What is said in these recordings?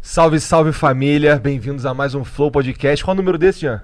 Salve, salve família, bem-vindos a mais um Flow Podcast. Qual é o número desse, Jean?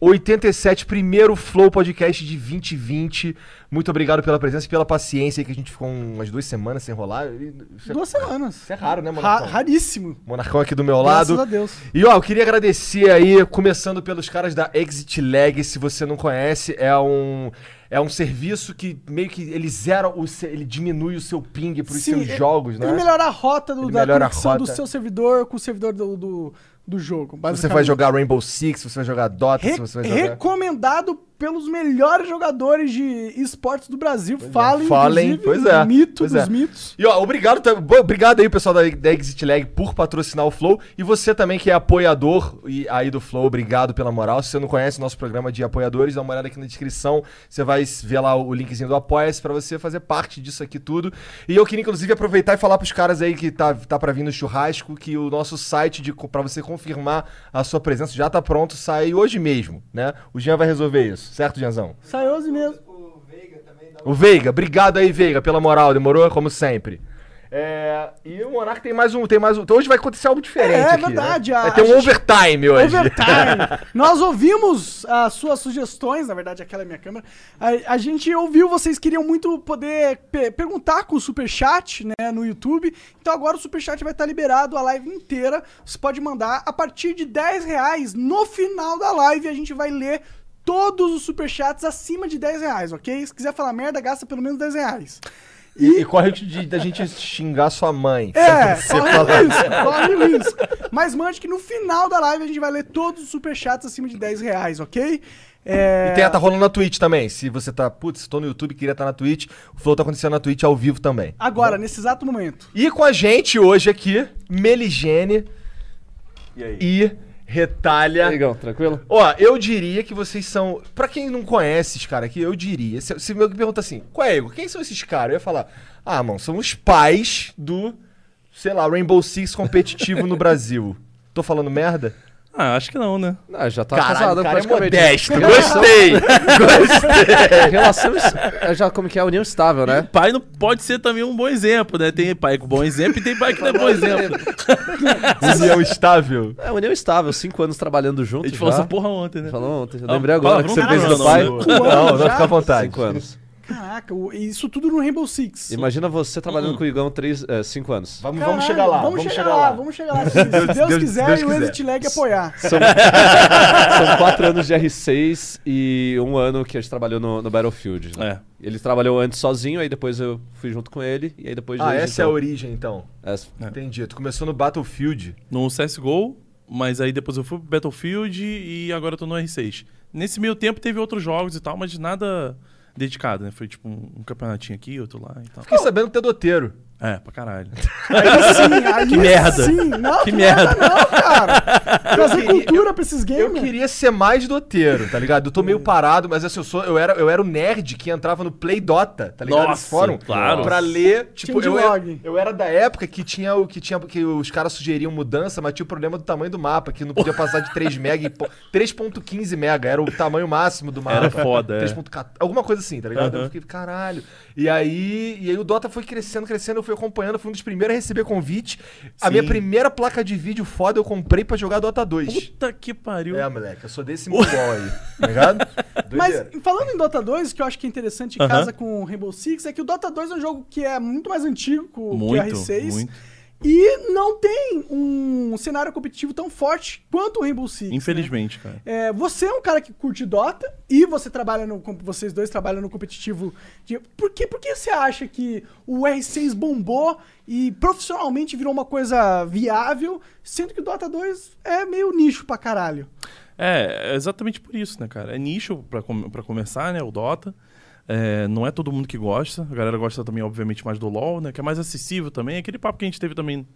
87, primeiro Flow Podcast de 2020. Muito obrigado pela presença e pela paciência aí que a gente ficou um, umas duas semanas sem rolar. Isso é- Duas semanas. isso é raro, né, Ra- Monarcão? raríssimo. Monarcão aqui do Né? meu Graças a lado. Deus. E ó, eu queria agradecer aí, começando pelos caras da Exit Lag, se você não conhece, é um é um serviço que meio que ele zera o se- ele diminui o seu ping pros Sim, é seus ele- jogos, né? Ele melhora a rota do, Ele da melhora a conexão do rota. seu servidor com o servidor do, do, do jogo. Você basicamente. vai jogar Rainbow Six, você vai jogar Dota, Re- se você vai jogar recomendado pelos melhores jogadores de esportes do Brasil. Fallen, Fallen, inclusive, é. pois é, mito pois dos é. mitos. E ó, obrigado, tam- bo- obrigado aí pessoal da, da Exit Lag por patrocinar o Flow e você também que é apoiador e, aí do Flow, obrigado pela moral. Se você não conhece o nosso programa de apoiadores, dá uma olhada aqui na descrição, você vai s- ver lá o linkzinho do Apoia-se pra você fazer parte disso aqui tudo. E eu queria inclusive aproveitar e falar pros caras aí que tá tá para vir no churrasco que o nosso site de co- pra você confirmar a sua presença já tá pronto, sai hoje mesmo, né? O Jean vai resolver isso, certo, Jeanzão? Saiu hoje mesmo. O Veiga, obrigado aí, Veiga, pela moral, demorou como sempre. É, e o Monark tem mais um, tem mais um. Então hoje vai acontecer algo diferente. É, é aqui, né? verdade, a- Vai ter a um gente- overtime hoje. Overtime. É Nós ouvimos as suas sugestões, na verdade, aquela é minha câmera. A, a gente ouviu, vocês queriam muito poder pe- perguntar com o Superchat, né, no YouTube. Então agora o Superchat vai estar liberado a live inteira. Você pode mandar a partir de 10 reais. No final da live, a gente vai ler todos os Superchats acima de 10 reais, ok? Se quiser falar merda, gasta pelo menos 10 reais. E, e corre o risco de- da gente xingar sua mãe. É, Você corre fala- o risco, corre o risco. Mas mande que no final da live a gente vai ler todos os superchats acima de 10 reais, ok? É, E tem, tá rolando na Twitch também. Se você tá, putz, tô no YouTube, queria estar na Twitch. O Flow tá acontecendo na Twitch ao vivo também. Agora, nesse exato momento. E com a gente hoje aqui, Meligene E aí? e Retalha. Legal, tranquilo? Ó, eu diria que vocês são. Pra quem não conhece esses caras aqui, eu diria. Se, se me pergunta assim, qual é, Igor? Quem são esses caras? Eu ia falar, ah, mano, são os pais do, sei lá, Rainbow Six competitivo no Brasil. Tô falando merda? Ah, acho que não, né? Ah, já tá Caralho, casado o cara é praticamente. modesto. Gostei! gostei! É, relação. es- é, Já como que é união estável, né? Pai não pode ser também um bom exemplo, né? Tem pai com bom exemplo e tem pai que não é bom exemplo. União estável. É união estável, cinco anos trabalhando A junto. gente falou já. essa porra ontem, né? Falou ontem. Eu Ah, lembrei agora que palavrão você não, fez não, do não, pai. não. Não, não, já? fica à vontade. Cinco anos. Caraca, o- isso tudo no Rainbow Six. Imagina você Hum. trabalhando com o Igão três, é, cinco anos. Vamos, Caralho, vamos chegar lá. Vamos, chegar, lá, vamos chegar lá. Se, se Deus, Deus- quiser Deus e o quiser. Exit Lag apoiar. São, são quatro anos de R6 e um ano que a gente trabalhou no, no Battlefield. né? É. Ele trabalhou antes sozinho, aí depois eu fui junto com ele, e aí depois... Ah, desde essa é a então- origem então. Essa. Entendi. Tu começou no Battlefield. No CSGO, mas aí depois eu fui pro Battlefield e agora eu tô no R6. Nesse meio tempo teve outros jogos e tal, mas nada dedicado, né? Foi tipo um, um campeonatinho aqui, outro lá e tal. Fiquei sabendo que tu é doteiro. É, pra caralho. Aí sim, aí Que merda. sim. assim, Não, Que que, merda. não, cara. Trazer queria- cultura pra esses Eu games. queria ser mais doteiro, tá ligado? Eu tô meio parado, mas assim, eu, sou, eu, era, eu era o nerd que entrava no Play Dota, tá ligado? Nossa, no fórum. claro. Pra ler, tipo, Time de eu, era- log. eu era da época que tinha o que tinha que os caras sugeriam mudança, mas tinha o problema do tamanho do mapa, que não podia passar de 3 mega e po- 3.15 mega, era o tamanho máximo do mapa. Era foda, é. 3.14, alguma coisa assim, tá ligado? Eu Aham. fiquei, caralho. E aí, e aí o Dota foi crescendo, crescendo, eu fui acompanhando, fui um dos primeiros a receber convite. A Sim. minha primeira placa de vídeo foda eu comprei pra jogar Dota 2. Puta que pariu. É, moleque, eu sou desse mongol aí, tá ligado? Mas Doideira. falando em Dota 2, que eu acho que é interessante em Aham. casa com o Rainbow Six, é que o Dota 2 é um jogo que é muito mais antigo que o que o muito, R6. muito. E não tem um cenário competitivo tão forte quanto o Rainbow Six. né? Infelizmente, cara. É, você é um cara que curte Dota e você trabalha no. com- Vocês dois trabalham no competitivo. De, por, que, por que você acha que o R6 bombou e profissionalmente virou uma coisa viável, sendo que o Dota 2 é meio nicho pra caralho? É, é exatamente por isso, né, cara? É nicho pra, com- pra começar, né? O Dota. É, não é todo mundo que gosta. A galera gosta também, obviamente, mais do LoL, né? Que é mais acessível também. Aquele papo que a gente teve também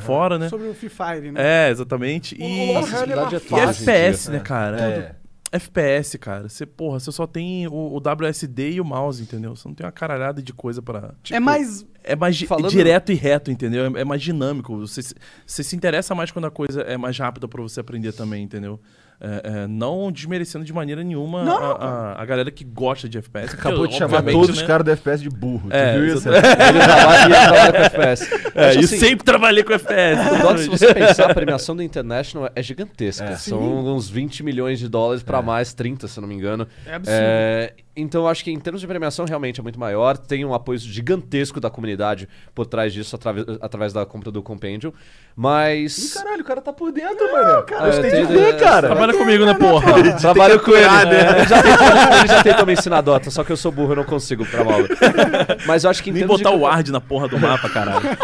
fora, né? Sobre o Free Fire, né? É, exatamente. E, O Warhammer é uma Acessibilidade é e fácil hoje em FPS, dia, né, né? cara? É. FPS, cara. Você, porra, você só tem o, o WSD e o mouse, entendeu? Você não tem uma caralhada de coisa pra... é mais É mais di- Falando- direto e reto, entendeu? É, é mais dinâmico. Você, se- você se interessa mais quando a coisa é mais rápida pra você aprender também, entendeu? é, é, não desmerecendo de maneira nenhuma Não, a, a- a galera que gosta de FPS. porque, Acabou de chamar obviamente, todos os né, caras do FPS de burro. É, tu viu isso? exatamente. Ele trabalha, ele trabalha com FPS. É, Acho eu assim, sempre trabalhei com FPS. O Dota, se você pensar, a premiação do International é gigantesca. São uns 20 milhões de dólares pra mais, 30, se eu não me engano. É absurdo. É, então, eu acho que em termos de premiação, realmente é muito maior. Tem um apoio gigantesco da comunidade por trás disso, atrave- através da compra do Compendium. Ih, Mas... Caralho, o cara tá por dentro, mano. É, Gostei de tem- ver, é, cara. Trabalha comigo, né, porra? Trabalho com ele. né? Ele, já tentou, ele já tentou me ensinar Dota, só que eu sou burro, eu não consigo pra aula. Mas eu acho que em Nem termos de- botar o ward na porra do mapa, caralho.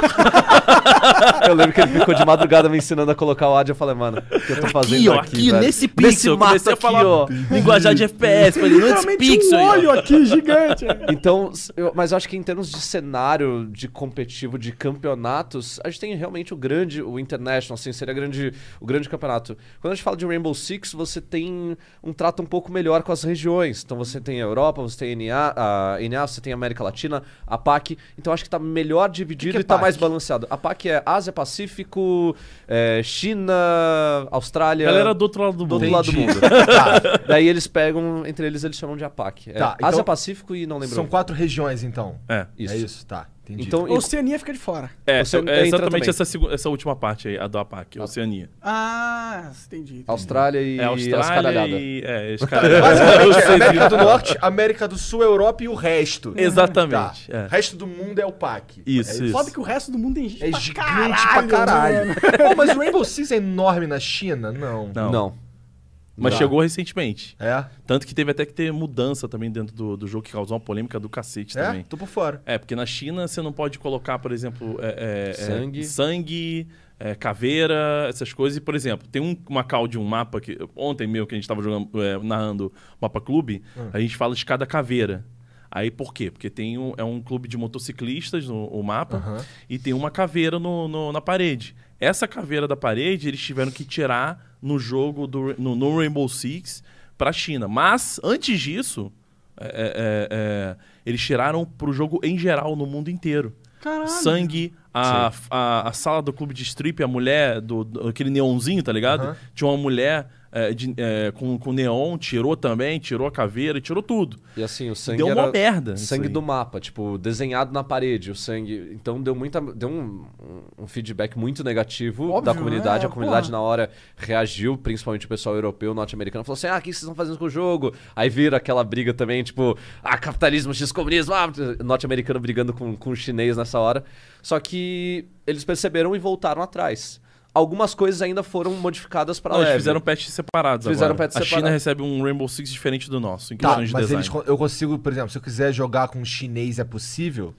Eu lembro que ele ficou de madrugada me ensinando a colocar o ad. Eu falei, mano, o que eu tô fazendo Aqui, ó, aqui, aqui, velho? nesse pixel. eu mato comecei a aqui, falar ó. linguajar de FPS. Falei, nesse Literalmente pixel. um aí, ó. olho aqui gigante. é. Então, s- eu- mas eu acho que em termos de cenário de competitivo, de campeonatos, a gente tem realmente o grande, o International, assim, seria grande, o grande campeonato. Quando a gente fala de Rainbow Six, você tem um trato um pouco melhor com as regiões. Então você tem a Europa, você tem a NA, a NA você tem a América Latina, a PAC. Então acho que tá melhor dividido que é e tá PAC? mais balanceado. A PAC é Ásia, Pacífico, é, China, Austrália. Galera do outro lado do do mundo. outro lado do Entendi. mundo. Daí eles pegam, entre eles eles chamam de APAC. É, Tá, então- Ásia Pacífico e não lembro. São quatro regiões, então. É. É isso, tá. Entendi. Então, e- Oceania fica de fora. É, Você é entra exatamente também. essa, segu- essa última parte aí, a do APAC, Oceania. Ah, entendi. Austrália e É as caralhadas. Austrália e... É, escaralhada. Basicamente, é América do Norte, América do Sul, Europa e o resto. Exatamente, Tá. é. O resto do mundo é o PAC. Isso, isso. Foda que o resto do mundo tem gente É pra gigante caralho, pra caralho. né? mano. Pô, mas o Rainbow Six é enorme na China? Não. Não. Não. Mas Tá. chegou recentemente. É? Tanto que teve até que ter mudança também dentro do, do jogo que causou uma polêmica do cacete É? também. Tô por fora. É, porque na China você não pode colocar, por exemplo, é, é, é, Sangue. sangue, é, caveira, essas coisas. E, por exemplo, tem um, uma call de um mapa que. Ontem meu, que a gente tava jogando, é, narrando mapa clube, a gente fala escada caveira. Aí por quê? Porque tem um, é um clube de motociclistas no o mapa Aham. e tem uma caveira no, no- na parede. Essa caveira da parede eles tiveram que tirar no jogo do no, no Rainbow Six pra China. Mas antes disso, é, é, é, é, eles tiraram pro jogo em geral no mundo inteiro. Caralho. Sangue, a, a, a sala do clube de strip, a mulher do, do- aquele neonzinho, tá ligado? Aham. Tinha uma mulher é, de- é, com, com neon, tirou também, tirou a caveira, tirou tudo. E assim, o sangue Deu era uma merda. isso sangue aí. do mapa, tipo, desenhado na parede, o sangue. Então deu muita deu um, um feedback muito negativo Óbvio, da comunidade, é, né? a comunidade Porra. na hora reagiu, principalmente o pessoal europeu, norte-americano, falou assim: "Ah, o que vocês estão fazendo com o jogo?". Aí vira aquela briga também, tipo, ah, capitalismo, x comunismo, ah, norte-americano brigando com com o chinês nessa hora. Só que eles perceberam e voltaram atrás. Algumas coisas ainda foram modificadas para Não, eles fizeram patches separados Fizeram agora. patches a China separados. recebe um Rainbow Six diferente do nosso, em Tá, questões de mas design. eles, con- eu consigo, por exemplo, se eu quiser jogar com chinês, é possível?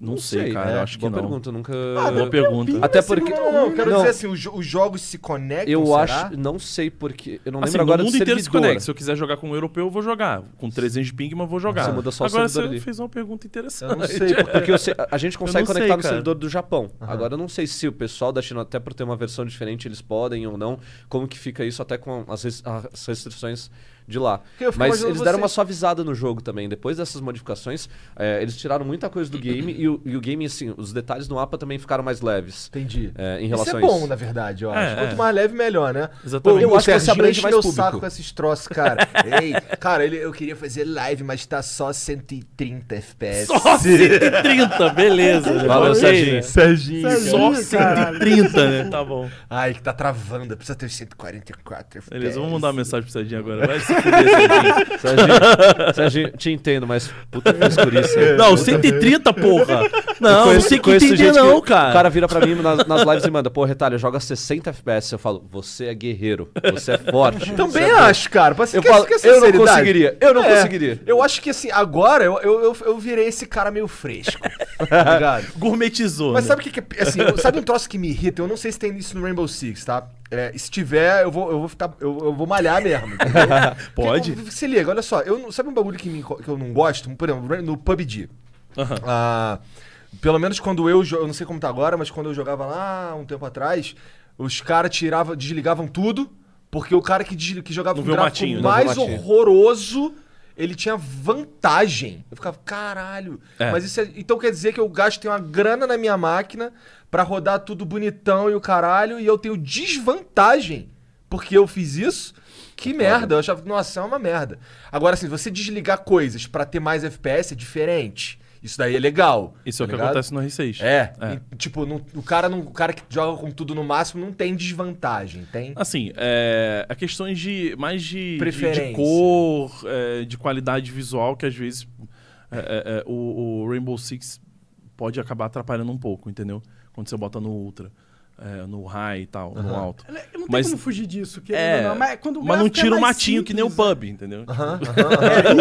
Não, sei, cara, né? eu acho que Boa não. pergunta, nunca Boa pergunta. Pinho, Até esse porque- mundo é Ah, Não, não, eu ruim, quero né? dizer assim, os, jo- os jogos se conectam, Eu será? acho, não sei porque, eu não Assim, lembro agora no do mundo inteiro se servidor. conecta. Se eu quiser jogar com um europeu, eu vou jogar. Com 300 de ping, mas eu vou jogar. Você muda só o agora você servidor ali. fez uma pergunta Eu interessante. não sei, porque Porque eu sei- a- a gente consegue não sei, conectar no cara. servidor do Japão. Agora eu não sei se o pessoal da China, até por ter uma versão diferente, eles podem ou não. Como que fica isso até com as, res- as restrições de É lá. eu fico Mas imaginando eles deram vocês- uma suavizada no jogo também. Depois dessas modificações, é, eles tiraram muita coisa do game e, o, e o game, assim, os detalhes no mapa também ficaram mais leves. Entendi. É, em Isso relação é a bom, isso. na verdade, eu É, acho. Quanto é. mais leve, melhor, né? Exatamente. Pô, Eu o acho que Serginho você abrange mais encheu o público. saco com esses troços, cara. Ei, cara, ele, eu queria fazer live, mas tá só 130 FPS. Só 130, beleza. Valeu, Ok, Serginho. né? Serginho. é Serginho. Só Ih, caralho. 130, né? Tá bom. Ai, que tá travando, precisa ter 144 FPS. Beleza, vamos mandar uma mensagem pro Serginho agora. Vai se fuder, Serginho. Serginho, Serginho, te entendo, mas puta frescurice. Não, 130, porra. Não, Conheço- não tem que conheço entender gente não, que- cara. O cara vira pra mim nas, nas lives e manda, pô, retalho, joga 60 FPS. Eu falo, você é guerreiro, você é forte. você Também é bom." acho, cara. Pra Eu falo, eu não conseguiria, eu não É, conseguiria. Eu acho que assim, agora eu, eu, eu, eu virei esse cara meio fresco. tá ligado? Gourmetizou. Mas né? sabe o que, que é- assim, eu- sabe um troço que me irrita? Eu não sei se tem isso no Rainbow Six, tá? É, se tiver, eu vou, eu vou ficar. Eu, eu vou malhar mesmo. entendeu? Porque Pode. eu- se liga, olha só, eu, não- sabe um bagulho que, me inco- que eu não gosto? Por exemplo, no PUBG. Aham. Ah, pelo menos quando eu. jo- Eu não sei como tá agora, mas quando eu jogava lá um tempo atrás, os caras tiravam, desligavam tudo, porque o cara que, desli- que jogava Não com vê o gráfico matinho, né? não vê o mais matinho. horroroso. Ele tinha vantagem. Eu ficava, caralho. É. Mas isso é- Então quer dizer que eu gasto uma grana na minha máquina pra rodar tudo bonitão e o caralho, e eu tenho desvantagem porque eu fiz isso. Que merda, eu achava, nossa, é uma merda. Agora, assim, você desligar coisas pra ter mais FPS é diferente. Isso daí é legal. Isso é o tá que ligado? acontece no R6. É, e, tipo, não- o, cara não- o cara que joga com tudo no máximo não tem desvantagem, tem? Assim, é, é questões de mais de, de- de, Preferência. cor, é, de qualidade visual, que às vezes é, é, é, o, o Rainbow Six pode acabar atrapalhando um pouco, entendeu? Quando você bota no Ultra, é, no High e tal, no alto. é, Não tem Mas- como fugir disso, querendo É, ou não. Mas, quando o mas não gráfico é tira o mais matinho que nem o simples, né? pub, entendeu? Aham, aham. É,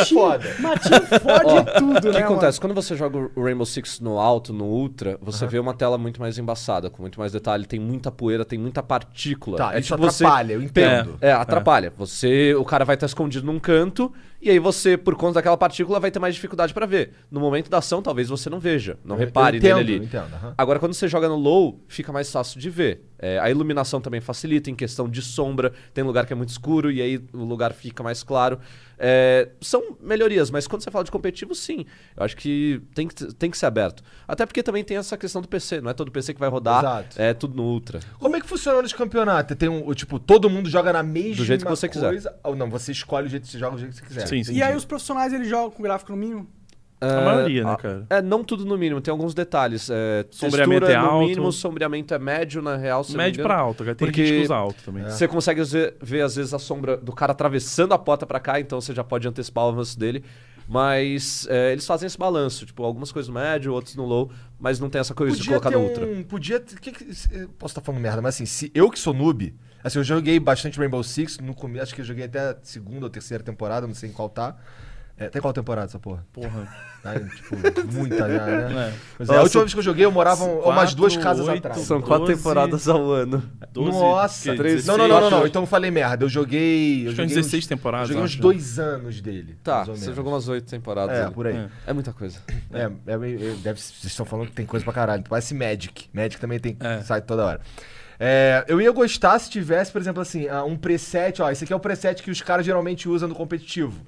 isso, pô, Foda. matinho, matinho fode tudo, né? O que mano? acontece? Quando você joga o Rainbow Six no alto, no ultra, você vê uma tela muito mais embaçada, com muito mais detalhe, tem muita poeira, tem muita partícula. Tá, É isso tipo você- atrapalha, eu entendo. É, atrapalha. Você, o cara vai estar escondido num canto e aí você, por conta daquela partícula, vai ter mais dificuldade pra ver. No momento da ação, talvez você não veja, não repare eu entendo, nele eu ali. entendo, aham. Agora, quando você joga no low, fica mais fácil de ver. É, a iluminação também facilita em questão de sombra. Tem lugar que é muito escuro e aí o lugar fica mais claro. É, são melhorias, mas quando você fala de competitivo, sim. Eu acho que tem, que tem que ser aberto. Até porque também tem essa questão do PC. Não é todo PC que vai rodar. Exato. É tudo no Ultra. Como é que funciona nesse campeonato? Tem um, o tipo, todo mundo joga na mesma Do jeito que você quiser. coisa? Ou não, você escolhe o jeito que você joga, o jeito que você quiser. Tipo, Sim, sim. E aí sim. os profissionais, eles jogam com gráfico no mínimo? A É, maioria, né, a- cara? É, não tudo no mínimo, tem alguns detalhes. É, Sombreamento textura é no alto. mínimo, sombreamento é médio, na real. se eu não me Médio engano. pra alto, cara. Tem Porque- gente que usa alto também. É. né? É. Você consegue ver, ver, às vezes, a sombra do cara atravessando a porta pra cá, então você já pode antecipar o avanço dele. Mas é, eles fazem esse balanço, tipo, algumas coisas no médio, outras no low, mas não tem essa coisa de Podia colocar ter no um... ultra. Podia... ter- que que- se- eu Posso estar falando merda, mas assim, se eu que sou noob... Assim, eu joguei bastante Rainbow Six no começo, acho que eu joguei até a segunda ou terceira temporada, não sei em qual tá. É, até qual temporada essa porra? Porra. Tá, tipo, muita já, né? É. Pois é, a Nossa, última vez que eu joguei, eu morava um- umas quatro, duas casas oito, atrás. São quatro Doze- temporadas ao ano. 12, Nossa, que- treze- não, 16, não, não, não, não, então eu falei merda. Eu joguei. Eu Acho que é joguei uns 16 uns, temporadas, eu Joguei uns acho. né? dois anos dele. Tá, mais ou você menos. jogou umas oito temporadas. É, ali. por aí. É. É muita coisa. É, é, meio- é, deve, vocês estão falando que tem coisa pra caralho. Parece Magic. Magic também tem É. sai toda hora. É, eu ia gostar se tivesse, por exemplo, assim, ah, um preset. Ó, esse aqui é o preset que os caras geralmente usam no competitivo.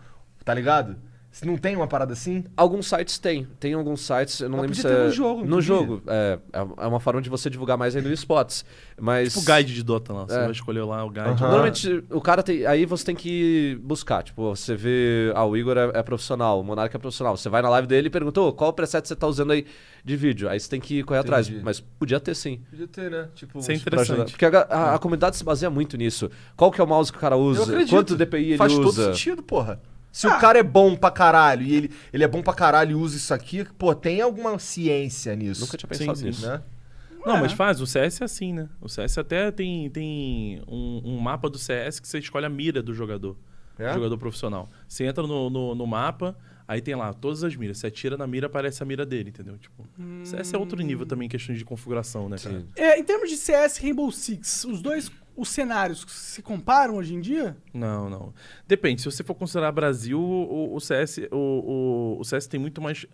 Tá ligado? Se não tem uma parada assim. Alguns sites tem. Tem alguns sites, eu não Mas lembro podia se ter é... no jogo, não No podia? jogo. É, é uma forma de você divulgar mais ainda os spots. Mas... Tipo o guide de Dota lá. Você É. vai escolher lá o guide. Aham. Normalmente, o cara tem. Aí você tem que buscar. Tipo, você vê. Ah, o Igor é, é profissional, o Monarca é profissional. Você vai na live dele e pergunta, "Ô, qual preset você tá usando aí de vídeo? Aí você tem que correr atrás. Entendi. Mas podia ter sim. Podia ter, né? Tipo, Isso é pra ajudar. interessante. Porque a, ga- a- a comunidade se baseia muito nisso. Qual que é o mouse que o cara É. Eu usa? acredito. Quanto DPI ele Faz usa? todo sentido, porra. Se o cara é bom pra caralho e ele, ele é bom pra caralho e usa isso aqui, pô, tem alguma ciência nisso. Nunca tinha Sim, pensado sim. nisso. né? Não, É. mas faz. O CS é assim, né? O CS até tem, tem um, um mapa do CS que você escolhe a mira do jogador. É? do Jogador profissional. Você entra no, no, no mapa, aí tem lá todas as miras. Você atira na mira, aparece a mira dele, entendeu? Tipo, CS é outro nível também em questões de configuração, né, cara? É, em termos de CS Rainbow Six, os dois os cenários se comparam hoje em dia? Não, não. Depende. Se você for considerar Brasil, o, o CS, o, o, o CS tem muito mais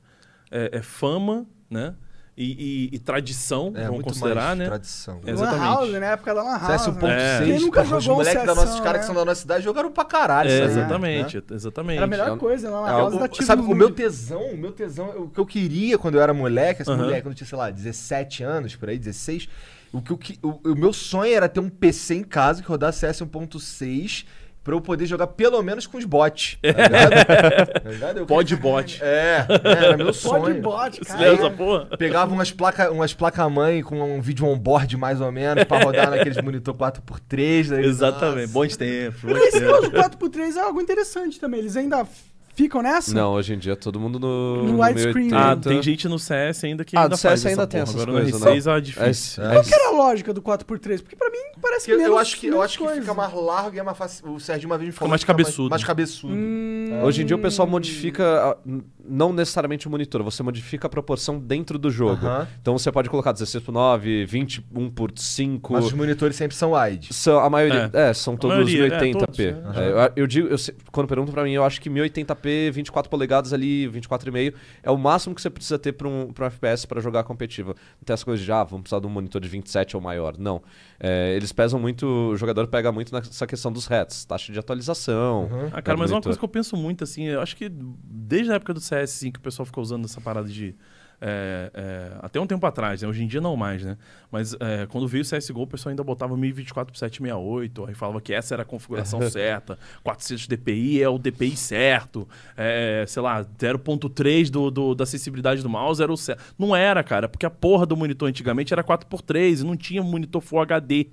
é, é, fama, né? E, e- e tradição, É, vamos muito considerar, mais né? tradição. É. Lan House, Exatamente. né? A época da Lan House. CS né? Ah, É. 1.6, Quem nunca porra, os jogou um moleques da nossa, os CSão, caras né? que são da nossa cidade jogaram pra Ah, caralho. É, isso aí, exatamente, né? exatamente. Era a melhor Eu- coisa, né? Lan É, House O- da o- sabe, o meu tesão, o meu tesão, o que eu queria quando eu era moleque, assim, Aham. moleque, quando eu tinha, sei lá, 17 anos, por aí, 16, o, que eu que- o, o meu sonho era ter um PC em casa que rodasse CS 1.6 pra eu poder jogar pelo menos com os bots. Tá ligado? Tá ligado? Eu- Pode bot. É, é, era meu sonho. Podbot, Você lembra dessa cara. porra? Pegava umas placa, umas placa mãe com um vídeo on-board mais ou menos pra rodar naqueles monitor 4x3. daí, Exatamente. Bons tempos. Porque esse negócio 4x3 é algo interessante também. Eles ainda f- ficam nessa? Não, hoje em dia todo mundo no. No no É widescreen, né? 1080. Ah, tem gente no CS ainda que Ah, ainda do CS faz ainda essa tem porra. essas Agora coisas, no R6 é É, difícil. é, Qual que era a lógica do 4x3? Porque pra mim parece Que que eu, menos- acho que, eu menos acho que coisa. fica mais largo e é mais fácil. O Sérgio uma vez me falou. mais que fica cabeçudo. Mais, cabeçudo. Hum. É. Hoje em dia o pessoal modifica, ah, n- não necessariamente o monitor, você modifica a proporção dentro do jogo. Aham. Então você pode colocar 16 por 9, 21 por 5. Mas os monitores sempre são wide. São, a maioria, é, são todos maioria, é, 1080p. todos, É, eu- eu digo, eu se- quando perguntam pra mim, eu acho que 1080p, 24 polegadas ali, 24,5 é o máximo que você precisa ter pra um, pra um FPS pra jogar competitivo. Não tem essa coisa de, ah, vamos precisar de um monitor de 27 ou maior. Não. É, eles pesam muito, o jogador pega muito nessa questão dos hats, taxa de atualização. Uhum. Ah, cara, mas uma monitor. coisa que eu penso muito, assim, eu acho que desde a época do CS, assim, que o pessoal ficou usando essa parada de é, é, até um tempo atrás, né? Hoje em dia não mais, né? Mas é, quando veio o CSGO, o pessoal ainda botava 1024 por 768, aí falava que essa era a configuração certa, 400 DPI é o DPI certo, é, sei lá, 0.3 do, do- da acessibilidade do mouse era o certo. Não era, cara, porque a porra do monitor antigamente era 4x3 e não tinha monitor Full HD.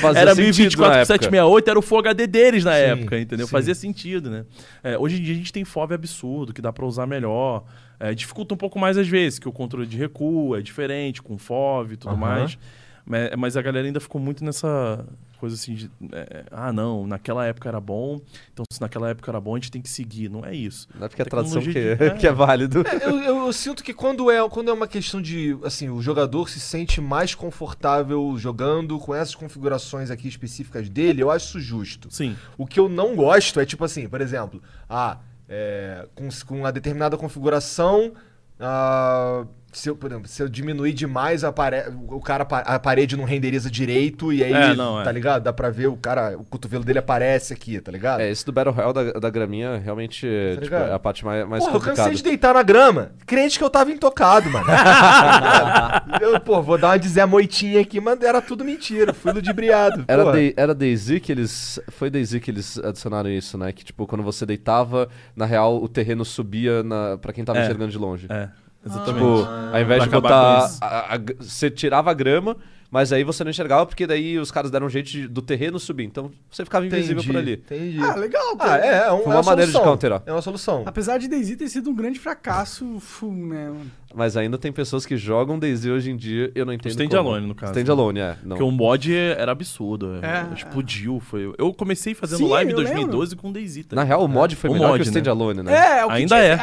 Fazia era sentido 1024 na por época. 768, era o Full HD deles na Sim, época, entendeu? sim. Fazia sentido, né? É, hoje em dia a gente tem FOV absurdo, que dá pra usar melhor. É, dificulta um pouco mais às vezes, que o controle de recuo é diferente, com FOV e tudo Aham. mais. Mas, mas a galera ainda ficou muito nessa coisa assim de... é, ah, não, naquela época era bom, então se naquela época era bom, a gente tem que seguir. Não é isso. Não é porque a tradução que, Tecnologia de- que é válido. Eu, eu- eu sinto que quando é, quando é uma questão de. Assim, o jogador se sente mais confortável jogando com essas configurações aqui específicas dele, eu acho isso justo. Sim. O que eu não gosto é tipo assim, por exemplo, ah, é, com, com uma determinada configuração. ah, se eu, por exemplo, se eu diminuir demais a pare... o cara apa- a parede não renderiza direito e aí, É, não, é. tá ligado? Dá pra ver o cara, o cotovelo dele aparece aqui, tá ligado? É, esse do Battle Royale da, da graminha realmente tipo, Tá ligado? é a parte mais, mais Porra, eu complicada. cansei de deitar na grama. Crente que eu tava intocado, mano. eu, pô, vou dar uma de Zé Moitinha aqui, mas era tudo mentira. Fui ludibriado. Era, porra. Dei- era Daisy que eles. Foi Daisy que eles adicionaram isso, né? Que tipo, quando você deitava, na real o terreno subia na, pra quem tava É. enxergando de longe. É, exatamente. Ah, Tipo, ao invés Pra de acabar com botar. isso. a- a- a- você tirava a grama, mas aí você não enxergava, porque daí os caras deram um jeito de- do terreno subir. Então você ficava invisível por ali. Entendi. Ah, legal, cara. Ah, é, é, um- Foi é uma maneira de solução. counterar. É uma solução. Apesar de Daisy ter sido um grande fracasso, fu, né? Mas ainda tem pessoas que jogam Daisy hoje em dia, eu não entendo. Standalone, no caso. né? Standalone, é. Não. Porque o mod era absurdo. É. Explodiu. Foi... Eu comecei fazendo Sim, live em eu lembro. 2012 com Daisy. tá Na real, o mod foi O melhor mod, que o né? Standalone, né? É, o que Ainda tinha- é.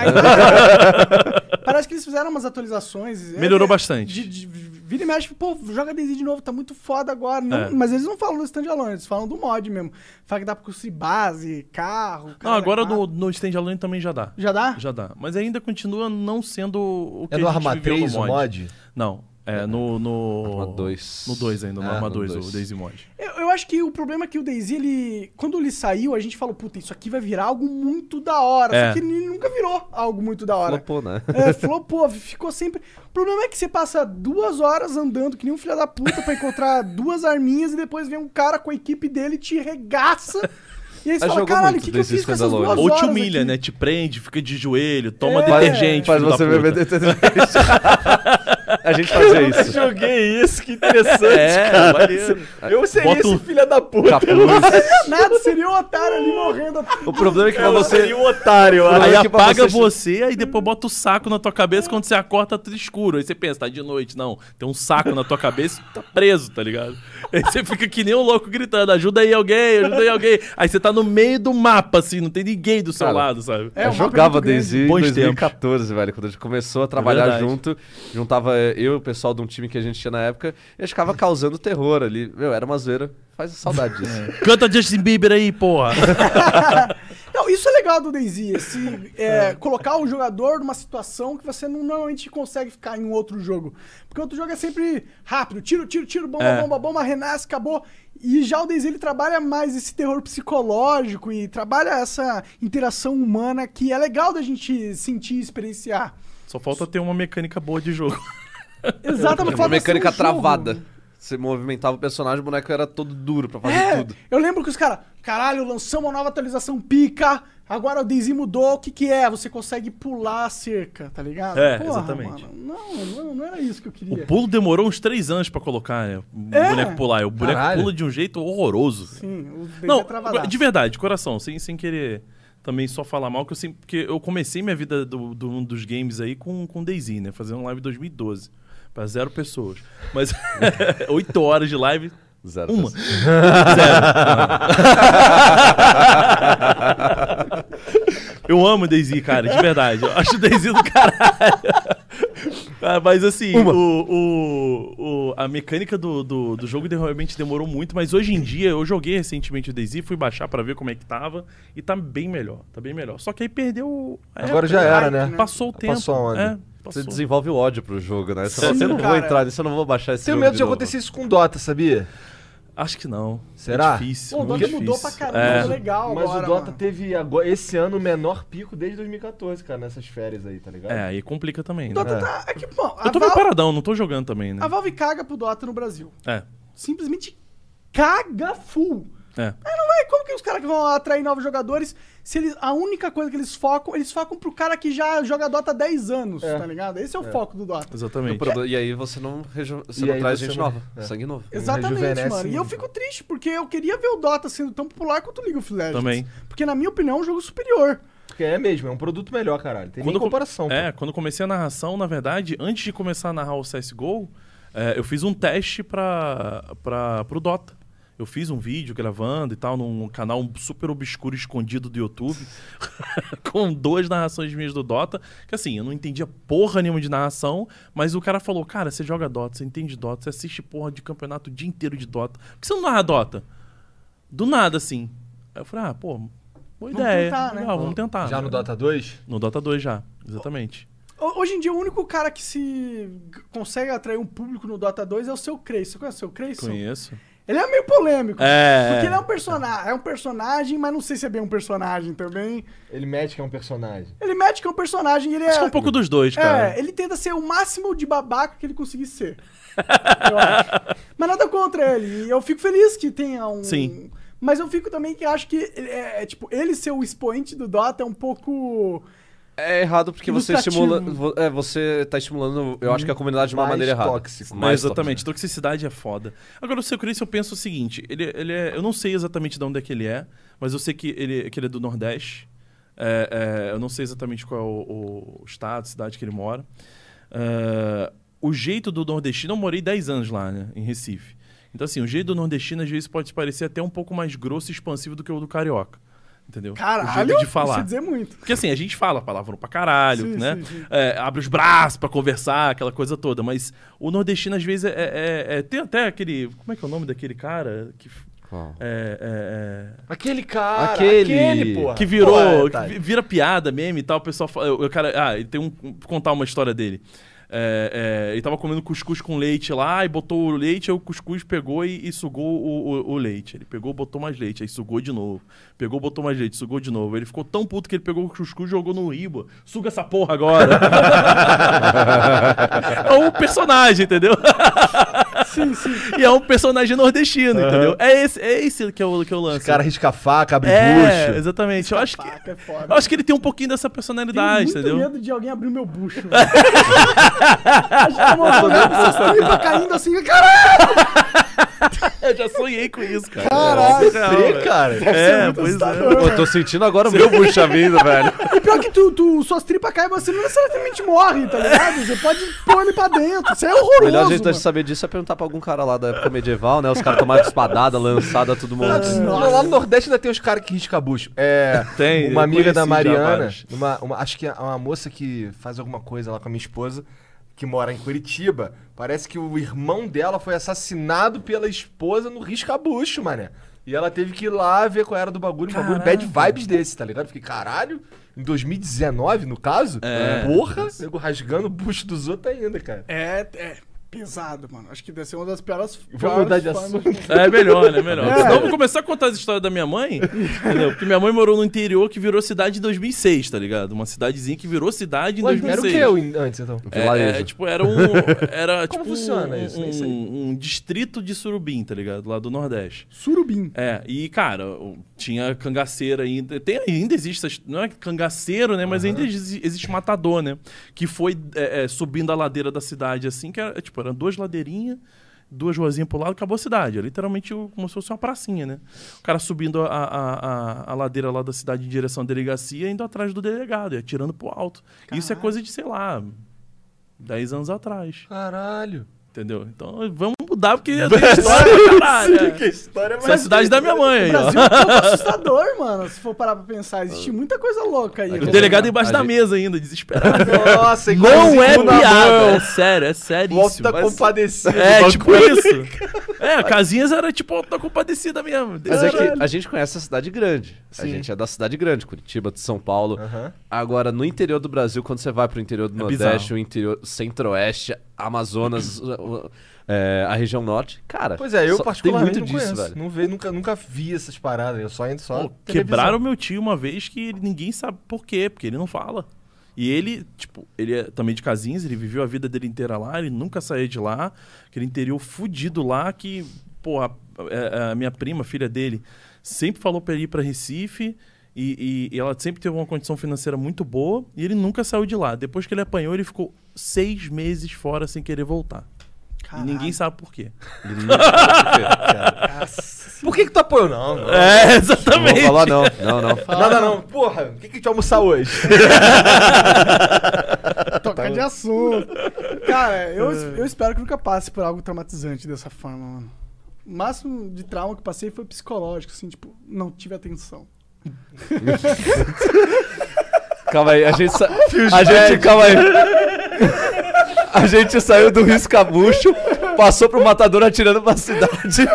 ainda- Parece que eles fizeram umas atualizações. é, Melhorou é, bastante. De, de- vira e mexe, pô, joga Daisy de novo, tá muito foda agora. Não- É. Mas eles não falam do standalone, eles falam do mod mesmo. Fala que dá pra construir base, carro. Não, cara, agora quatro. no, no standalone também já dá. Já dá? Já dá. Mas ainda continua não sendo o que É do a gente Arma viveu 3 no o mod. mod? Não, é no... no... Arma 2. No 2 ainda, no É, Arma no 2, dois. o Daisy Mod. Eu, eu acho que o problema é que o Daisy, ele. Quando ele saiu, a gente falou, puta, isso aqui vai virar algo muito da hora. Só É. que ele nunca virou algo muito da hora. Flopou, né? É, falou, pô, ficou sempre. O problema é que você passa duas horas andando que nem um filho da puta pra encontrar duas arminhas e depois vem um cara com a equipe dele e te regaça. E aí você fala, Mas jogou caralho, o muito que, que eu desse fiz com essas Standalone. duas Ou horas? te humilha, aqui?" né? Te prende, fica de joelho, toma É. detergente. Faz filho da você puta. beber detergente. A gente fazia isso. Joguei isso, que interessante, É, maneiro. Eu seria Bota um- esse filho da puta. Capuz. Seria nada, seria um otário ali morrendo. O problema é que pra você. um otário. eu acho. Aí Olha que pra apaga você- você, aí depois bota o saco na tua cabeça quando você acorda tá tudo escuro. Aí você pensa, tá de noite. Não, tem um saco na tua cabeça e tá preso, tá ligado? Aí você fica que nem um louco gritando, ajuda aí alguém, ajuda aí alguém. Aí você tá no meio do mapa, assim, não tem ninguém do seu Cara, lado, sabe? É, eu um jogava mapa muito Daisy em Bons É 2014, velho, quando a gente começou a trabalhar verdade. junto. Juntava eu e o pessoal de um time que a gente tinha na época e a gente ficava causando terror ali. Meu, era uma zoeira. Faz saudade É. disso. Canta Justin Bieber aí, porra. Não, isso é legal do Daisy, esse, é, colocar o jogador numa situação que você não, normalmente consegue ficar em um outro jogo. Porque outro jogo é sempre rápido, tiro, tiro, tiro, bomba, É. bomba, bomba, renasce, acabou. E já o Daisy, ele trabalha mais esse terror psicológico e trabalha essa interação humana que é legal da gente sentir e experienciar. Só falta ter uma mecânica boa de jogo. Exatamente. Era é uma falta ser um mecânica jogo. travada. Você movimentava o personagem, o boneco era todo duro pra fazer É, tudo. eu lembro que os caras, caralho, lançamos uma nova atualização pica, agora o Daisy mudou, o que que é? Você consegue pular a cerca, tá ligado? É, exatamente. mano, não, não, não era isso que eu O queria. pulo demorou uns três anos pra colocar, né? O É. boneco pular. E o boneco Caralho. pula de um jeito horroroso. Sim, o Daisy Não, é travadaço. de verdade, de coração, sem, sem querer também só falar mal, que eu sempre, porque eu comecei minha vida do, do mundo dos games aí com, com Daisy, né? Fazendo live em 2012. Pra zero pessoas. Mas oito horas de live. Zero. Uma. pessoa. Eu amo Daisy, cara, de verdade. Eu acho Daisy do caralho. Ah, mas assim, o, o- o- a mecânica do, do, do jogo de- realmente demorou muito, mas hoje em dia eu joguei recentemente o Daisy, fui baixar pra ver como é que tava e tá bem melhor, tá bem melhor. Só que aí perdeu. a Agora época, já era, né? Passou o tempo. Passou a onda. É, Você passou. desenvolve o ódio pro jogo, né? Você, Sim, fala, "Eu não vou cara. entrar nisso, eu não vou baixar esse Tenho jogo medo de novo." acontecer isso com Dota, sabia? Acho que não. Será? É difícil, Pô, o muito Dota mudou pra difícil. caramba, É. mudou legal Mas agora, o Dota mano. teve agora, esse ano o menor pico desde 2014, cara, nessas férias aí, tá ligado? É, aí complica também, O né? Dota É. tá... É que, bom, a, Eu tô meio Val- paradão, não tô jogando também, né? a Valve caga pro Dota no Brasil. É, Simplesmente caga full. é. Aí não vai, como que os caras que vão atrair novos jogadores, se eles, a única coisa que eles focam, eles focam pro cara que já joga Dota há 10 anos, É. tá ligado? Esse é o foco do Dota. Exatamente. E aí você não, reju- você E não aí traz você gente não- nova, é. sangue novo. Né, Exatamente, rejuvenesce mano. E eu muito. assim, fico triste, porque eu queria ver o Dota sendo tão popular quanto o League of Legends. Também. Porque, na minha opinião, é um jogo superior. Porque é mesmo, é um produto melhor, caralho. Tem Quando nem eu co- comparação. É, pô. quando eu comecei a narração, na verdade, antes de começar a narrar o CSGO, é, eu fiz um teste pra, pra, pro Dota. Eu fiz um vídeo gravando e tal, num canal super obscuro escondido do YouTube, com duas narrações minhas do Dota, que assim, eu não entendia porra nenhuma de narração, mas o cara falou, cara, você joga Dota, você entende Dota, você assiste porra de campeonato o dia inteiro de Dota, por que você não narra Dota? Do nada, assim. Aí eu falei, ah, pô, boa Vamos ideia, tentar, né? legal, vamos tentar. Já no Dota 2? No Dota 2 já, exatamente. Ho- Hoje em dia, o único cara que se g- consegue atrair um público no Dota 2 é o seu Creyson. Você conhece o seu Creyson? Conheço. Ele é meio polêmico. É. Porque ele é um personagem, é um personagem, mas não sei se é bem um personagem também. Ele mete que é um personagem. Ele mete que é um personagem e ele é... Acho que é um pouco dos dois, cara. né? É, ele tenta ser o máximo de babaca que ele conseguir ser. eu acho. Mas nada contra ele. E eu fico feliz que tenha um. Sim. Mas eu fico também que acho que ele é, é, tipo, ele ser o expoente do Dota é um pouco. É errado porque você Ilustrativo. estimula. vo- É, você tá estimulando, eu acho que a comunidade de uma um Hum. Mais maneira errada. tóxico. Mas exatamente, toxicidade é foda. Agora, o seu Chris, eu penso o seguinte: ele, ele é, eu não sei exatamente de onde é que ele é, mas eu sei que ele, que ele é do Nordeste. É, é, eu não sei exatamente qual é o, o estado, cidade que ele mora. É, o jeito do nordestino, eu morei 10 anos lá, né, em Recife. Então, assim, o jeito do nordestino às vezes pode parecer até um pouco mais grosso e expansivo do que o do carioca. Entendeu? o Caralho, jeito de Isso é falar. dizer muito. Porque assim, a gente fala palavrão pra caralho, Sim, né? sim, sim. É, abre os braços pra conversar, aquela coisa toda. Mas o nordestino, às vezes, é, é- é- tem até aquele. Como é que é o nome daquele cara? Que, f- Qual? é- é- é- Aquele cara, Aquele. aquele, porra. que virou. Porra, que vi- Thay. vira piada meme e tal. O pessoal fala. O cara, ah, ele tem um. Vou contar uma história dele. É, é, ele tava comendo cuscuz com leite lá e botou o leite, aí o cuscuz pegou e, e sugou o, o- o leite. Ele pegou, botou mais leite, aí sugou de novo. Pegou, botou mais leite, sugou de novo. Ele ficou tão puto que ele pegou o cuscuz e jogou no Ibo. Suga essa porra agora. é um personagem, entendeu? Sim, sim. E é um personagem nordestino, entendeu? É esse, é esse que é o, que é o lance. Os caras risca a faca, abre é, bucho. exatamente. Eu acho que Faca é foda. eu acho que ele tem um pouquinho dessa Tenho personalidade, muito Tá, entendeu? medo de alguém abrir o meu bucho. mano. Acho que eu vou olhar pra essas tripas caindo assim. Caralho! É, Eu já sonhei com isso, cara. Caralho. Você, cara. É, pois é. assustador, eu tô sentindo agora o meu bucha vindo, velho. E pior que tu, tu- suas tripas caem, mas você não necessariamente morre, tá ligado? Você pode pôr ele pra dentro. Isso é horroroso. O melhor jeito de mano. saber disso é perguntar pra algum cara lá da época medieval, né? Os caras tomaram espadada, lançada, todo mundo. Não, Lá no Nordeste ainda tem os caras que risca bucho. É, Tem, eu uma amiga conheci já da Mariana, vários. uma, uma- acho que é uma moça que faz alguma coisa lá com a minha esposa, que mora em Curitiba. Parece que o irmão dela foi assassinado pela esposa no risca-bucho, mané. E ela teve que ir lá ver qual era do bagulho, um bagulho bad vibes desse, tá ligado? Fiquei, caralho, em 2019, no caso, É. porra, nego rasgando o bucho dos outros ainda, cara. É, é pesado, mano. Acho que deve ser uma das piores. Vamos mudar de formas- assunto. É melhor, né? Melhor. É. Senão eu vou começar a contar as histórias da minha mãe, entendeu? Porque minha mãe morou no interior que virou cidade em 2006, tá ligado? Uma cidadezinha que virou cidade em Ué, era o 2006. que eu in- antes, então? É, é, tipo, era um. Era, Como tipo, funciona um, isso? Nem sei. Um, um distrito de Surubim, tá ligado? Lá do Nordeste. Surubim. É, e cara, o- tinha cangaceiro ainda. Tem, ainda existe, essas- não é cangaceiro, né? Mas ainda exi- existe matador, né? Que foi é, é, subindo a ladeira da cidade assim, que era, tipo, eram duas ladeirinhas, duas ruazinhas pro lado, acabou a cidade. É literalmente o- como se fosse uma pracinha, né? O cara subindo a, a, a, a ladeira lá da cidade em direção à delegacia, indo atrás do delegado, e atirando pro alto. Isso é coisa de, sei lá, 10 anos atrás. Caralho. Entendeu? Então vamos mudar, porque tem história pra caralho. é. história Essa é a cidade da minha mãe O aí, ó. Brasil é um pouco assustador, mano. Se for parar pra pensar, existe Ah. muita coisa louca aí. O Aquele delegado embaixo A da gente- mesa ainda, desesperado. Nossa, e Não é segunda piada, mão. é sério, é sério O alto isso. tá mas- compadecido. É, tipo isso. É, Casinhas era tipo alto da compadecida mesmo. Mas é Caralho. que a gente conhece a cidade grande. A Sim. gente é da cidade grande, Curitiba, de São Paulo. Aham. Agora, no interior do Brasil, quando você vai pro interior do É Nordeste, bizarro. o interior centro-oeste, Amazonas, uh, uh, é, a região norte. Cara, Pois é, eu só- particularmente tem muito não disso, conheço. velho. Não ve- nunca, nunca vi essas paradas. Eu só entro só. Pô, televisão. quebraram meu tio uma vez que ele- ninguém sabe por quê, porque ele não fala. E ele, tipo, ele é também de Casinhas, ele viveu a vida dele inteira lá, ele nunca saiu de lá, aquele interior fudido lá que, pô, a, é, a- a minha prima, filha dele, sempre falou pra ele ir pra Recife e, e- e ela sempre teve uma condição financeira muito boa e ele nunca saiu de lá. Depois que ele apanhou, ele ficou seis meses fora sem querer voltar. E ninguém sabe por quê. Por que que tu apoiou? Não, não. É, Não vou exatamente. falar não, não, não. Nada não. Porra, o que que a gente vai almoçar hoje? Tá Toca de assunto. Cara, eu, É. eu espero que nunca passe por algo traumatizante dessa forma, mano. O máximo de trauma que eu passei foi psicológico, assim, tipo, não tive atenção. Calma aí, a gente, sa... a gente calma aí. A gente saiu do riscabucho, passou pro matador atirando pra cidade.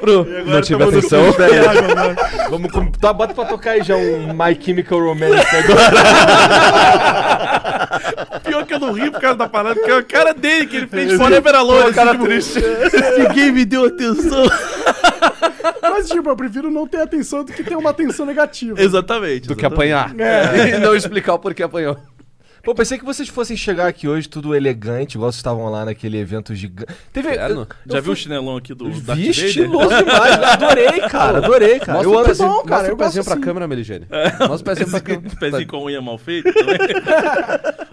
Pro... Não tive todo mundo atenção. com os água, mano. Vamos com... tá, bota pra tocar aí já um My Chemical Romance agora. Pior que eu não ri por causa da parada, porque é a cara dele que ele fez Forever Alone. Pô, um cara triste. É. Ninguém me deu atenção. Mas, tipo, eu prefiro não ter atenção do que ter uma atenção negativa. Exatamente. Do que apanhar. E não explicar o porquê apanhou. Pô, pensei que vocês fossem chegar aqui hoje tudo elegante, igual vocês estavam lá naquele evento gigante. Teve. Inferno. eu- Já eu viu o fui- chinelão aqui do Darth Vi Vader? um estiloso demais. eu Adorei, cara. Adorei, cara. Mostra eu o amo pezinho, bom, mostra cara, o eu pezinho gosto pra assim. câmera, Meligene. Mostra o É. pezinho pra câmera. Pezinho, pezinho com unha mal feita. também.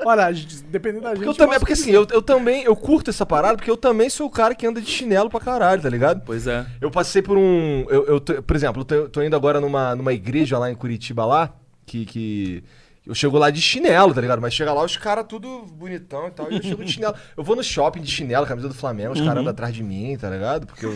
Olha, a gente- dependendo da gente. Porque eu também, porque mostra que- assim, eu, eu também, eu curto essa parada, porque eu também sou o cara que anda de chinelo pra caralho, tá ligado? pois é. Eu passei por um. Eu, eu tô- por exemplo, eu tô, eu tô indo agora numa, numa igreja lá em Curitiba lá, que. que eu chego lá de chinelo, tá ligado? Mas chega lá os caras tudo bonitão e tal, e eu chego de chinelo. Eu vou no shopping de chinelo, camisa do Flamengo, os caras andam atrás de mim, tá ligado? Porque eu.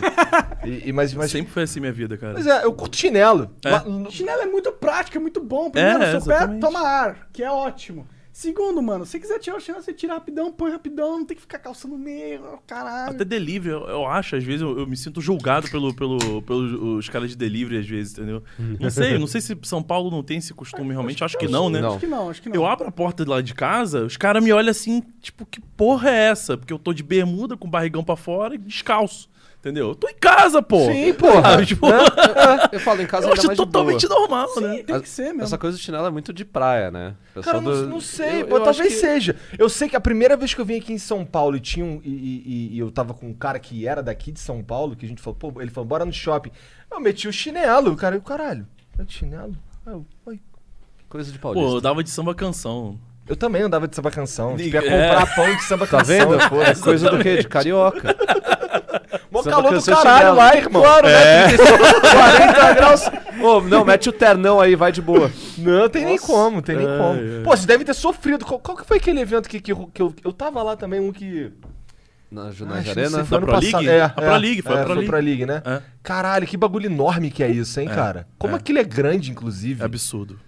E, e- mas, mas, Sempre foi assim minha vida, cara. mas é, eu curto chinelo. É. Mas- Chinelo é muito prático, é muito bom. Primeiro, É, seu pé exatamente. toma ar, que é ótimo. Segundo, mano, se você quiser tirar o chinelo, você tira rapidão, põe rapidão, não tem que ficar calçando meio, oh, caralho. Até delivery, eu, eu acho, às vezes eu, eu me sinto julgado pelo, pelo, pelos os caras de delivery, às vezes, entendeu? Não sei, não sei se São Paulo não tem esse costume realmente, eu acho que não, né? Não. Acho que não, acho que não. Eu abro a porta lá de casa, os caras me olham assim, tipo, que porra é essa? Porque eu tô de bermuda, com o barrigão pra fora e descalço. Entendeu? Eu tô em casa, pô. Sim, porra. Sabe, tipo, É, Eu falo em casa eu ainda acho mais de boa. totalmente normal, né? Tem que ser mesmo. Essa coisa do chinelo é muito de praia, né? Cara, Pessoal eu não, do- não sei, Eu- pô, eu acho talvez que- seja. Eu sei que a primeira vez que eu vim aqui em São Paulo e tinha um. E, e- e eu tava com um cara que era daqui de São Paulo, que a gente falou, pô, ele falou, bora no shopping. Eu meti o chinelo, o cara, eu, caralho, é de chinelo? Aí Eu, "Oi." Coisa de Pô, eu paulista. dava de samba canção. Eu também andava de samba canção. Tipo, ia É. comprar pão de samba Tá canção. vendo? Pô, É coisa do quê? De carioca. Mó Samba calor do canção e caralho chinelo. lá, irmão. É. Claro, né? 40 graus. Ô, não, mete o ternão aí, vai de boa. Não, tem nem como, tem nem É. Ai, como. ai. Pô, você deve ter sofrido. Qual, qual que foi aquele evento que, que, eu- que eu, eu tava lá também, um que. Na Ah, Junais acho que não Arena. sei, foi Da ano Pro passado. League? É, A Pro é, League, foi a é, Pro League. Pro League, né? É. Caralho, que bagulho enorme que é isso, hein, cara? Como é. aquilo é grande, inclusive. É absurdo.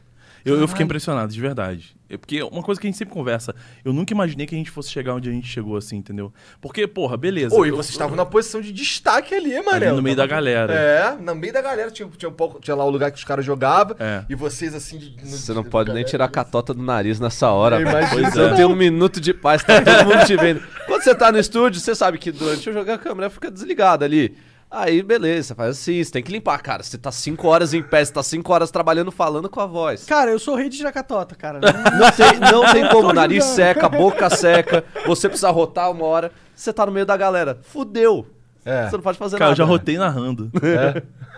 Eu, eu fiquei impressionado, de verdade. É Porque uma coisa que a gente sempre conversa, eu nunca imaginei que a gente fosse chegar onde a gente chegou, assim, entendeu? Porque, porra, beleza. Ô, e eu- vocês estavam na posição de destaque ali, mano. ali no meio da galera. É, no meio da galera. Tinha, tinha, um pouco, tinha lá o lugar que os caras jogavam. É. E vocês, assim... de- no- Você não da pode nem galera. tirar a catota do nariz nessa hora. Eu velho. imagino. Pois é. Não tem um minuto de paz, tá todo mundo te vendo. Quando você tá no estúdio, você sabe que durante o jogo a câmera fica desligada ali. Aí, beleza, faz assim, você tem que limpar, cara. Você tá 5 horas em pé, você tá 5 horas trabalhando, falando com a voz. Cara, eu sou rei de jacatota, cara. Não- Não tem, não tem como, nariz ajudando. seca, boca seca, você precisa rotar uma hora, você tá no meio da galera. Fudeu. É. Você não pode fazer Cara, nada. É. eu já rotei narrando.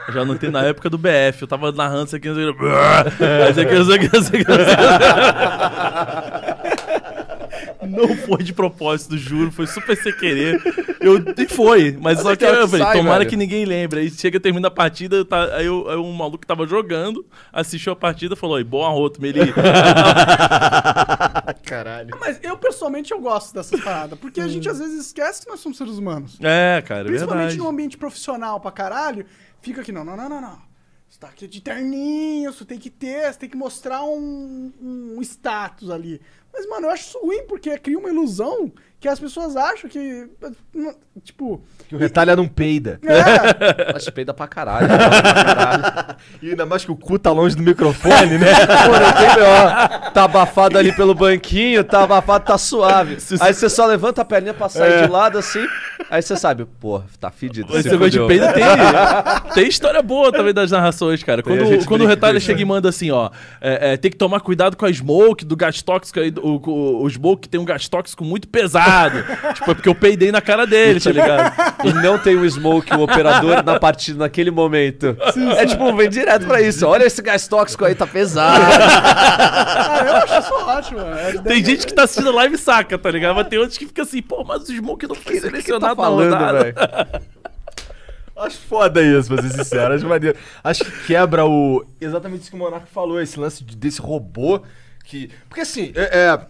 Eu já anotei na época do BF. Eu tava narrando isso aqui, não sei o que. Aí isso aqui, não sei o que, não sei o que, não sei o que. Não foi de propósito, juro. Foi super sem querer. Eu, e foi. Mas Mas só é que que, é o eu que falei, sai, tomara velho. que ninguém lembre. Aí chega, termina a partida. tá- aí, eu- aí um maluco que tava jogando, assistiu a partida, falou: "Oi, bom arroto, Meli. Mas eu, pessoalmente, eu gosto dessas paradas. Porque a Hum. gente, às vezes, esquece que nós somos seres humanos. É, cara, é Principalmente verdade. num ambiente profissional pra caralho. Fica aqui, não, não, não, não, não. Você tá aqui de terninho, você tem que ter, você tem que mostrar um, um status ali. Mas, mano, eu acho isso ruim, porque cria uma ilusão que as pessoas acham que. Tipo. Que o retalho não peida. É, Acho peida pra caralho. cara. E ainda mais que o cu tá longe do microfone, né? Pô, não tem B.O. tá abafado ali pelo banquinho, tá abafado, tá suave. Se- Aí você só levanta a perninha pra sair de lado assim, aí você sabe, pô, tá fedido. Esse se negócio de fudeu. peido tem, tem história boa também das narrações, cara. Tem, a Quando, gente quando o brinca retalho disso, chega e manda assim, ó. é, é, tem que tomar cuidado com a smoke, do gás tóxico aí. do- O, o, o smoke tem um gás tóxico muito pesado. tipo, é porque eu peidei na cara dele, tá ligado? E não tem o Smoke, o operador, na partida naquele momento. É tipo, vem direto pra isso. Olha esse gás tóxico aí, tá pesado. cara, eu acho isso ótimo, mano. É- Tem gente que tá assistindo live e saca, tá ligado? Mas tem outros que fica assim, pô, mas o smoke não foi tá selecionado na falando, rodada. velho? Acho foda isso, pra ser sincero. Acho maneiro. Acho que quebra o. Exatamente isso que o Monarco falou, esse lance de- desse robô que. Porque assim, é. é,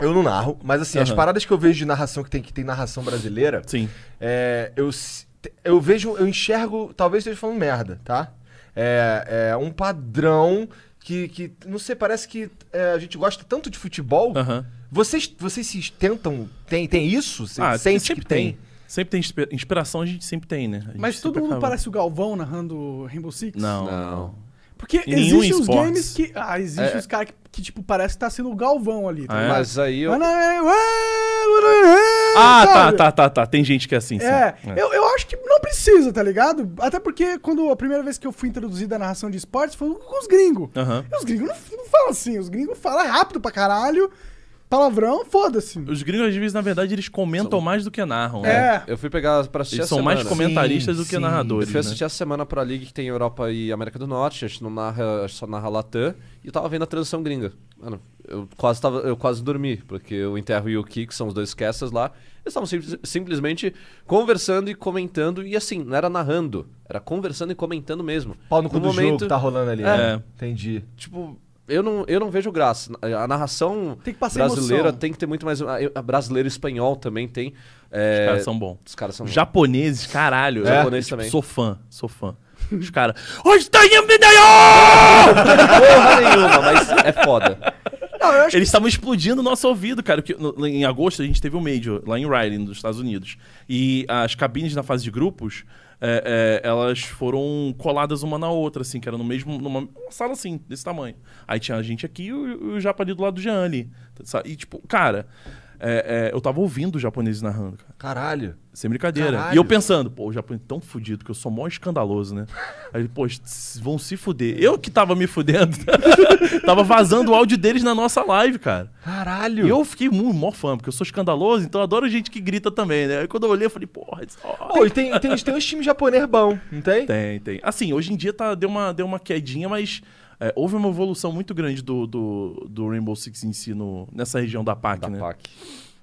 Eu não narro, mas assim, as Aham. paradas que eu vejo de narração que tem, que tem narração brasileira, Sim. é, eu, s- te- eu vejo, eu enxergo, talvez esteja falando merda, tá? É, é um padrão que, que, não sei, parece que é, a gente gosta tanto de futebol. Aham. Vocês, vocês se tentam, tem, tem isso? Você Ah, sente sempre que tem? Sempre tem inspi- inspiração, a gente sempre tem, né? A gente Mas todo sempre mundo acaba- parece o Galvão narrando Rainbow Six? Não. Não. Porque Em nenhum existem os esportes. games que. Ah, existem É. os caras que, que, tipo, parece que tá sendo o Galvão ali. Ah, Tá é? ligado? Mas aí eu. Mas não é- é- Ah, tá, sabe? tá, tá, tá. Tem gente que é assim, sim. É, Eu, eu acho que não precisa, tá ligado? Até porque quando a primeira vez que eu fui introduzido à narração de esportes foi com os gringos. Aham. E os gringos não, não falam assim, os gringos falam rápido pra caralho, palavrão, foda-se. Os gringos, às vezes, na verdade, eles comentam mais do que narram. né? É. Eu fui pegar pra assistir Eles a são semana. mais comentaristas Sim, do que sim. Eu narradores. fui né? assistir a semana pra League que tem Europa e América do Norte, a gente não narra, a gente só narra Latam, e eu tava vendo a transição gringa. Mano, eu quase, tava, eu quase dormi, porque o Interro e o Ki, que são os dois castas lá, eles estavam simples- simplesmente conversando e comentando, e assim, não era narrando, era conversando e comentando mesmo. Pau no cu No do jogo que momento- tá rolando ali, É. né? Entendi. Tipo, eu não, eu não vejo graça. A narração Tem que passar brasileira emoção. tem que ter muito mais. A a brasileira e espanhol também tem. Os É, caras são bons. Os caras são. Os japoneses, caralho. É. Os eu, tipo, japoneses também. Sou fã, sou fã. Os caras... Hoje tá em Midayo! porra nenhuma, mas é foda. Não, eu acho Eles estavam explodindo o nosso ouvido, cara. Porque no- em agosto a gente teve um major lá em Riley, nos Estados Unidos. E as cabines na fase de grupos, é, é, elas foram coladas uma na outra, assim, que era no mesmo, numa uma sala assim, desse tamanho. Aí tinha a gente aqui e o, o japa ali do lado do Jean ali. sabe? E tipo, cara, é, é, eu tava ouvindo os japoneses narrando, cara. Caralho. Sem brincadeira. Caralho. E eu pensando, pô, o japonês é tão fudido que eu sou mó escandaloso, né? Aí, pô, s- vão se fuder. Eu que tava me fudendo. tava vazando o áudio deles na nossa live, cara. Caralho. E eu fiquei muito mó fã, porque eu sou escandaloso, então eu adoro gente que grita também, né? Aí quando eu olhei, eu falei, porra, isso... ó, Pô, e tem, tem, tem uns times japonês bom, não tem? Tem, tem. Assim, hoje em dia tá, deu, uma, deu uma quedinha, mas é, houve uma evolução muito grande do, do, do Rainbow Six em si no- nessa região da PAC, Da né? PAC.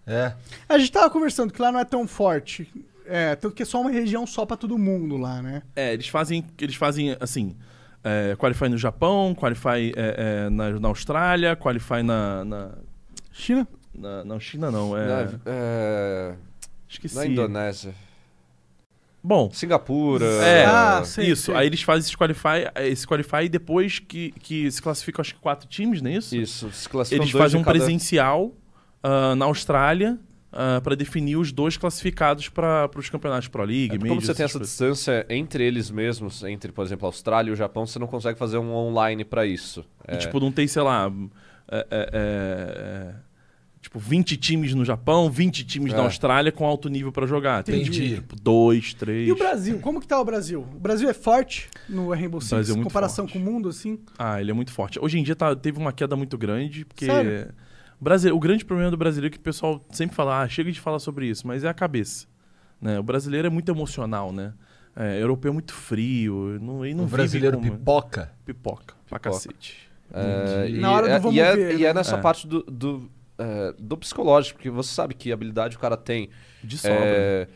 É. A gente tava conversando que lá não é tão forte. É, tanto que é só uma região só pra todo mundo lá, né? É, eles fazem, eles fazem assim. É, qualify no Japão, qualify é, é, na, na Austrália, qualify na. na, China? na- não, China não, é. Na- é, esqueci. na Indonésia. Bom. Singapura. É, Ah, sei, isso. sei. Aí eles fazem esse qualify, esse qualify e depois que, que se classificam, acho que quatro times, não é isso? Isso, se classificam Eles dois fazem de um cada- presencial ah, na Austrália para definir os dois classificados para os campeonatos Pro League, É, porque como Majors, você tem essa essas coisas. distância entre eles mesmos, entre, por exemplo, a Austrália e o Japão, você não consegue fazer um online pra isso. E, tipo, não tem, sei lá. é, é, é, é, tipo, 20 times no Japão, 20 times na É. Austrália com alto nível pra jogar. Tem, Entendi. tipo, dois, três. E o Brasil? Como que tá o Brasil? O Brasil é forte no Rainbow Six, Brasil é em muito comparação forte. com o mundo, assim? Ah, ele é muito forte. Hoje em dia tá- teve uma queda muito grande, porque. Sério? o Brasi- o grande problema do brasileiro é que o pessoal sempre fala, ah, chega de falar sobre isso, mas é a cabeça. né? O brasileiro é muito emocional, né? É, o europeu é muito frio, não, ele não Um vive brasileiro como- pipoca. Um pipoca, Pipoca. pra cacete. É, e, Na hora do é, vamos e é, ver, e é né? nessa É. parte do, do, é, do psicológico, porque você sabe que habilidade o cara tem. De sobra. né? É,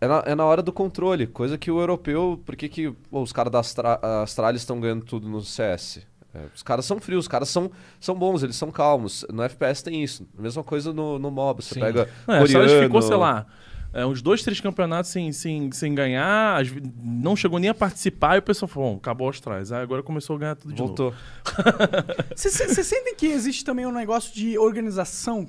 é, na, é na hora do controle, coisa que o europeu. Por que, que pô, os caras da Astra- a Austrália estão ganhando tudo no CS? É, os caras são frios, os caras são, são bons, eles são calmos. No FPS tem isso. Mesma coisa no, no MOB. Você Sim. pega. Não, é, a Austrália coreano, ficou, sei lá, é, uns dois, três campeonatos sem, sem, sem ganhar, às ve- não chegou nem a participar, e o pessoal falou, "Bom, acabou os trás. Ah, agora começou a ganhar tudo de novo. Voltou. Vocês sentem que existe também um negócio de organização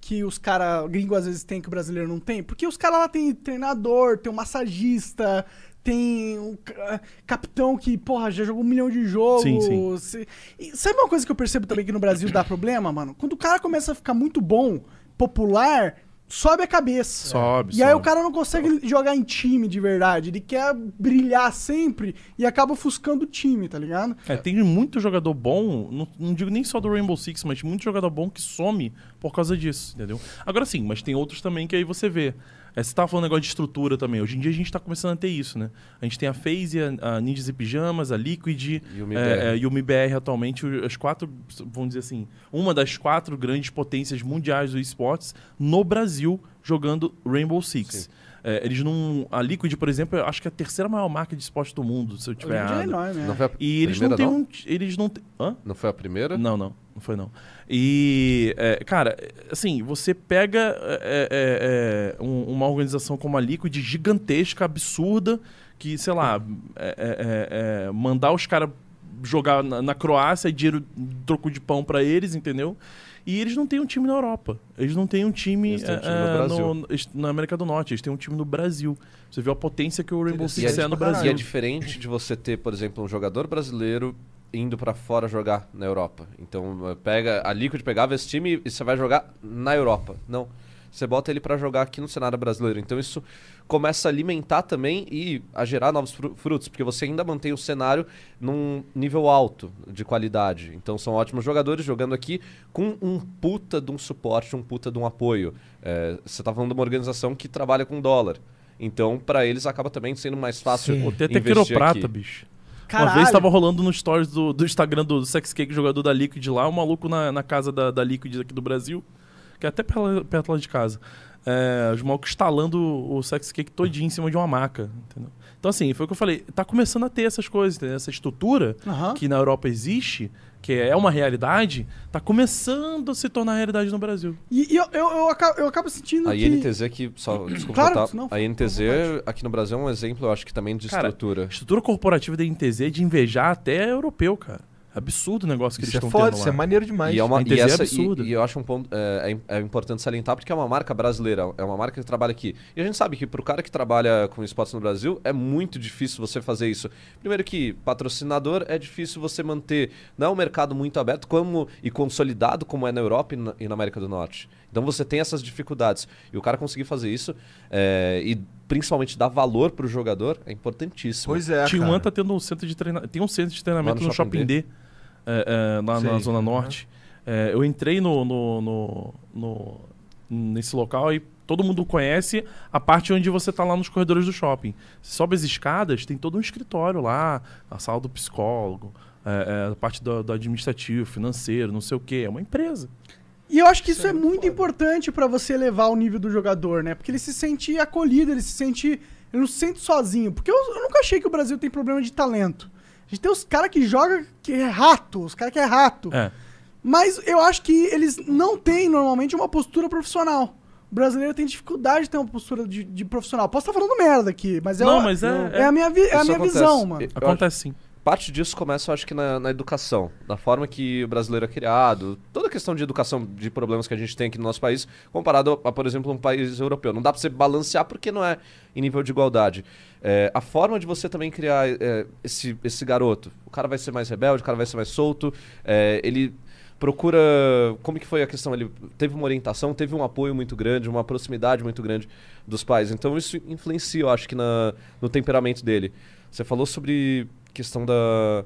que os caras gringo às vezes tem que o brasileiro não tem? Porque os caras lá tem treinador, tem um massagista, tem um ca- capitão que, porra, já jogou um milhão de jogos. Sim, sim. Se- e sabe uma coisa que eu percebo também que no Brasil dá problema, mano? Quando o cara começa a ficar muito bom, popular, sobe a cabeça. Sobe, E aí o sobe. cara não consegue jogar em time de verdade. Ele quer brilhar sempre e acaba ofuscando o time, tá ligado? É, tem muito jogador bom, não, não digo nem só do Rainbow Six, mas muito jogador bom que some por causa disso, entendeu? Agora sim, mas tem outros também que aí você vê. É, você tava falando negócio de estrutura também. Hoje em dia a gente tá começando a ter isso, né? A gente tem a FaZe, a, a Ninjas e Pijamas, a Liquid E o MIBR. é, é, e o MIBR atualmente. o- As quatro, vamos dizer assim, uma das quatro grandes potências mundiais do esportes no Brasil jogando Rainbow Six. É, eles não. A Liquid, por exemplo, eu acho que é a terceira maior marca de esporte do mundo, se eu Hoje tiver em dia é errado. enorme, né? Não foi a E eles primeira, não têm não? um. ti- Eles não têm. Hã? Não foi a primeira? Não, não. Não foi, não. E, é, cara, assim, você pega é, é, é, um- uma organização como a Liquid gigantesca, absurda, que, sei lá, é, é, é, é, mandar os caras jogar na, na Croácia e dinheiro troco de pão pra eles, entendeu? E eles não têm um time na Europa. Eles não têm um time, Eles têm um time no é, é, Brasil. no- eles- na América do Norte. Eles têm um time no Brasil. Você viu a potência que o Rainbow E Six é, é no pra Brasil. e é diferente de você ter, por exemplo, um jogador brasileiro indo pra fora jogar na Europa. Então, eh, pega a Liquid pegava esse time e você vai jogar na Europa. Não. Você bota ele pra jogar aqui no cenário brasileiro. Então, isso começa a alimentar também e a gerar novos fru- frutos, porque você ainda mantém o cenário num nível alto de qualidade. Então, são ótimos jogadores jogando aqui com um puta de um suporte, um puta de um apoio. Eh, você tá falando de uma organização que trabalha com dólar. Então, pra eles acaba também sendo mais fácil. Hum. Pô, tem até investir quiroprata, aqui. bicho. Uma Caralho. vez tava rolando no stories do, do Instagram do Sex Cake, jogador da Liquid lá, um maluco na, na casa da, da Liquid aqui do Brasil, que é até pela- perto lá de casa. É, os malucos instalando o Sex Cake todinho em cima de uma maca, entendeu? Então, assim, foi o que eu falei. Tá começando a ter essas coisas, entendeu? Essa estrutura Aham. que na Europa existe, que é uma realidade, tá começando a se tornar realidade no Brasil. E, e eu, eu, eu, acabo, eu acabo sentindo A que... INTZ aqui, só, desculpa Hum, Claro, cortar, não, fica a à INTZ aqui no Brasil é um exemplo, eu acho que também de Cara, estrutura. A estrutura corporativa da INTZ é de invejar até europeu, cara. Absurdo o negócio que Isso é eles estão foda, tendo lá. isso é maneiro demais. E, é uma, a e, INTZ é essa, absurda. e, e eu acho um ponto. É, é im- é importante salientar porque é uma marca brasileira, é uma marca que trabalha aqui. E a gente sabe que pro cara que trabalha com esportes no Brasil é muito difícil você fazer isso. Primeiro que patrocinador é difícil você manter. Não é um mercado muito aberto como, e consolidado como é na Europa e na, e na América do Norte. Então você tem essas dificuldades. E o cara conseguir fazer isso é, e principalmente dar valor pro jogador é importantíssimo. Pois é, Tijuana cara. tá tendo um centro de treinamento. Tem um centro de treinamento Lá no, no Shopping, Shopping D, é, é, lá na Sei. Zona Norte. É, eu entrei no, no- no- no- nesse local e todo mundo conhece a parte onde você tá lá nos corredores do shopping. Você sobe as escadas, tem todo um escritório lá, a sala do psicólogo, é, é, a parte do, do administrativo, financeiro, não sei o quê. É uma empresa. E eu acho que isso, é muito importante pra você elevar o nível do jogador, né? Porque ele se sente acolhido, ele se sente... Ele não se sente sozinho. Porque eu, eu nunca achei que o Brasil tem problema de talento. A gente tem os caras que jogam que é rato, os caras que é rato. É. Mas eu acho que eles não têm normalmente uma postura profissional. O brasileiro tem dificuldade de ter uma postura de, de profissional. Posso estar falando merda aqui, mas é, Não, o- mas é- é a minha, vi- é a Isso minha acontece. visão, mano. Eu acho- Acontece sim. Parte disso começa, eu acho que, na, na educação, da forma que o brasileiro é criado, toda a questão de educação, de problemas que a gente tem aqui no nosso país, comparado a, por exemplo, um país europeu. Não dá pra você balancear porque não é em nível de igualdade. É, a forma de você também criar é, esse, esse garoto, o cara vai ser mais rebelde, o cara vai ser mais solto, é, ele procura. Como que foi a questão? Ele teve uma orientação, teve um apoio muito grande, uma proximidade muito grande dos pais. Então isso influencia, eu acho que, na, no temperamento dele. Você falou sobre questão da,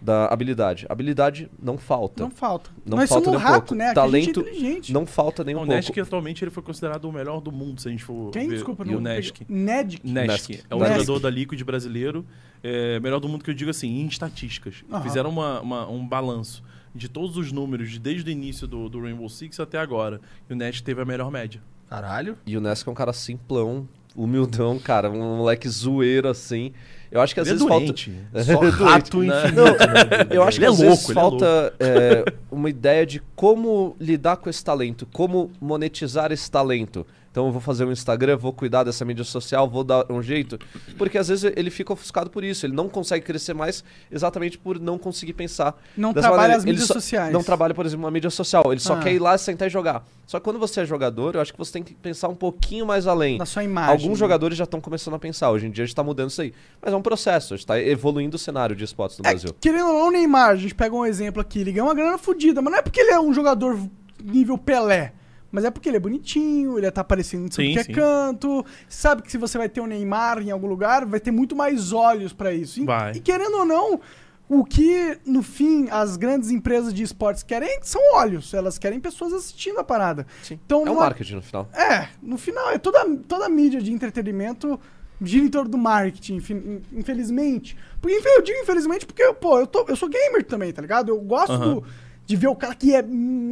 da habilidade. Habilidade não falta. Não falta. Não Nós falta somos nem um rato, pouco. né? Aqui Talento- a gente é inteligente. Não falta nem um o pouco. Nesk atualmente ele foi considerado o melhor do mundo, se a gente for. Quem? ver, Desculpa, e não. o Nesk. peguei. Nedic. Nesk. Nesk. É um Nesk. jogador da Liquid brasileiro. É, melhor do mundo que eu digo assim, em estatísticas. Aham. Fizeram uma- uma- um balanço de todos os números, de- desde o início do, do Rainbow Six até agora. E o Nesk teve a melhor média. Caralho. E o Nesk é um cara simplão, humildão, cara, um moleque zoeiro assim. Eu acho que às Ele é vezes falta. doente. Só Doente. rato infinito. né? Eu acho Ele que é às louco, vezes ele é falta é, uma ideia de como lidar com esse talento, como monetizar esse talento. Então eu vou fazer um Instagram, vou cuidar dessa mídia social, vou dar um jeito. Porque às vezes ele fica ofuscado por isso, ele não consegue crescer mais exatamente por não conseguir pensar. Não dessa trabalha as Ele mídias só- sociais. Não trabalha, por exemplo, uma mídia social, ele só Ah. quer ir lá, sentar e jogar. Só que quando você é jogador, eu acho que você tem que pensar um pouquinho mais além. Na sua imagem. né? Alguns jogadores já estão começando a pensar. Hoje em dia a gente está mudando isso aí. Mas é um processo. A gente está evoluindo o cenário de esportes no É, Brasil. querendo ou não, o Neymar, a gente pega um exemplo aqui, ele ganha uma grana fodida, mas não é porque ele é um jogador nível Pelé. Mas é porque ele é bonitinho, ele tá aparecendo em tudo Sim, que é sim. canto. Sabe que se você vai ter o Neymar em algum lugar, vai ter muito mais olhos pra isso. E, Vai. e querendo ou não, o que, no fim, as grandes empresas de esportes querem são olhos. Elas querem pessoas assistindo a parada. Então, É um não há- marketing no final. É, no final, é toda, toda a mídia de entretenimento gira em torno do marketing, infin- infelizmente. Porque, enfim, eu digo infelizmente porque, pô, eu, tô, eu sou gamer também, tá ligado? Eu gosto Aham. do- de ver o cara que é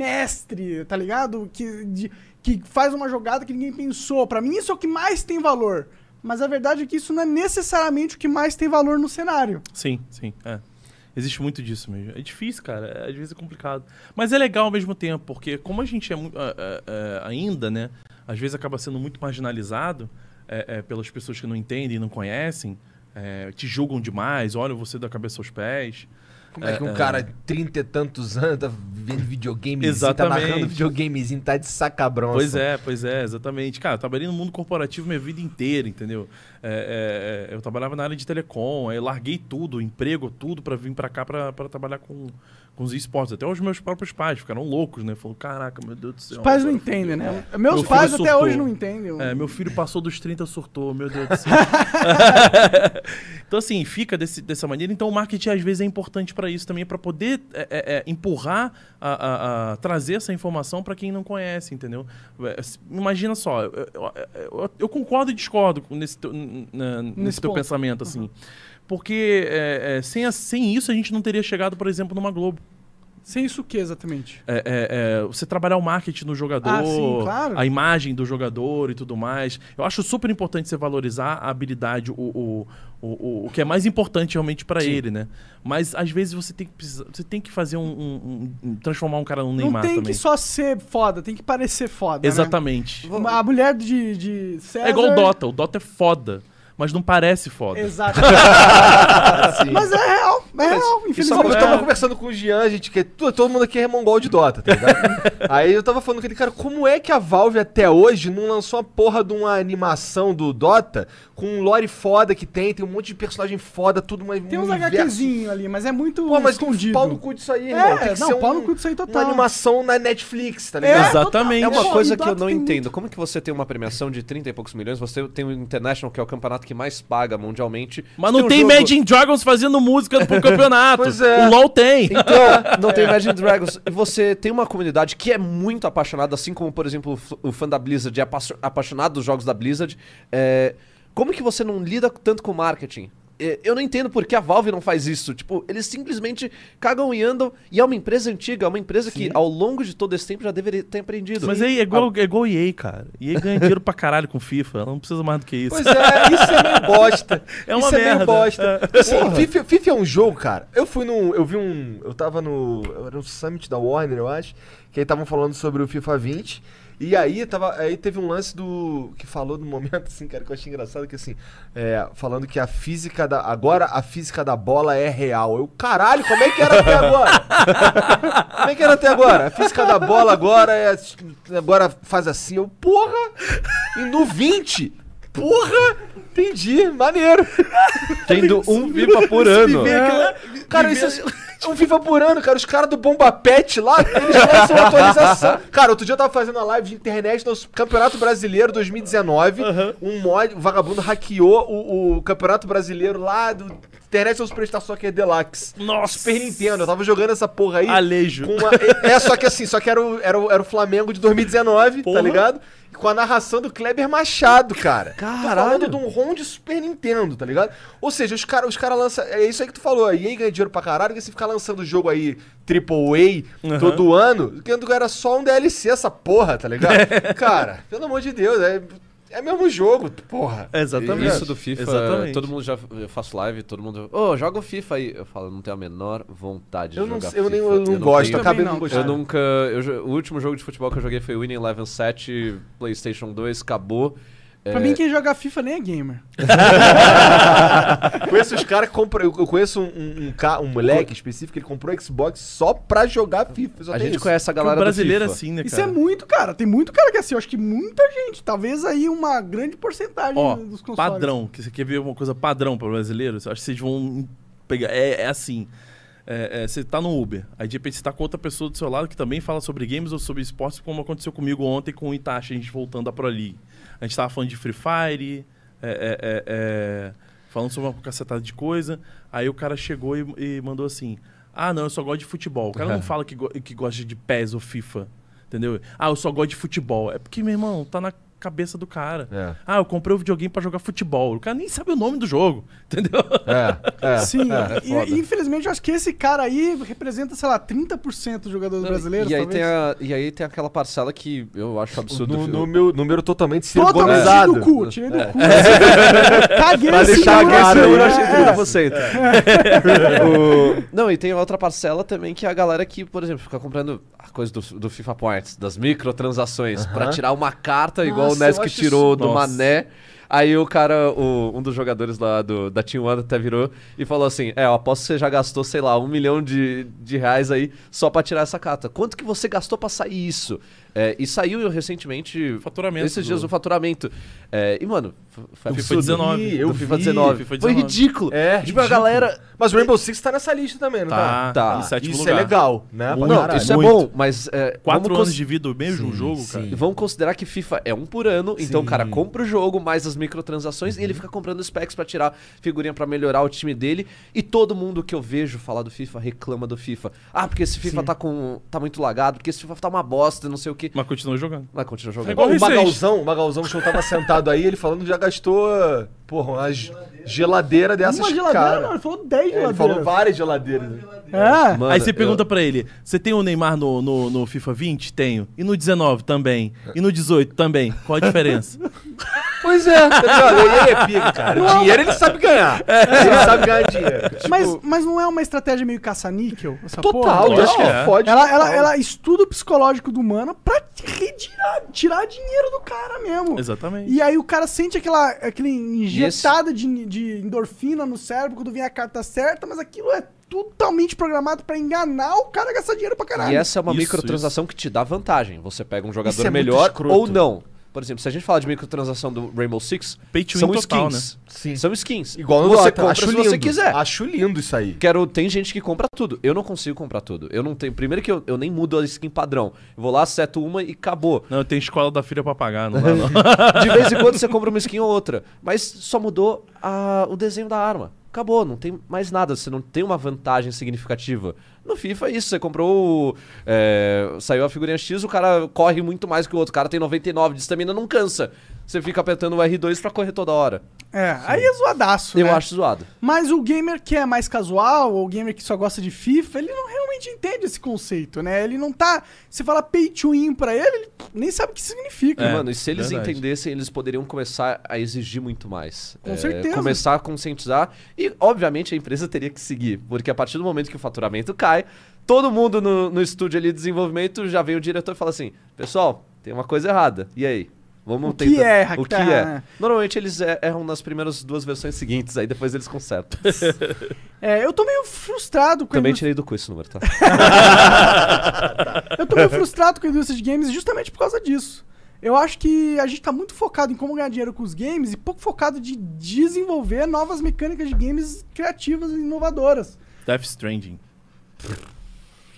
mestre, tá ligado? Que, de- que faz uma jogada que ninguém pensou. Pra mim, isso é o que mais tem valor. Mas a verdade é que isso não é necessariamente o que mais tem valor no cenário. Sim, sim, é. Existe muito disso mesmo. É difícil, cara. É, Às vezes é complicado. Mas é legal ao mesmo tempo, porque como a gente é, mu- é, é, é, ainda, né? Às vezes acaba sendo muito marginalizado é, é, pelas pessoas que não entendem, não conhecem, é, te julgam demais, olham você da cabeça aos pés. Como é que um cara de trinta e tantos anos tá vendo videogamezinho, tá Exatamente. narrando videogamezinho, tá de sacabrão. Pois é, pois é, exatamente. Cara, eu trabalhei no mundo corporativo minha vida inteira, entendeu? É, é, é, eu trabalhava na área de telecom, aí eu larguei tudo, emprego, tudo, pra vir pra cá pra, pra trabalhar com, com os esportes. Até os meus próprios pais ficaram loucos, né? Falaram, caraca, meu Deus do céu. Os pais não cara, entendem, né? É. Meu Meus filho pais até surtou. hoje não entendem. é, meu filho passou dos 30, surtou, meu Deus do céu. então, assim, fica desse- dessa maneira. Então, o marketing às vezes é importante para isso também, para poder é, é, é, empurrar, a, a- a- trazer essa informação para quem não conhece, entendeu? É, s- Imagina só, eu, eu- eu- eu concordo e discordo com- nesse, teu- n- n- nesse Nesse teu ponto. Uhum. pensamento, assim. Porque é, é, sem, a- sem isso a gente não teria chegado, por exemplo, numa Globo. Sem isso o que exatamente? É, é, é, você trabalhar o marketing do jogador, Ah, sim, claro. a imagem do jogador e tudo mais. Eu acho super importante você valorizar a habilidade, o, o, o, o, o que é mais importante realmente pra ele, né? Mas às vezes você tem que, precisar- você tem que fazer um, um- um- um- transformar um cara num Não Neymar tem também. que só ser foda, tem que parecer foda. né? Exatamente. Uma- A mulher de, de César... É igual o Dota. O Dota é foda, mas não parece foda. Exato. assim. Mas é real, é Isso é real, uma coisa- infelizmente. eu tava conversando com o Jean, a gente, que to- todo mundo aqui é remongol de Dota, tá ligado? Aí eu tava falando com ele, cara, como é que a Valve até hoje não lançou a porra de uma animação do Dota com um lore foda que tem, tem um monte de personagem foda, tudo, mas Tem um uns universo- HQzinho ali, mas é muito Pô, mas escondido. pau no cu disso aí, É, irmão. Tem que não, ser um, pau no cu disso aí total. Uma animação na Netflix, tá É, ligado? É Exatamente. total. uma Pô, coisa e que eu Dota não tem entendo. Como que você tem uma premiação de 30 e poucos milhões, você tem o International, que é o campeonato que mais paga mundialmente. Mas Você não tem, um jogo- Imagine Dragons fazendo música pro campeonato. Pois é. O LoL tem. Então, não tem Imagine Dragons. E você tem uma comunidade que é muito apaixonada, assim como, por exemplo, o f- o fã da Blizzard é apaixo- apaixonado dos jogos da Blizzard. É, como que você não lida tanto com marketing? É, Eu não entendo por que a Valve não faz isso. Tipo, eles simplesmente cagam e andam. E é uma empresa antiga, é uma empresa que ao longo de todo esse tempo já deveria ter aprendido. Mas aí é igual, é igual EA, cara. EA ganha dinheiro pra caralho com FIFA. Ela não precisa mais do que isso. Pois é, isso é meio bosta. É uma isso é meio merda. bosta. É. Porque, Assim, FIFA, FIFA é um jogo, cara. Eu fui num. Eu vi um. Eu tava no. Era um summit da Warner, eu acho. Que aí estavam falando sobre o FIFA 20. E aí, tava, aí teve um lance do. Que falou no momento, assim, cara, que eu achei engraçado, que assim, é, falando que a física da. Agora a física da bola é real. Eu, caralho, como é que era até agora? Como é que era até agora? A física da bola agora é. Agora faz assim. Eu, porra! E no 20? Porra! Entendi, maneiro. tendo um FIFA por ano. Viver aquela- Cara, isso é um FIFA por ano, cara. Os caras do Bomba Pet lá, eles lançam atualização. Cara, outro dia eu tava fazendo uma live de internet no Campeonato Brasileiro 2019. Um mod, o vagabundo hackeou o, o Campeonato Brasileiro lá do Internet Nos Superstar Soccer é Deluxe. Nossa, Super Nintendo, eu tava jogando essa porra aí. Alejo. Com uma- é, só que assim, só que era o, era o, era o Flamengo de 2019, Porra. tá ligado? E Com a narração do Kleber Machado, cara. Tô falando Caralho. de um ROM de Super Nintendo, tá ligado? Ou seja, os caras os cara lançam. É isso aí que tu falou, e aí ganha dinheiro pra caralho, que se ficar lançando jogo aí AAA todo ano, que era só um DLC essa porra, tá ligado? cara, pelo amor de Deus, é. É mesmo jogo, porra. Exatamente. Isso do FIFA, Exatamente. todo mundo já eu faço live, todo mundo, ô, joga o FIFA aí. Eu falo, não tenho a menor vontade Eu de não, jogar FIFA. eu nem, eu não tenho- gosto, eu tenho- acabei Também não não. Eu gostando. nunca. eu jo- o último jogo de futebol que eu joguei foi o Winning Eleven 7, PlayStation 2, acabou. Pra mim, quem joga FIFA nem é gamer. conheço os caras que compram. Eu eu conheço um, um, um ca- um moleque específico que ele comprou Xbox só pra jogar FIFA. só A tem gente isso. conhece a Porque galera o brasileiro é do FIFA. assim, né, cara? Isso é muito, cara. Tem muito cara que é assim. Eu acho que muita gente. Talvez aí uma grande porcentagem Ó, dos consoles. padrão. Que você quer ver uma coisa padrão para brasileiro? Eu acho que vocês vão pegar. É, é assim. É, é, você tá no Uber, aí de repente você tá com outra pessoa do seu lado que também fala sobre games ou sobre esportes, como aconteceu comigo ontem com o Itachi, a gente voltando à Pro League. A gente tava falando de Free Fire, é, é, é, é, falando sobre uma cacetada de coisa. Aí o cara chegou e, e mandou assim: Ah, não, eu só gosto de futebol. O cara não fala que, go- que gosta de PES ou FIFA, entendeu? Ah, eu só gosto de futebol. É porque, meu irmão, tá na cabeça do cara. É. Ah, eu comprei o videogame pra jogar futebol. O cara nem sabe o nome do jogo, entendeu? É, é. Sim, é, e- e, infelizmente eu acho que esse cara aí representa, sei lá, 30% dos jogadores brasileiros. E aí, talvez. é tem assim. a- e aí tem aquela parcela que eu acho absurdo. No, Eu- no meu número totalmente Totalmente circunizado. do cu, tirei do cu. Caguei Pra esse deixar número, claro assim, aí. né? Eu achei É. tudo. você. Não, e tem outra parcela também que é a galera que, por exemplo, fica comprando a coisa do, do FIFA Points, das microtransações, pra tirar uma carta igual Nossa, o Nes eu que acho tirou isso- do Nossa. Mané. Aí o cara, o- um dos jogadores lá do, da Team One até virou e falou assim: É, eu aposto que você já gastou, sei lá, um milhão de, de reais aí só pra tirar essa carta. Quanto que você gastou pra sair isso? É, e saiu recentemente. Faturamento Esses do- dias o faturamento. É, e, mano, f- foi Do absurdo. FIFA 19. eu Do FIFA vi, 19. FIFA Tá. Foi 19. ridículo. É, Tipo, a ridículo. galera. Mas o Rainbow Six tá nessa lista também, não tá? Tá, tá. em sétimo Isso lugar. é legal, né? Pra Muito. Não, caralho. isso é Ah, Muito. bom, mas. É, Quatro vamos anos cons- de vida, o mesmo jogo, cara. Vamos considerar que FIFA é um por ano, então o cara compra o jogo, mais as microtransações, e ele Uhum. fica comprando os packs pra tirar figurinha pra melhorar o time dele. E todo mundo que eu vejo falar do FIFA reclama do FIFA. Ah, porque esse FIFA tá com. tá muito lagado, porque esse FIFA tá uma bosta, não sei o quê. Mas continua jogando. Mas continua jogando. É igual o recente. Magalzão, o Magalzão que eu tava sentado aí, ele falando que já gastou, porra, uma ge- geladeira dessas Uma geladeira, cara. não, ele falou 10 É, ele geladeiras. falou várias geladeiras. né? É. Mano, aí você eu- pergunta pra ele: Você tem o Neymar no, no, no FIFA 20? Tenho. E no 19 também. E no 18 também. Qual a diferença? Pois é, tá ligado? E ele é pica, cara. Dinheiro ele sabe ganhar. Ele sabe ganhar dinheiro. Mas, mas não é uma estratégia meio caça-níquel? Essa tipo- Total, porra? eu acho que é. fode. Ela, ela, total. ela estuda o psicológico do humano pra retirar, tirar dinheiro do cara mesmo. Exatamente. E aí o cara sente aquela, aquela esse- injetada de, de endorfina no cérebro quando vem a carta certa, mas aquilo é totalmente programado pra enganar o cara a gastar dinheiro pra caralho. E essa é uma Isso, microtransação que te dá vantagem. Você pega um Isso é jogador muito melhor escroto. ou não. Por exemplo, se a gente falar de microtransação do Rainbow Six, Pay to são win total, né? skins. Sim. São skins. Igual no você Dota, compra se você quiser. Acho lindo isso aí. Quero, tem gente que compra tudo. Eu não consigo comprar tudo. Eu não tenho. Primeiro que eu, eu nem mudo a skin padrão. Eu vou lá, acerto uma e acabou. Não, tem escola da filha pra pagar, não dá não. De vez em quando você compra uma skin ou outra. Mas só mudou a- o desenho da arma. Acabou, não tem mais nada. Você não tem uma vantagem significativa. No FIFA é isso. Você comprou. o- é, saiu a figurinha X, o cara corre muito mais que o outro. O cara tem 99 de estamina, não cansa. Você fica apertando o R2 pra correr toda hora. É, aí é zoadaço, Eu né? acho zoado. Mas o gamer que é mais casual, ou o gamer que só gosta de FIFA, ele não realmente entende esse conceito, né? Ele não tá. Se fala pay to win pra ele, ele nem sabe o que significa. E, mano, e se eles É, verdade. entendessem, eles poderiam começar a exigir muito mais. É, Com certeza. Começar a conscientizar. E, obviamente, a empresa teria que seguir. Porque a partir do momento que o faturamento cai, todo mundo no, no estúdio ali de desenvolvimento já vem o diretor e fala assim: pessoal, tem uma coisa errada. E aí? Vamos O que é, O que tá, é? né? Normalmente eles er- erram nas primeiras duas versões seguintes, aí depois eles consertam. É, eu tô meio frustrado com a Também indústria- tirei do cu esse número, tá? Eu tô meio frustrado com a indústria de games justamente por causa disso. Eu acho que a gente tá muito focado em como ganhar dinheiro com os games e pouco focado de desenvolver novas mecânicas de games criativas e inovadoras. Death Stranding.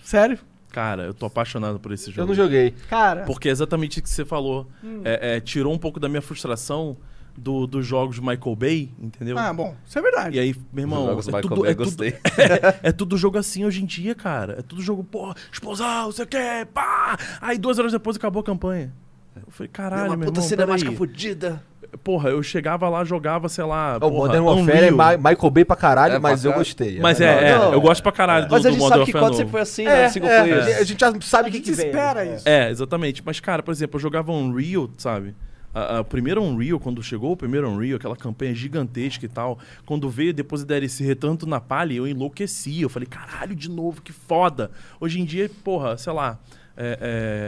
Sério? Cara, eu tô apaixonado por esse Eu jogo. não joguei. Cara. Porque é exatamente o que você falou. Hum. É, é, tirou um pouco da minha frustração do- dos jogos de Michael Bay, entendeu? Ah, bom, isso é verdade. E aí, meu irmão, Jogos é Michael tudo, Bay, é, tudo, gostei. é, é tudo jogo assim hoje em dia, cara. É tudo jogo, porra, explosão, você quer, pá! Aí duas horas depois acabou a campanha. Eu falei, caralho, uma meu puta é irmão, cinemática peraí. fodida. Porra, eu chegava lá, jogava, sei lá, O porra, um Modern Warfare é Unreal. Ma- Michael Bay pra caralho, É, mas pra eu caralho. gostei. Mas legal. é, é, Não, eu gosto pra caralho do, Mas a do gente Modern sabe que Warfare COD novo. sempre foi assim, É, né? Single é, player. a gente já sabe o a que, gente que vem. espera né? isso. É, exatamente. Mas, cara, por exemplo, eu jogava Unreal, sabe? A, a primeira Unreal, quando chegou o primeiro Unreal, aquela campanha gigantesca e tal, quando veio depois do DLC Retanto na Palha, eu enlouqueci. Eu falei, caralho, de novo, que foda. Hoje em dia, porra, sei lá. é,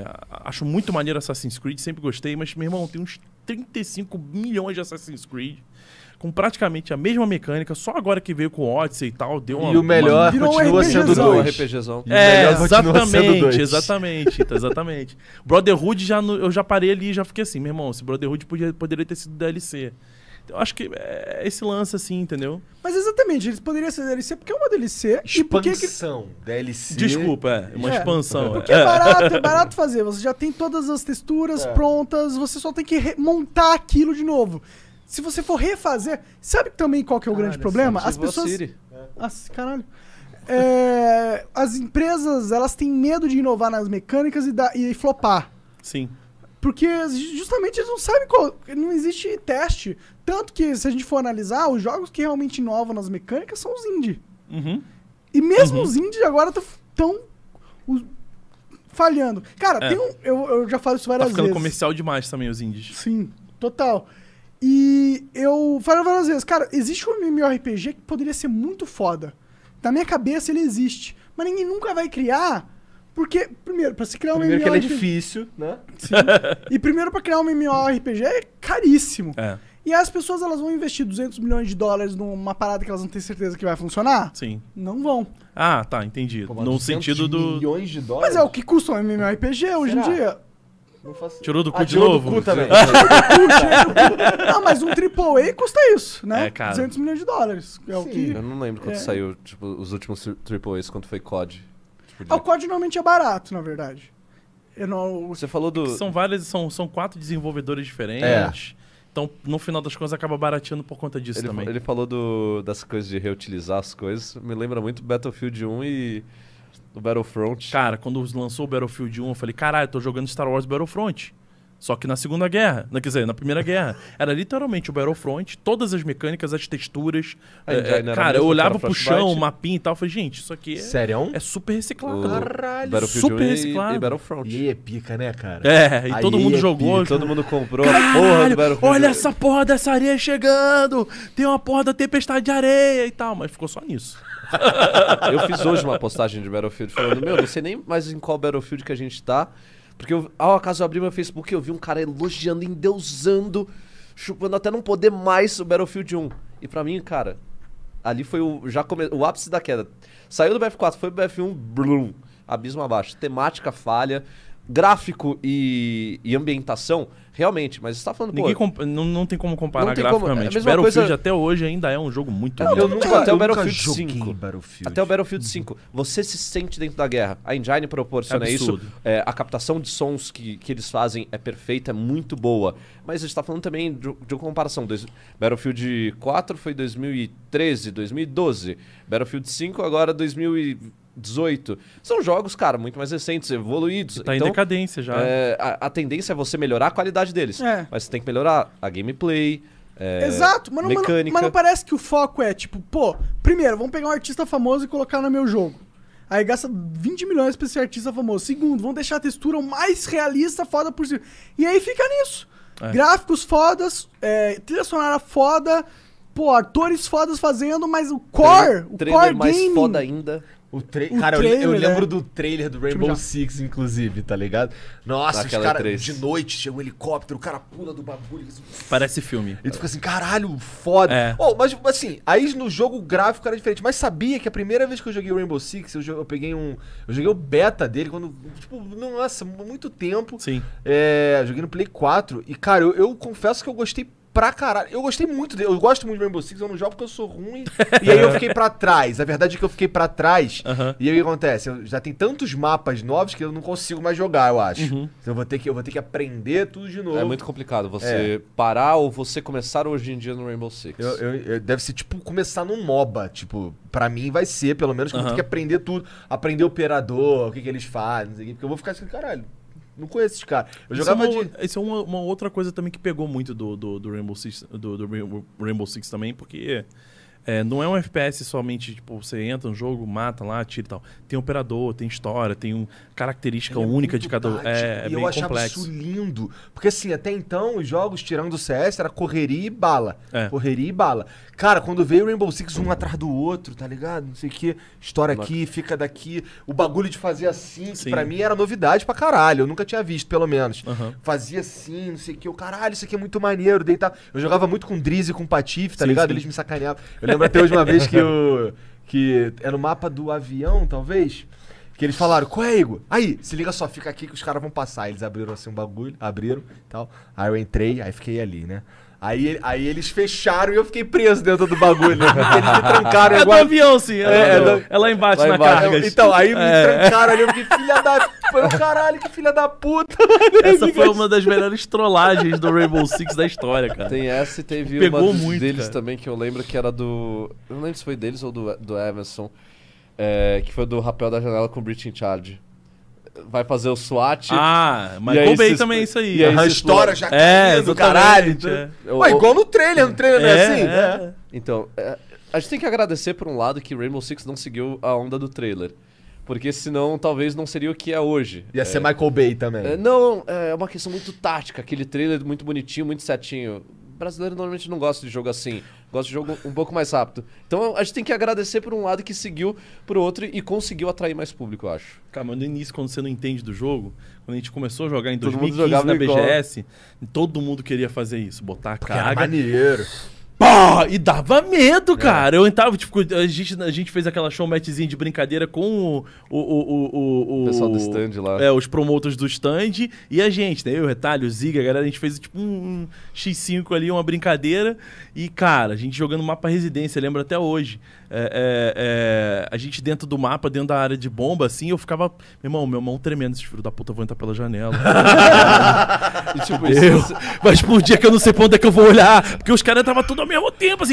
é, acho muito maneiro Assassin's Creed, sempre gostei, mas, meu irmão, tem uns 35 milhões de Assassin's Creed. Com praticamente a mesma mecânica, só agora que veio com o Odyssey e tal, deu uma. E o melhor Virou um continua sendo RPGzão. dois. RPGzão. E o É, melhor continua sendo dois. exatamente, exatamente, tá, exatamente. Brotherhood, já no- eu já parei ali e já fiquei assim, meu irmão, esse Brotherhood podia, poderia ter sido DLC. Eu acho que é esse lance assim, entendeu? Mas exatamente, eles poderiam ser DLC porque é uma DLC. E por que que Expansão, DLC. Desculpa, é, uma É, expansão. Porque é barato, é barato fazer. Você já tem todas as texturas prontas, você só tem que remontar aquilo de novo. Se você for refazer, sabe também qual que é o grande problema? As tipo pessoas. As, caralho. É, as empresas, elas têm medo de inovar nas mecânicas e, da, e flopar. Sim. Porque ju- justamente eles não sabem qual. Não existe teste. Tanto que, se a gente for analisar, os jogos que realmente inovam nas mecânicas são os indie. Uhum. E mesmo os indies agora estão falhando. Cara, É. tem um. Eu, eu já falo isso Tá várias ficando vezes. comercial demais também os indies. Sim, total. E eu falo várias vezes, cara, existe um MMORPG que poderia ser muito foda. Na minha cabeça ele existe. Mas ninguém nunca vai criar. Porque, primeiro, pra se criar um Primeiro que ele é MMORPG. difícil, né? E primeiro, pra criar um MMORPG é caríssimo. É, E as pessoas elas vão investir 200 milhões de dólares numa parada que elas não têm certeza que vai funcionar? sim. Não vão. Ah, tá, entendi. Pô, um. mas no 200 sentido do. milhões de dólares? Mas é o que custa um MMORPG hoje em Será? dia. Não faço... Tirou do cu Ah, de tirou do novo? cu também. Não, mas um AAA custa isso, né? É, cara. 200 milhões de dólares. É o Sim. que. Eu não lembro quando É. saiu, tipo, os últimos AAAs, quanto foi COD. Tipo, de- Ah, O código normalmente é barato, na verdade. Eu não. Você falou do... São várias, são, são quatro desenvolvedores diferentes. É. Então, no final das contas, acaba barateando por conta disso Ele, também. ele falou do, das coisas de reutilizar as coisas. Me lembra muito Battlefield 1 e o Battlefront. Cara, quando lançou o Battlefield 1, eu falei, caralho, tô jogando Star Wars Battlefront. Só que na Segunda Guerra, na, quer dizer, na Primeira Guerra, era literalmente o Battlefront, todas as mecânicas, as texturas. A engine eh, era cara, mesmo, eu olhava era pro Frostbite. chão, o mapinha e tal, eu falei, gente, isso aqui é, Sério? é super reciclado. O Caralho, Battlefield super 1 e- reciclado. e Battlefront. E aí é pica, né, cara? É, e Aí todo mundo é jogou. E todo mundo comprou a porra do Caralho, Battlefield. um. olha essa porra dessa areia chegando! Tem uma porra da tempestade de areia e tal, mas ficou só nisso. Ah, Eu fiz hoje uma postagem de Battlefield falando, meu, não sei nem mais em qual Battlefield que a gente tá. Porque eu, ao acaso eu abri meu Facebook e eu vi um cara elogiando, endeusando, chupando até não poder mais o Battlefield 1. E pra mim, cara, ali foi o, já come, o ápice da queda. Saiu do BF4, foi pro BF1, blum, abismo abaixo. Temática falha, gráfico e, e ambientação, realmente, mas você tá falando, Ninguém pô... comp- não, não tem como comparar Não tem como, é a graficamente. mesma Battlefield coisa- até hoje ainda é um jogo muito Não, lindo. Eu tudo nunca, bem, até eu o nunca Battlefield joguei 5. Battlefield. Até o Battlefield 5. Você se sente dentro da guerra. A engine proporciona isso. Absurdo. É, a captação de sons que, que eles fazem é perfeita, é muito boa. Mas a gente tá falando também de, de uma comparação. Dois- Battlefield 4 foi 2013, 2012. Battlefield 5 agora 2018. São jogos, cara, muito mais recentes, evoluídos. Tá em então, decadência já. é, a, a tendência é você melhorar a qualidade deles. É. Mas você tem que melhorar a gameplay. é, Exato, mas não, mas, não, mecânica. mas não parece que o foco é tipo, pô, primeiro, vamos pegar um artista famoso e colocar no meu jogo. Aí gasta 20 milhões pra esse artista famoso. Segundo, vamos deixar a textura o mais realista foda possível. E aí fica nisso. É. Gráficos fodas, é, trilha sonora foda, pô, atores fodas fazendo, mas o core, o trailer core mais game. foda ainda. O tra... O cara, eu- eu, trailer, lembro né? Tipo, do trailer do Rainbow já. Six, inclusive, tá ligado? Nossa, os Daquela caras E3. de noite, chega um helicóptero, o cara pula do bagulho. assim, Parece filme. E tu fica assim, caralho, foda. É. Oh, mas assim, aí no jogo o gráfico era diferente. Mas sabia que a primeira vez que eu joguei o Rainbow Six, eu, jo- eu peguei um. Eu joguei o beta dele quando. Tipo, nossa, muito tempo. Sim. É, joguei no Play 4 e, cara, eu, eu confesso que eu gostei pra caralho. Eu gostei muito dele. Eu gosto muito de Rainbow Six, eu não jogo porque eu sou ruim. e aí eu fiquei pra trás. A verdade é que eu fiquei pra trás. Aham. E aí o que acontece? Eu já tem tantos mapas novos que eu não consigo mais jogar, eu acho. Uhum. Então eu vou ter que eu vou ter que aprender tudo de novo. É muito complicado você parar ou você começar hoje em dia no Rainbow Six. É. Eu- eu- eu- deve ser tipo começar num MOBA. Tipo, pra mim vai ser, pelo menos, que eu vou Aham. ter que aprender tudo. Aprender operador, o que, que eles fazem, não sei o quê, porque eu vou ficar assim, caralho, não conheço esses caras. Eu jogava isso é, de. uma, isso é uma, uma outra coisa também que pegou muito do, do, do Rainbow Six, do, do Rainbow- Rainbow Six também, porque É, não é um FPS somente, tipo, você entra no jogo, mata lá, tira e tal. Tem operador, tem história, tem um, característica Ele é única muito de cada. tátil, É, é e bem eu achava complexo. isso lindo. Porque assim, até então, os jogos, tirando o CS, era correria e bala. É. Correria e bala. Cara, quando veio o Rainbow Six um atrás do outro, tá ligado? Não sei o que. Estoura aqui, fica daqui. O bagulho de fazer assim, que Sim. pra mim era novidade pra caralho. Eu nunca tinha visto, pelo menos. Aham. Fazia assim, não sei o que. Eu, caralho, isso aqui é muito maneiro. Deitar. Eu jogava muito com Driz e com Patife, tá Sim, ligado? sim. Eles me sacaneavam. Eu lembro até hoje uma vez que o. Que é no mapa do avião, talvez. Que eles falaram, qual é, Igor? Aí, se liga só, fica aqui que os caras vão passar. Eles abriram assim um bagulho, abriram e tal. Aí eu entrei, aí fiquei ali, né? Aí, aí eles fecharam e eu fiquei preso dentro do bagulho. né? Eles me trancaram É do igual. avião, sim. É, É, é, é do- é lá embaixo, Lá na embaixo. carga. Então, aí me É. trancaram ali, eu fiquei, filha da. Foi o caralho, que filha da puta. Essa foi uma das melhores trollagens do Rainbow Six da história, cara. Tem essa e teve Pegou uma dos- muito, deles cara. também que eu lembro que era do. Eu não lembro se foi deles ou do, do Emerson. é, que foi do rapel da janela com o Breaching Charge. Vai fazer o SWAT. Ah, tipo- mas E aí coube bem se- também isso aí. e aí A se- história já É, caindo, exatamente, caralho. é. Então- Ué, igual no trailer, no trailer não né, é, assim? é. Então, é, a gente tem que agradecer por um lado que Rainbow Six não seguiu a onda do trailer. Porque senão talvez não seria o que é hoje. Ia ser É, Michael Bay também. É, não, é uma questão muito tática. Aquele trailer muito bonitinho, muito certinho. Brasileiro normalmente não gosta de jogo assim. Gosta de jogo um pouco mais rápido. Então a gente tem que agradecer por um lado que seguiu pro outro e conseguiu atrair mais público, eu acho. Cara, mas no início, quando você não entende do jogo, quando a gente começou a jogar em Todo mundo 2015 na jogava igual. BGS, todo mundo queria fazer isso, botar a Era carga. maneiro. É. Pá! E dava medo, cara. Eu entrava, tipo, a gente, a gente fez aquela showmatchzinha de brincadeira com o. O, o, o- o- o- O pessoal do stand lá. É, os promoters do stand e a gente, né? Eu, o Retalho, o Ziga, a galera, a gente fez tipo um, um X5 ali, uma brincadeira. E, cara, a gente jogando mapa residência, lembro até hoje. É, é, é, a gente dentro do mapa, dentro da área de bomba, assim, eu ficava. Meu irmão, meu irmão tremendo, esses filhos da puta vão entrar pela janela. E, tipo, Eu, isso- vai explodir que eu não sei pra onde é que eu vou olhar. Porque os caras estavam tudo ao mesmo tempo, assim.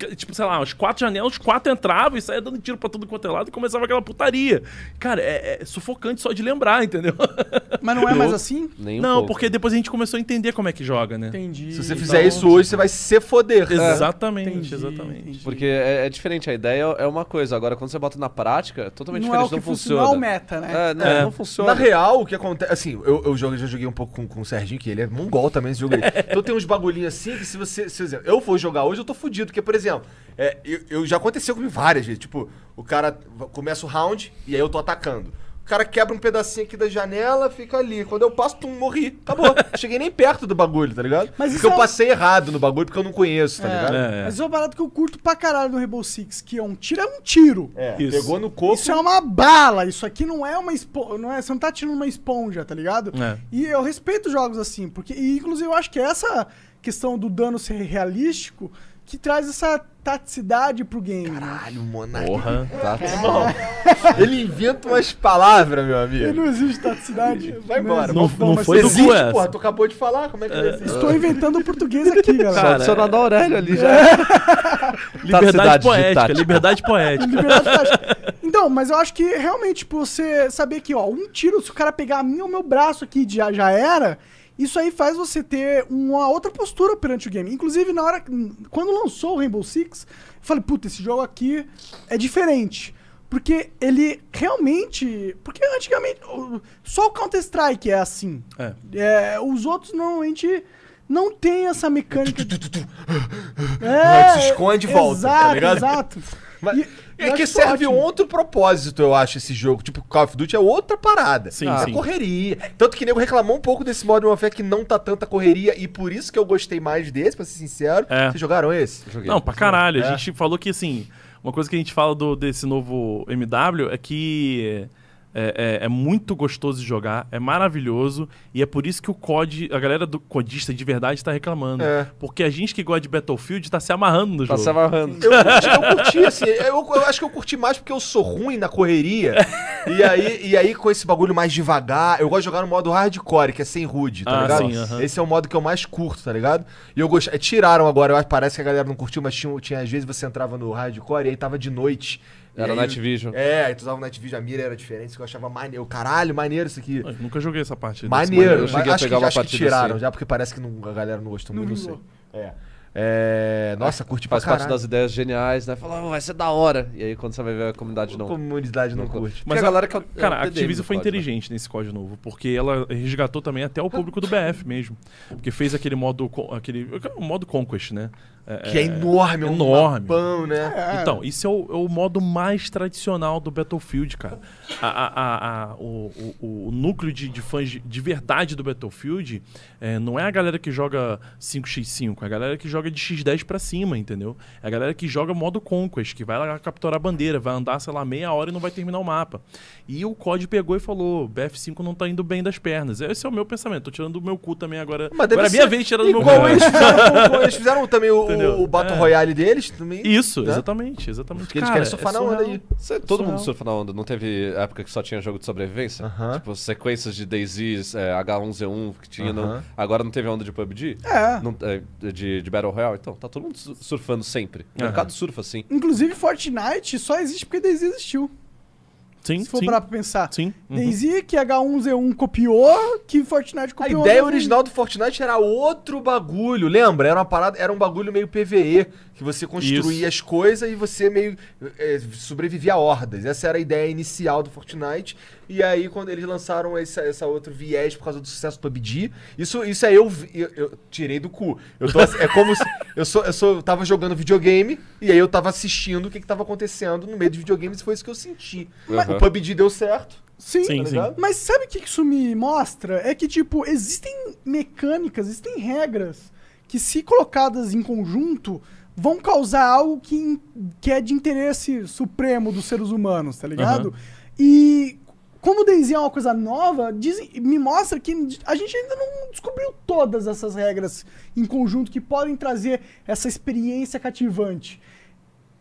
c- Tipo, sei lá, os quatro janelas, os quatro entravam e saía dando tiro pra tudo quanto é lado e começava aquela putaria. Cara, é, é sufocante só de lembrar, entendeu? Mas não é mais assim? Nem um não, pouco. porque depois a gente começou a entender como é que joga, né? É. Entendi. Se você fizer isso hoje, você vai se foder. É. Exatamente, Entendi, exatamente. entendi. Porque é, é diferente, a ideia é uma coisa. Agora, quando você bota na prática, é totalmente não é o diferente, que não funciona. funciona. Não é o meta, né? É, não, É. não Na funciona. real, o que acontece. Assim, eu, eu joguei- já joguei um pouco com, com o Serginho, que ele é mongol também esse jogo aí. Então tem uns bagulhinhos assim que se você. Se, por exemplo, eu for jogar hoje, eu tô fudido. Porque, por exemplo, é, eu, eu- já aconteceu comigo várias vezes. Tipo, o cara va- começa o round e aí eu tô atacando. O cara quebra um pedacinho aqui da janela, fica ali. Quando eu passo, pum, morri. Acabou. Cheguei nem perto do bagulho, tá ligado? Mas porque isso eu é um- passei errado no bagulho porque eu não conheço, tá É. ligado? É, Mas isso é uma parada que eu curto pra caralho no Rainbow Six, que é um tiro, é um tiro. É, Isso. pegou no corpo. Isso é uma bala, isso aqui não é uma esponja, não é, você não tá tirando uma esponja, tá ligado? É. E eu respeito jogos assim, porque e, inclusive eu acho que é essa questão do dano ser realístico que traz essa taticidade pro game, né? Caralho, monarca. Porra. Tá? É. Ele inventa umas palavras, meu amigo. Não existe taticidade. Vai embora. Não- vamos- não mas foi do existe. existe, cu essa. porra, tu acabou de falar, como é que não existe? Estou inventando o português aqui, galera. Só Cara, é. adicionar do Aurélio ali já. Tá, Liberdade Taticidade poética, didática. liberdade poética. Liberdade tática. Então, mas eu acho que realmente, tipo, você saber que, ó, um tiro, se o cara pegar a minha ou meu braço aqui, já, já era. Isso aí faz você ter uma outra postura perante o game. Inclusive, na hora. Quando lançou o Rainbow Six, eu falei, puta, esse jogo aqui é diferente. Porque ele realmente. Porque antigamente. o- Só o Counter-Strike é assim. É. É, os outros normalmente não tem essa mecânica. de- É, Ah, se esconde e volta, Exato, tá ligado? exato. Mas- E- eu é acho que isso serve ótimo. outro propósito, eu acho, esse jogo. Tipo, Call of Duty é outra parada. Sim, é sim. correria. Tanto que nego reclamou um pouco desse Modern Warfare que não tá tanta correria e por isso que eu gostei mais desse, pra ser sincero. É. Vocês jogaram esse? Não, pra caralho. É. A gente falou que, assim, uma coisa que a gente fala do, desse novo MW é que é, é- é muito gostoso de jogar, é maravilhoso, e é por isso que o COD, a galera do codista de verdade tá reclamando. É. Porque a gente que gosta de Battlefield tá se amarrando no Tá jogo. se amarrando. Eu curti, eu curti, assim, eu, eu acho que eu curti mais porque eu sou ruim na correria. E aí, e aí, com esse bagulho mais devagar, eu gosto de jogar no modo hardcore, que é sem HUD, tá Ah, ligado? sim, aham. Esse é o modo que eu mais curto, tá ligado? E eu gostei. Tiraram agora, eu acho- parece que a galera não curtiu, mas tinha, tinha às vezes você entrava no hardcore e aí tava de noite. E Era aí- Night Vision. É, aí tu usava o Night Vision, a mira era diferente, isso que eu achava maneiro. Caralho, maneiro isso aqui. Eu nunca joguei essa parte. desse Maneiro, Eu mas cheguei a acho, pegar que, uma acho que partida tiraram assim. já, porque parece que não- a galera não gostou Não muito, não sei. vingou. É. É, Nossa, curte Faz pra parte caralho. das ideias geniais, né? Fala, "Oh, vai ser da hora. E aí quando você vai ver a comunidade A não. comunidade não, Não curte. Porque a galera que é o- é Cara, o a DDM Activision do foi código, né? inteligente nesse código novo, porque ela resgatou também até o público do BF mesmo. Porque fez aquele modo. co- aquele o modo Conquest, né? Que é enorme, é um enorme. mapão, né? Então, isso é o, é o modo mais tradicional do Battlefield, cara. A- a- a- a- o, o- o núcleo de, de fãs de, de verdade do Battlefield é, não é a galera que joga 5x5, é a galera que joga de x10 pra cima, entendeu? É a galera que joga modo Conquest, que vai lá capturar a bandeira, vai andar, sei lá, meia hora e não vai terminar o mapa. E o COD pegou e falou: BF5 não tá indo bem das pernas. Esse é o meu pensamento, tô tirando do meu cu também agora. Mas deve agora é minha ser vez tirando do meu cu. Igual eles fizeram, com- eles fizeram também o- o, Entendeu? o Battle É. Royale deles. Também, Isso, né? exatamente, exatamente. Porque eles Cara, querem surfar é na onda surreal. aí. Você- todo mundo Surreal. surfa na onda, não teve época que só tinha jogo de sobrevivência? Aham. Tipo, sequências de DayZ, é, H1Z1 que tinha. não- Aham. agora não teve a onda de PUBG? É. Não- é, de, de Battle Royale? Então, tá todo mundo su- surfando sempre. O Aham. mercado surfa, assim. Inclusive, Fortnite só existe porque Daisy existiu. Sim, Se for sim. parar pra pensar. Sim. uhum. Daisy, que é H1Z1 copiou, que Fortnite A copiou. ideia Daisy. original do Fortnite era outro bagulho, lembra? Era uma parada, era um bagulho meio PVE, que você construía Isso. as coisas e você meio é, sobrevivia a hordas. Essa era a ideia inicial do Fortnite. E aí quando eles lançaram essa, essa outro viés por causa do sucesso do PUBG, isso isso aí eu, vi- eu, eu tirei do cu. Eu tô ass- é como se, eu sou eu sou eu tava jogando videogame e aí eu tava assistindo o que que tava acontecendo no meio dos videogames, e foi isso que eu senti. Aham. Tá. O PUBG deu certo. Sim. Sim, sim. ligado? Mas sabe o que que isso me mostra? É que, tipo, existem mecânicas, existem regras que, se colocadas em conjunto, vão causar algo que, que é de interesse supremo dos seres humanos, tá ligado? E como o DayZ é uma coisa nova, dizem- me mostra que a gente ainda não descobriu todas essas regras em conjunto que podem trazer essa experiência cativante.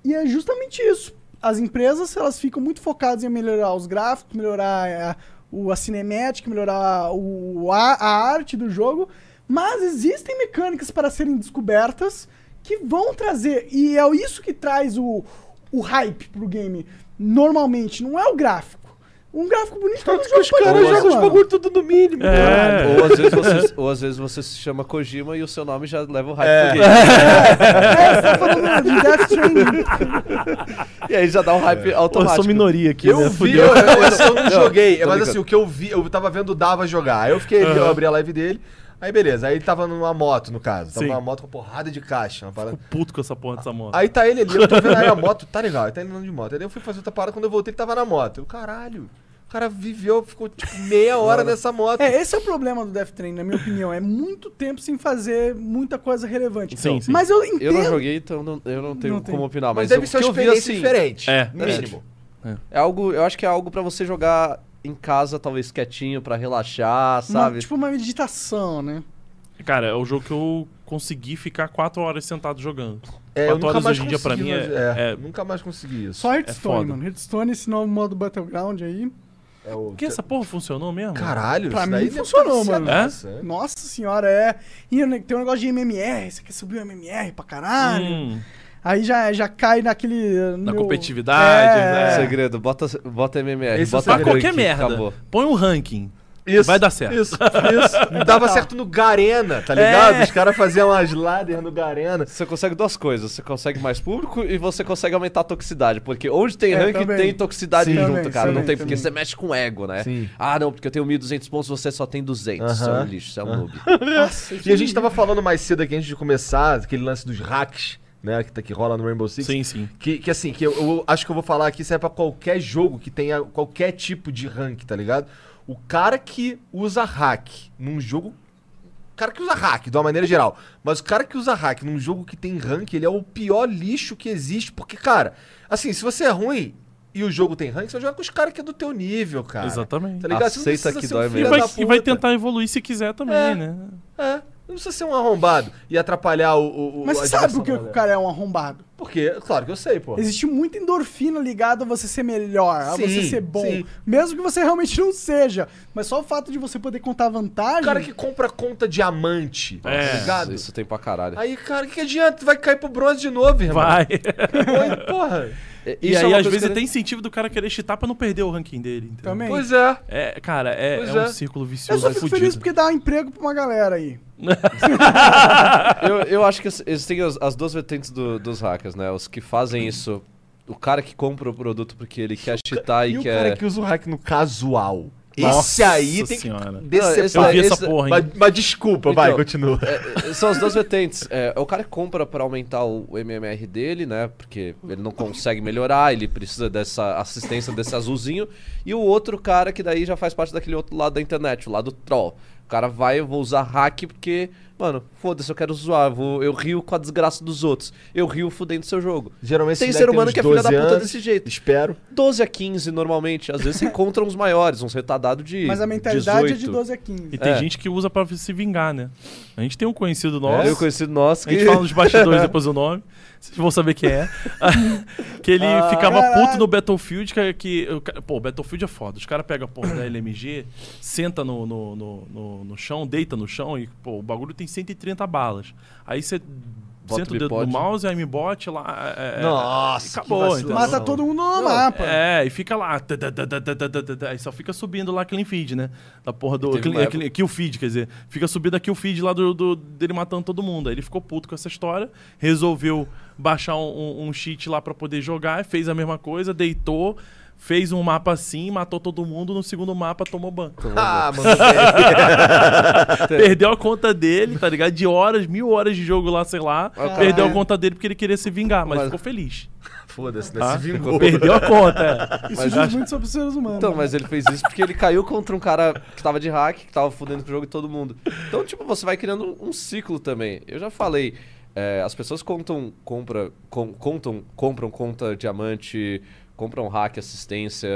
E é justamente isso. As empresas elas ficam muito focadas em melhorar os gráficos, melhorar é, o, a cinemática, melhorar o, a, a arte do jogo, mas existem mecânicas para serem descobertas que vão trazer. E é isso que traz o, o hype pro game. Normalmente, não é o gráfico. Um gráfico bonito todo jogo Tá Os caras pode ter, jogam os mano. bagulho tudo no mínimo. É. Ou, às vezes você, ou às vezes você se chama Kojima e o seu nome já leva o hype pro game. É, você tá falando de Death Stranding. E aí já dá um hype Pô, eu automático. sou minoria aqui, né? Eu vi, eu, Fudeu. eu, eu só não joguei. tô Mas brincando. assim, o que eu vi, eu tava vendo o Dava jogar. Aí eu fiquei, eu abri a live dele. Aí beleza, aí ele tava numa moto, no caso. Tava Sim. numa moto com porrada de caixa. uma parada. Fico puto com essa porra dessa moto. Aí tá ele ali, eu tô vendo aí a moto, tá legal, ele tá indo de moto. Aí eu fui fazer outra parada, quando eu voltei ele tava na moto. Eu, caralho, o cara viveu, ficou tipo meia hora nessa moto. É, esse é o problema do Death Train, na minha opinião. É muito tempo sem fazer muita coisa relevante. Sim, sim. Mas eu entendo. Eu não joguei, então não- eu não tenho Não tem. como opinar. Ah, mas Mas, deve o ser uma que eu vi, experiência assim, diferente. É. Mínimo. É algo, eu acho que é algo pra você jogar em casa, talvez quietinho, pra relaxar, Uma- sabe? tipo uma meditação, né? Cara, é o jogo que eu consegui ficar 4 horas sentado jogando. É, eu Quatro nunca horas mais hoje em dia pra consegui, mim é- mas- é- Nunca mais consegui isso. Só Hearthstone, foda. mano. Hearthstone, esse novo modo Battleground aí. É o... Porque essa porra funcionou mesmo? Caralho, Pra isso mim daí funcionou, mano. Nossa. Nossa senhora, é. E né, tem um negócio de MMR, você quer subir o MMR pra caralho. Hum, Aí já, já cai naquele. eh, na meu- competitividade, É. né? Segredo, bota, bota MMR, Esse é o bota Pra segredo. ranking, qualquer merda. acabou. Põe um ranking. Isso, Vai dar certo. Isso, isso. Não dava certo no Garena, tá ligado? É. Os caras faziam as ladder no Garena. Você consegue duas coisas, você consegue mais público e você consegue aumentar a toxicidade, porque onde tem É, ranking também. tem toxicidade Sim. junto, Também, cara, não também, também. tem, porque você mexe com ego, né? Sim. Ah, não, porque eu tenho 1.200 pontos, você só tem 200, você é Aham. um lixo, você é um noob. Nossa, E a gente tava falando mais cedo aqui antes de começar, aquele lance dos hacks, né? Que, tá- que rola no Rainbow Six. Sim, sim. Que, que assim, que eu, eu acho que eu vou falar aqui, serve pra qualquer jogo que tenha qualquer tipo de rank, tá ligado? O cara que usa hack num jogo. O cara que usa hack, de uma maneira geral. Mas o cara que usa hack num jogo que tem rank, ele é o pior lixo que existe. Porque, cara, assim, se você é ruim e o jogo tem rank, você joga com os caras que é do teu nível, cara. Exatamente. Tá ligado? Você não Aceita precisa que ser um dói filho E mesmo. vai, da e vai puta. tentar evoluir se quiser também, É. né? É, não precisa ser um arrombado e atrapalhar o. o- o- Mas a você sabe diversão por que da que o galera. cara é um arrombado? Porque, claro que eu sei, pô. Existe muita endorfina ligada a você ser melhor, a Sim, você ser bom. sim. Mesmo que você realmente não seja. Mas só o fato de você poder contar vantagem. O cara que compra conta diamante, É. tá ligado? Isso tem pra caralho. Aí, cara, o que, que adianta? Tu vai cair pro bronze de novo, irmão. Vai. Oi, porra. E Isso é aí, uma às coisa vezes, que- tem incentivo do cara querer chitar pra não perder o ranking dele. entendeu? Também. Pois é. É, cara, é, Pois é um é. círculo Eu vicioso. é só fico fudido. feliz porque dá emprego pra uma galera aí. eu, eu acho que existem as, as duas vertentes do- dos hackers, né? Os que fazem isso. O cara que compra o produto porque ele quer cheatar e, E o cara quer. que usa o hack no casual? esse Nossa aí tem senhora. que Não, esse é decepar. Eu vi essa esse- porra, Mas, hein? mas desculpa, vai, Então, continua. É, é, são as duas vertentes. É, é o cara que compra pra aumentar o o MMR dele, né? Porque ele não consegue melhorar, ele precisa dessa assistência, desse azulzinho. E o outro cara que daí já faz parte daquele outro lado da internet, o lado troll. O cara vai, eu vou usar hack porque, mano, foda-se, eu quero zoar, eu vou, eu rio com a desgraça dos outros. Eu rio fudendo seu jogo. Geralmente tem esse ser moleque humano uns que é filha da 12 puta anos, desse jeito. Espero. 12 a 15 normalmente, às vezes você encontra uns maiores, uns retardados de. Mas a mentalidade é de 18. 12 a 15. E tem É. gente que usa pra se vingar, né? A gente tem um conhecido nosso. Né? Eu conheci nosso A que. gente fala nos bastidores depois o nome. Vocês vão saber quem é. que ele Ah, ficava puto no Battlefield. Que, que, o ca- pô, o Battlefield é foda. Os caras pegam a porra da LMG, senta no, no, no, no- no chão, deita no chão e, pô, o bagulho tem 130 balas. Aí você Bota senta o o dedo no bipod. mouse, aimbot lá. é- é- Nossa, que acabou, vacilão. então. entendeu? Mata todo mundo no mapa. É, e fica lá. tã, tã, tã, tã, tã, tã, tã, tã, Aí só fica subindo lá clean feed, né? Da porra do. Teve Clean, uma é, clean- kill feed, quer dizer. Fica subindo a kill feed lá do, do- dele matando todo mundo. Aí ele ficou puto com essa história, resolveu baixar um, um, um cheat lá pra poder jogar, fez a mesma coisa, deitou. Fez um mapa assim, matou todo mundo, no segundo mapa tomou ban. Ah, mano, velho. Perdeu a conta dele, tá ligado? De horas, mil horas de jogo lá, sei lá. Perdeu a conta dele porque ele queria se vingar, mas, Mas- ficou feliz. Foda-se, né? tá? Ah, Se vingou. Perdeu a conta, é. Isso diz muito sobre os seres humanos. né? Então, mas ele fez isso porque ele caiu contra um cara que tava de hack, que tava fudendo com o jogo e todo mundo. Então, tipo, você vai criando um ciclo também. Eu já falei, é, as pessoas contam, compra, com- contam, compram conta diamante, compram hack, assistência,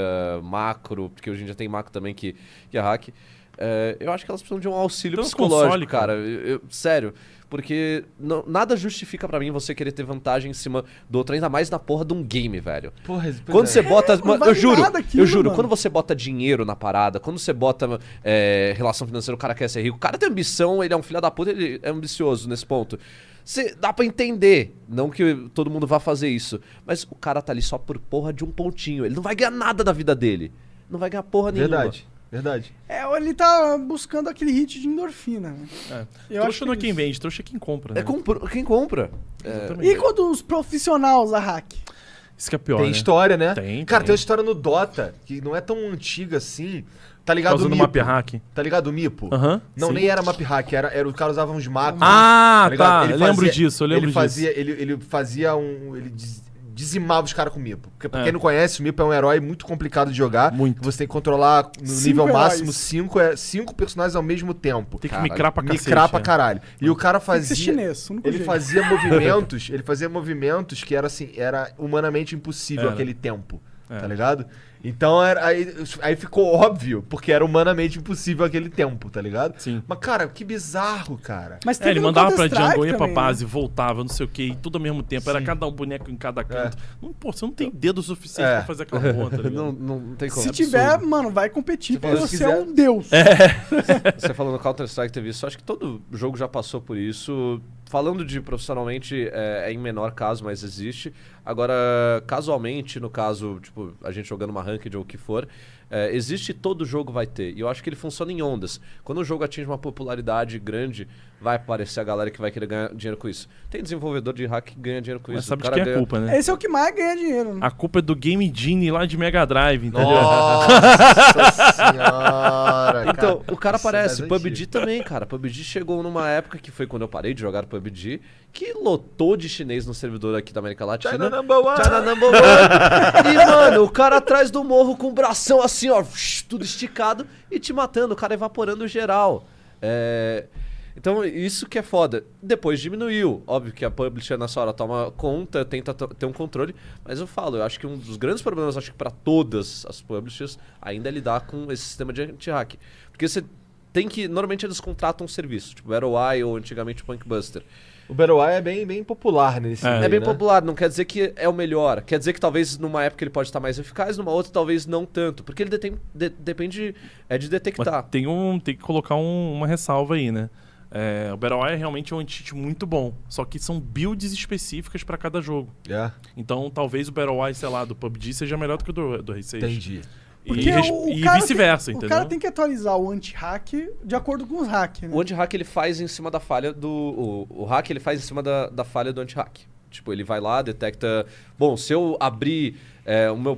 macro, porque hoje em dia tem macro também que, que é hack. É, eu acho que elas precisam de um auxílio Tem uns psicológico, console, cara. cara. Cara, eu- eu- sério. Porque não- nada justifica pra mim você querer ter vantagem em cima do outro, ainda mais na porra de um game, velho. Porra, pois Quando é. você bota. não mano, vale eu juro, nada aquilo, eu juro, mano. quando você bota dinheiro na parada, quando você bota é, relação financeira, o cara quer ser rico, o cara tem ambição, ele é um filho da puta, ele é ambicioso nesse ponto. Cê, dá pra entender, não que todo mundo vá fazer isso, mas o cara tá ali só por porra de um pontinho, ele não vai ganhar nada da vida dele. Não vai ganhar porra nenhuma. Verdade, verdade. É, ele tá buscando aquele hit de endorfina. né? é. Eu acho Trouxa não é que quem isso. vende, trouxa é quem compra. É né? compro- quem compra. Exatamente. é. E quando os profissionais usam hack? Isso que é pior. Tem né? história, né? Tem, Cara, tem. tem uma história no Dota, que não é tão antiga assim. Tá ligado Causando Mipo? map hack. Tá ligado o Mipo? Aham, Não, sim. nem era map hack, era, era o cara usava uns mapas. Ah, ligado? tá, eu lembro disso, eu lembro ele disso. fazia, Ele, ele fazia um... Ele diz- dizimava os caras com o Mipo. Porque pra quem não conhece, o Mipo é um herói muito complicado de jogar. Muito. Você tem que controlar no Cinco nível heróis. máximo cinco, é, cinco personagens ao mesmo tempo. Tem que Caralho, micrar pra cacete. Micrar pra é. caralho. E o cara Tem que ser fazia... chinês, o único Ele jeito. fazia movimentos, ele fazia movimentos que era assim, era humanamente impossível Era. aquele tempo, tá ligado? Então era, aí, aí ficou óbvio, porque era humanamente impossível aquele tempo, tá ligado? Sim. Mas cara, que bizarro, cara. Mas É, teve ele no mandava pra Counter-Strike jungle, ia pra também, né? base, voltava, não sei o que, e tudo ao mesmo tempo. Era cada um boneco em cada canto. Não, pô, você não tem dedo suficiente É. pra fazer aquela tá conta. Não, não tem como. Tá Se tiver, mano, vai competir, Tipo, Se porque você quiser. é um deus. Você falando Counter-Strike teve isso, acho que todo jogo já passou por isso. Falando de profissionalmente, é, é em menor caso, mas existe. Agora, casualmente, no caso, tipo, a gente jogando uma ranked ou o que for, é, existe todo jogo vai ter. E eu acho que ele funciona em ondas. Quando o jogo atinge uma popularidade grande, vai aparecer a galera que vai querer ganhar dinheiro com isso. Tem desenvolvedor de hack que ganha dinheiro com Mas isso. sabe o de cara quem é a ganha- culpa, né? Esse é o que mais ganha dinheiro. né? A culpa é do Game Genie lá de Mega Drive, entendeu? Nossa senhora, Então, cara. o cara Isso é aparece. das PUBG também, cara. PUBG chegou numa época que foi quando eu parei de jogar PUBG, que lotou de chinês no servidor aqui da América Latina. China number one. China number one. e, mano, o cara atrás do morro com o bração assim, ó, tudo esticado e te matando, o cara evaporando geral. É. Então, isso que é foda. Depois diminuiu. Óbvio que a publisher nessa hora toma conta, tenta to- ter um controle. Mas eu falo, eu acho que um dos grandes problemas, acho que pra todas as publishers, ainda é lidar com esse sistema de anti-hack. Porque você tem que. Normalmente eles contratam um serviço, tipo BattleEye ou antigamente o Punkbuster. O Battle Eye é bem, bem popular nesse É. É bem né? popular, não quer dizer que é o melhor. Quer dizer que talvez numa época ele pode estar mais eficaz, numa outra talvez não tanto. Porque ele detem- de- depende é de Mas detectar. tem, um, tem que colocar um- uma ressalva aí, né? É, o Battle Royale é realmente um anti-cheat muito bom. Só que são builds específicas pra cada jogo. É, Então, talvez o Battle Royale, sei lá, do PUBG seja melhor do que o do, do Race 6. entendi. Porque res- o, e cara vice-versa, tem- entendeu? O cara tem que atualizar o anti-hack de acordo com os hacks, né? O anti-hack ele faz em cima da falha do. O, o hack ele faz em cima da, da falha do anti-hack. Tipo, ele vai lá, detecta. Bom, se eu abrir é, o meu.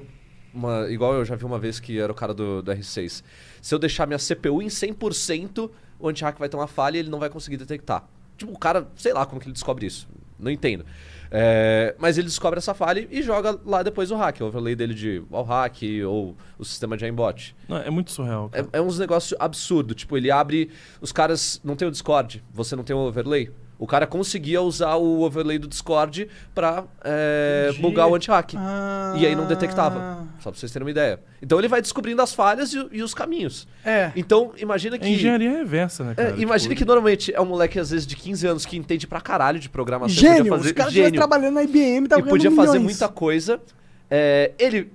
uma- igual eu já vi uma vez que era o cara do, do R6. Se eu deixar minha CPU em 100%, o anti-hack vai ter uma falha e ele não vai conseguir detectar. Tipo, o cara, sei lá como que ele descobre isso. Não entendo. É, mas ele descobre essa falha e joga lá depois o hack. O overlay dele de wall hack ou o sistema de aimbot. Não, é muito surreal. cara. É, é uns negócios absurdo. Tipo, ele abre. Os caras não tem o Discord, você não tem o overlay. O cara conseguia usar o overlay do Discord pra é, Entendi. bugar o anti-hack. Ah. E aí não detectava. Só pra vocês terem uma ideia. Então ele vai descobrindo as falhas e, e os caminhos. É. Então, imagina que. É engenharia reversa, né, É, cara? imagina Tipo, que normalmente é um moleque, às vezes, de 15 anos que entende pra caralho de programação. Gênio, podia os fazer- caras já gênio trabalhando na IBM, tá e podia fazer muita coisa. É, ele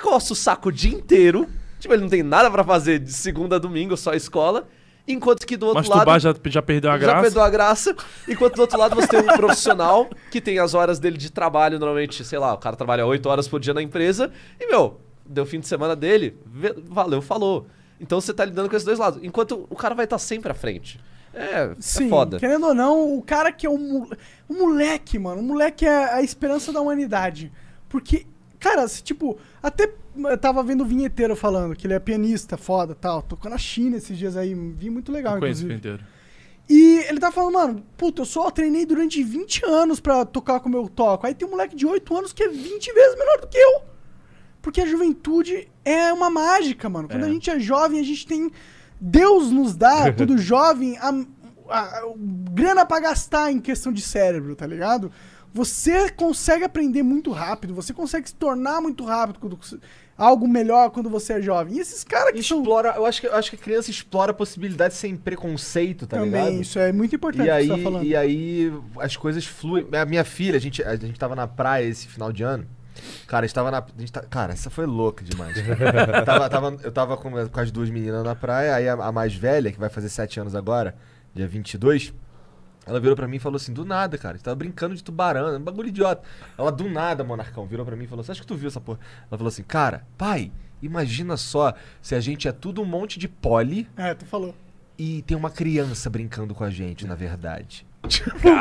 coça o saco o dia inteiro. Tipo, ele não tem nada pra fazer de segunda a domingo, só a escola. Enquanto que do outro Masturbar lado. já, já perdeu já a graça. perdeu a graça. Enquanto do outro lado você tem um profissional que tem as horas dele de trabalho, normalmente, sei lá, o cara trabalha 8 horas por dia na empresa. E, meu, deu fim de semana dele, vê- valeu, falou. Então você tá lidando com esses dois lados. Enquanto o cara vai estar sempre à frente. É, Sim, é foda. querendo ou não, o cara que é um, mo- um moleque, mano, o moleque é a esperança da humanidade. Porque, cara, se, tipo, até eu tava vendo o vinheteiro falando que ele é pianista, foda, tal, tocou na China esses dias aí, vi muito legal, Não conheço o inclusive. inteiro. E ele tá falando, mano, puta, eu só treinei durante 20 anos pra tocar como eu toco. Aí tem um moleque de 8 anos que é 20 vezes menor do que eu. Porque a juventude é uma mágica, mano. Quando a gente é jovem, a gente tem. Deus nos dá, tudo jovem, a, a- a- grana pra gastar em questão de cérebro, tá ligado? Você consegue aprender muito rápido, você consegue se tornar muito rápido quando- algo melhor quando você é jovem. E esses caras que são. Explora, eu acho que, eu acho que a criança explora a possibilidade sem preconceito, tá também, ligado? isso é muito importante E que aí, você tá falando. e aí as coisas fluem. A minha filha, a gente, a gente tava na praia esse final de ano. Cara, a gente tava na. a gente tá- cara, essa foi louca demais. cara. Tava- tava- eu tava com, com as duas meninas na praia, aí a, a mais velha, que vai fazer sete anos agora, dia 22, ela virou pra mim e falou assim: do nada, cara, você tava brincando de tubarão, é um bagulho idiota. Ela do nada, monarcão, virou pra mim e falou assim: acho que tu viu essa porra. Ela falou assim: cara, pai, imagina só se a gente é tudo um monte de poli É, tu falou. e tem uma criança brincando com a gente, na verdade. Tipo, cara,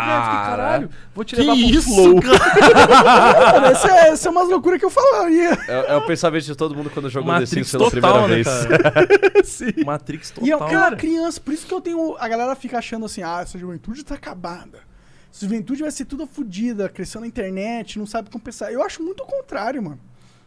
caralho, vou te levar pro isso, flow. Cara, essa é, essa é umas loucuras que eu falaria. É, é o pensamento de todo mundo quando jogou The Matrix Sims pela total, primeira né, vez. cara? Matrix total. E eu que era criança, por isso que eu tenho. A galera fica achando assim, ah, essa juventude tá acabada. Essa juventude vai ser toda fodida, cresceu na internet, não sabe compensar. Eu acho muito o contrário, mano.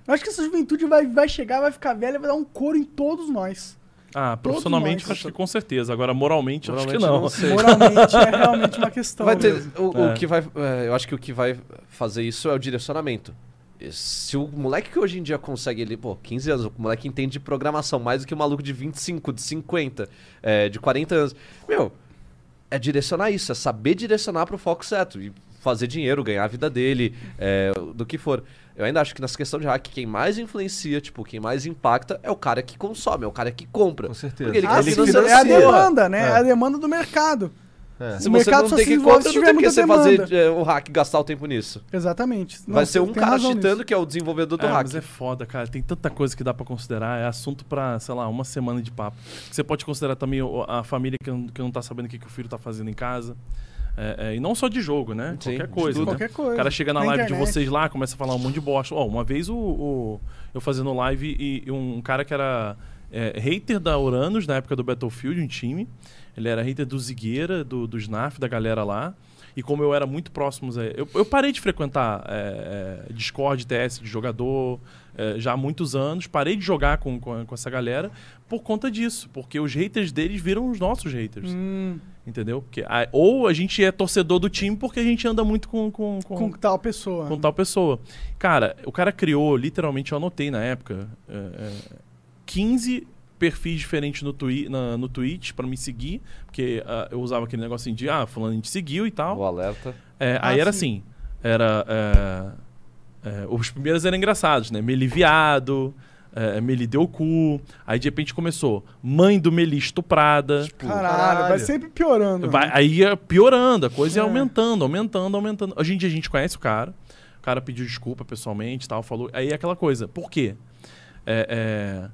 Eu acho que essa juventude vai, vai chegar, vai ficar velha, vai dar um couro em todos nós. Ah, profissionalmente nós. acho que com certeza. Agora, moralmente, acho que Moralmente, não. não sei. Moralmente é realmente uma questão. Vai ter, mesmo. o, o É. que vai, é, eu acho que o que vai fazer isso é o direcionamento. E Se o moleque que hoje em dia consegue ele, pô, 15 anos, o moleque entende de programação mais do que o maluco de 25, de 50, é, de 40 anos. Meu, é direcionar isso, é saber direcionar pro foco certo e fazer dinheiro, ganhar a vida dele, é, do que for. Eu ainda acho que nessa questão de hack, quem mais influencia, tipo, quem mais impacta é o cara que consome, é o cara que compra. Com certeza. Porque ele Ah, quer ele sim, financiar. é a financia. demanda, né? É É. a demanda do mercado. É. Se O você mercado não só tem se quem desenvolve compra, se não tiver tem que muita você demanda. fazer é, o hack, gastar o tempo nisso. Exatamente. Vai Não, ser você um tem cara razão chitando nisso. que é o desenvolvedor do É, hack. mas é foda, cara. Tem tanta coisa que dá pra considerar. É assunto pra, sei lá, uma semana de papo. Você pode considerar também o- a família que não, que não tá sabendo o que, que o filho tá fazendo em casa. É, é, e não só de jogo, né? Sim, qualquer de coisa. tudo. né? Qualquer coisa. O cara chega na, Na live de internet. vocês lá, começa a falar um monte de bosta. Ó, uma vez o, o- eu fazendo live e, e um cara que era é, hater da Uranus na época do Battlefield, um time. Ele era hater do Zigueira, do, do Snaf, da galera lá. E como eu era muito próximo, é, eu, eu parei de frequentar é, é, Discord, TS de jogador é, já há muitos anos. Parei de jogar com, com, com essa galera por conta disso. Porque os haters deles viram os nossos Hum. haters. Entendeu? Porque, a- ou a gente é torcedor do time porque a gente anda muito com, com, com- Com tal pessoa. com tal pessoa. Cara, o cara criou, literalmente, eu anotei na época, é, é, 15 perfis diferentes no, twi na- no Twitch pra me seguir, porque ah, eu usava aquele negocinho de, ah, fulano te seguiu e tal. O alerta. É, Ah, aí era sim. assim, era... é, é, os primeiros eram engraçados, né? Meli viado, é, Meli deu cu, aí de repente começou, mãe do Meli estuprada. Caralho, vai Caralho. sempre piorando. Vai, né? aí é piorando, a coisa É. ia aumentando, aumentando, aumentando. Hoje em dia a gente conhece o cara. O cara pediu desculpa pessoalmente e tal, falou. Aí é aquela coisa. Por quê? é,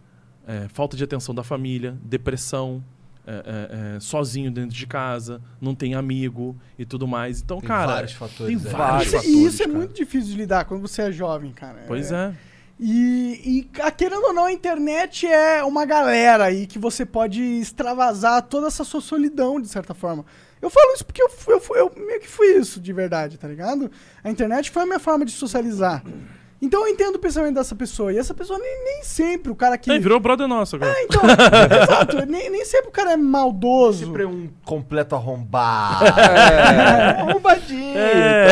é, é, falta de atenção da família, depressão, é, é, é, sozinho dentro de casa, não tem amigo e tudo mais. Então, Tem cara, vários fatores, é. tem vários Isso- fatores, e isso é cara. muito difícil de lidar quando você é jovem, cara. Pois é. E, e, ah, querendo ou não, a internet é uma galera aí que você pode extravasar toda essa sua solidão, de certa forma. Eu falo isso porque eu, fui- eu, fui- eu meio que fui isso de verdade, tá ligado? A internet foi a minha forma de socializar. Então eu entendo o pensamento dessa pessoa. E essa pessoa nem, nem sempre, o cara que. É, virou brother nosso agora. Então, exato, nem, nem sempre o cara é maldoso. Sempre um completo arrombado. É, Arrombadinho.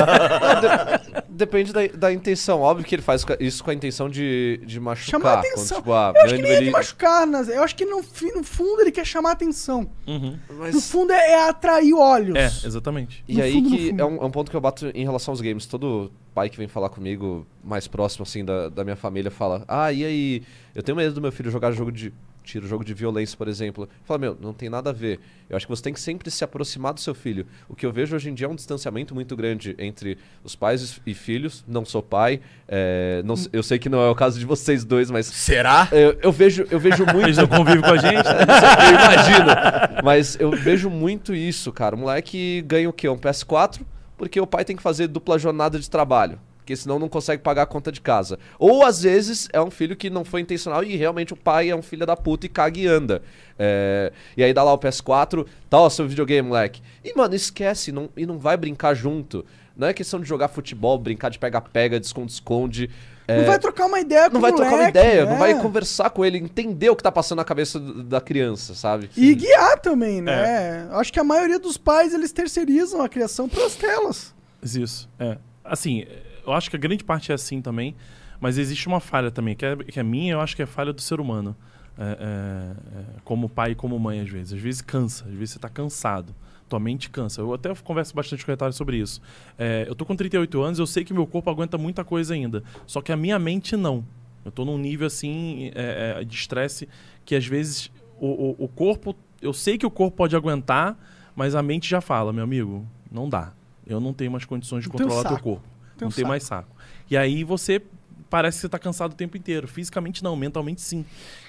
Ah, Depende da, da intenção. Óbvio que ele faz co- isso com a intenção de, de machucar. Chamar quando, atenção. tipo, ah, eu acho que Brando, nem é de ele- machucar, nas- eu acho que no, fi- no fundo ele quer chamar atenção. Uhum. No fundo é, é atrair olhos. É, exatamente. E No aí fundo, no que fundo. é um, é um ponto que eu bato em relação aos games. Todo pai que vem falar comigo, mais próximo assim da, da minha família, fala: Ah, e aí? Eu tenho medo do meu filho jogar jogo de tiro, jogo de violência, por exemplo. Fala, meu, não tem nada a ver. Eu acho que você tem que sempre se aproximar do seu filho. O que eu vejo hoje em dia é um distanciamento muito grande entre os pais e filhos. Não sou pai. é, não s- eu sei que não é o caso de vocês dois, mas Será? eu, eu vejo, eu vejo muito. Eles não convivem com a gente. né? Eu imagino. Mas eu vejo muito isso, cara. O moleque ganha o quê? Um PS4? Porque o pai tem que fazer dupla jornada de trabalho. Porque senão não consegue pagar a conta de casa. Ou às vezes é um filho que não foi intencional e realmente o pai é um filho da puta e caga e anda. É, E aí dá lá o PS4, tá ó, seu videogame, moleque. E mano, esquece não- e não vai brincar junto. Não é questão de jogar futebol, brincar de pega-pega, de esconde-esconde. Não vai trocar uma É ideia com é, Não o vai trocar uma moleque, ideia, não né? vai conversar com ele, entender o que tá passando na cabeça do- da criança, sabe? E guiar também, né? Acho que a maioria dos pais, eles terceirizam a criação pelas telas. Isso, é. Assim, eu acho que a grande parte é assim também, mas existe uma falha também, que é, que é minha, eu acho que é falha do ser humano. É, é, é, como pai e como mãe, às vezes. Às vezes cansa, às vezes você tá cansado. Tua mente cansa. Eu até converso bastante com o Retalho sobre isso. É, eu tô com 38 anos, eu sei que meu corpo aguenta muita coisa ainda. Só que a minha mente não. Eu tô num nível assim é, é, de estresse que às vezes o, o- o corpo. Eu sei que o corpo pode aguentar, mas a mente já fala, meu amigo, não dá. Eu não tenho mais condições de Não tem um controlar teu saco. corpo. Tem não um tem saco. mais saco. E aí você parece que você tá cansado o tempo inteiro. Fisicamente não, mentalmente sim.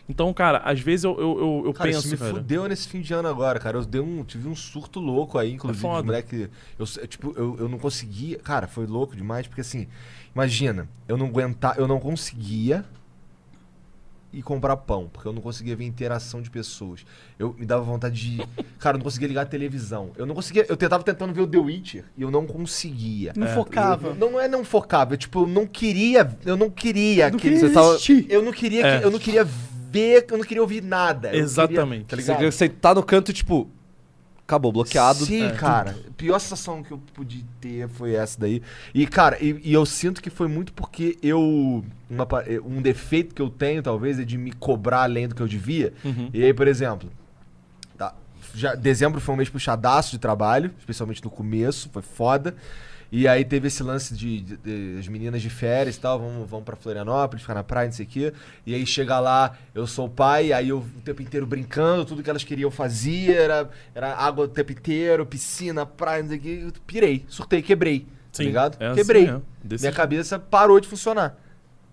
Então, cara, às vezes eu, eu, eu, eu Cara, penso. assim, isso me cara, fudeu nesse fim de ano agora, cara. Eu dei um, tive um surto louco aí, inclusive, foda. de moleque. Eu, eu, tipo, eu, eu não conseguia. Cara, foi louco demais, porque assim, imagina, eu não aguentar, eu não conseguia ir comprar pão, porque eu não conseguia ver interação de pessoas. Eu me dava vontade de. Cara, eu não conseguia ligar a televisão. Eu não conseguia. Eu tentava tentando ver o The Witcher e eu não conseguia. Não focava. Não, não é não focava, eu, tipo, eu não queria. Eu não queria Não aquele. queria tava- existir. Eu não queria, É. que- eu não queria ver, eu não queria ouvir nada. Eu Exatamente. Queria, tá Você, ligado? você tá no canto e, tipo, acabou, bloqueado. Sim, cara. A pior sensação que eu pude ter foi essa daí. E, cara, e, e eu sinto que foi muito porque eu. uma pa- um defeito que eu tenho, talvez, é de me cobrar além do que eu devia. E aí, por exemplo, tá, já, dezembro foi um mês puxadaço de trabalho, especialmente no começo, foi foda. E aí teve esse lance de, de- de- as meninas de férias e tal, vamos, vamos pra Florianópolis, ficar na praia, não sei o quê. E aí chega lá, eu sou o pai, aí eu o tempo inteiro brincando, tudo que elas queriam eu fazia, era, era água o tempo inteiro, piscina, praia, não sei o quê. Eu pirei, surtei, quebrei, tá Sim, ligado? é assim quebrei. mesmo, desse Minha jeito. cabeça parou de funcionar,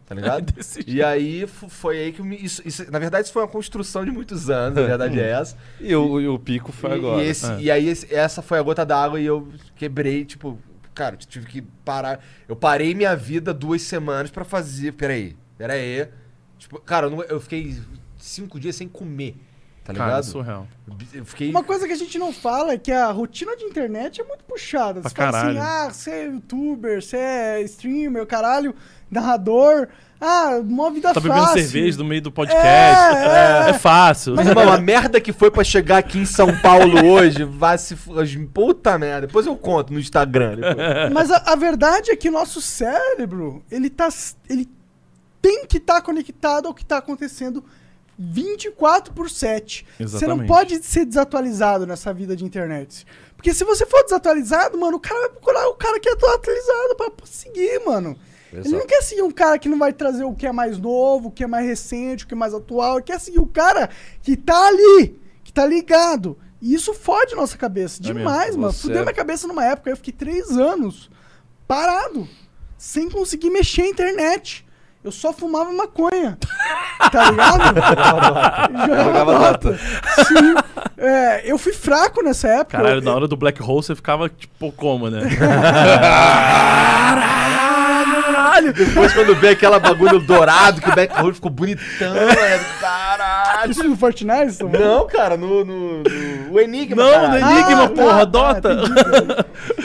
tá ligado? Desse jeito. E aí fo- foi aí que eu me, isso, isso- na verdade isso foi uma construção de muitos anos, a verdade é essa. E o, e o pico foi E- agora. E, esse- É. e aí esse- essa foi a gota d'água e eu quebrei, tipo, cara, eu tive que parar. Eu parei minha vida duas semanas pra fazer. Peraí, peraí. Tipo, cara, eu, não- eu fiquei cinco dias sem comer, tá Cara, é ligado? surreal. eu fiquei. Uma coisa que a gente não fala é que a rotina de internet é muito puxada. Pra Você fala assim, caralho. ah, você é youtuber, você é streamer, caralho, narrador. Ah, uma É vida Tá bebendo fácil. cerveja no meio do podcast. É, É, é. fácil. Mas, irmão, a merda que foi pra chegar aqui em São Paulo hoje, vai se. fu- Puta merda. Depois eu conto no Instagram. depois. Mas a, a verdade é que nosso cérebro, ele tá. s- Ele tem que estar conectado ao que está acontecendo 24 por 7. Você não Exatamente. pode ser desatualizado nessa vida de internet. Porque se você for desatualizado, mano, o cara vai procurar o cara que é atualizado pra seguir, mano. Ele não quer seguir um cara que não vai trazer o que é mais novo, o que é mais recente, o que é mais atual. Ele quer seguir o cara que tá ali, que tá ligado. E isso fode nossa cabeça mesmo. demais, mano. Você- Fudeu minha cabeça numa época. Eu fiquei três anos parado, sem conseguir mexer a internet. Eu só fumava maconha. Tá ligado? Jogava dota. Sim. É, eu fui fraco nessa época. Caralho, Eu- na hora do Black Hole você ficava tipo como, né? Caralho! Depois quando vê aquela bagulho dourado que o Black Hole ficou bonitão, é, caralho! Isso no Fortnite? Isso, mano? Não, cara, no, no, no- o Enigma, Não, caralho. no Enigma, Ah, tá, porra, tá, Dota.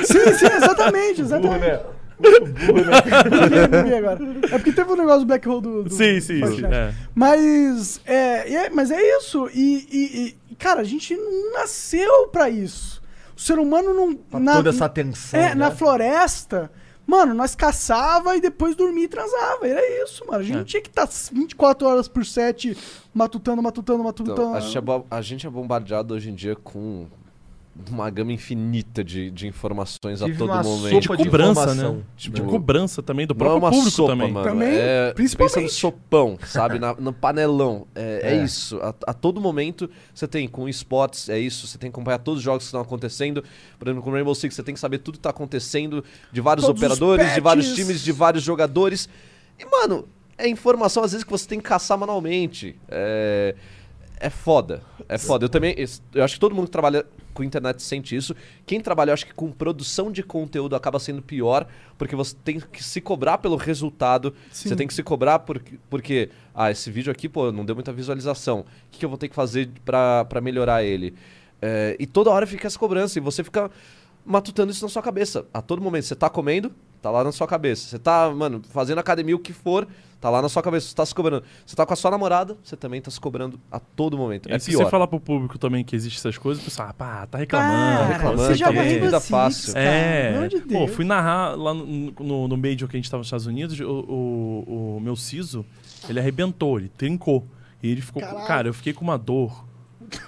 Sim, sim, exatamente, Burro, exatamente. né? Muito burro, né? Eu vi agora. É porque teve um negócio do Black Hole do. do sim, sim, sim. Fortnite. É. Mas é, e é- mas é isso. E, e- e, cara, a gente não nasceu pra isso. O ser humano não. Pra toda essa tensão, É, né? na floresta. Mano, nós caçava e depois dormia e transava. Era isso, mano. A É. gente não tinha que tá estar 24 horas por 7 matutando, matutando, matutando. Então, a, gente é bo- a gente é bombardeado hoje em dia com uma gama infinita de, de informações a Tive todo uma momento. sopa De de cobrança, informação. né? Tipo, Não. cobrança também do Não é próprio uma público sopa, também. mano. Também, é, principalmente. Pensa no sopão, sabe? Na- no panelão. É, é É. isso. A, a todo momento você tem com esportes, é isso. Você tem que acompanhar todos os jogos que estão acontecendo. Por exemplo, com Rainbow Six, você tem que saber tudo que tá acontecendo de vários Todos os operadores, de vários patches. times, de vários jogadores. E, mano, é informação às vezes que você tem que caçar manualmente. É. É foda. É foda. Eu também. Eu acho que todo mundo que trabalha com internet sente isso. Quem trabalha, eu acho que com produção de conteúdo acaba sendo pior, porque você tem que se cobrar pelo resultado. Você tem que se cobrar porque, porque. Ah, esse vídeo aqui, pô, não deu muita visualização. O que, que eu vou ter que fazer pra, pra melhorar ele? É, e toda hora fica essa cobrança. E você fica matutando isso na sua cabeça. A todo momento. Você tá comendo, tá lá na sua cabeça. Você tá, mano, fazendo academia, o que for, tá lá na sua cabeça. Você tá se cobrando. Você tá com a sua namorada, você também tá se cobrando a todo momento. E é se pior. você falar pro público também que existe essas coisas, o pessoal, ah, pá, tá reclamando. Para, reclamando Você já também. morreu Vida fácil. Cara, É, pelo amor de Deus. pô, fui narrar lá no, no, no Major que a gente tava nos Estados Unidos, o, o, o meu siso, ele arrebentou, ele trincou. E ele ficou. com- Caralho. Cara, eu fiquei com uma dor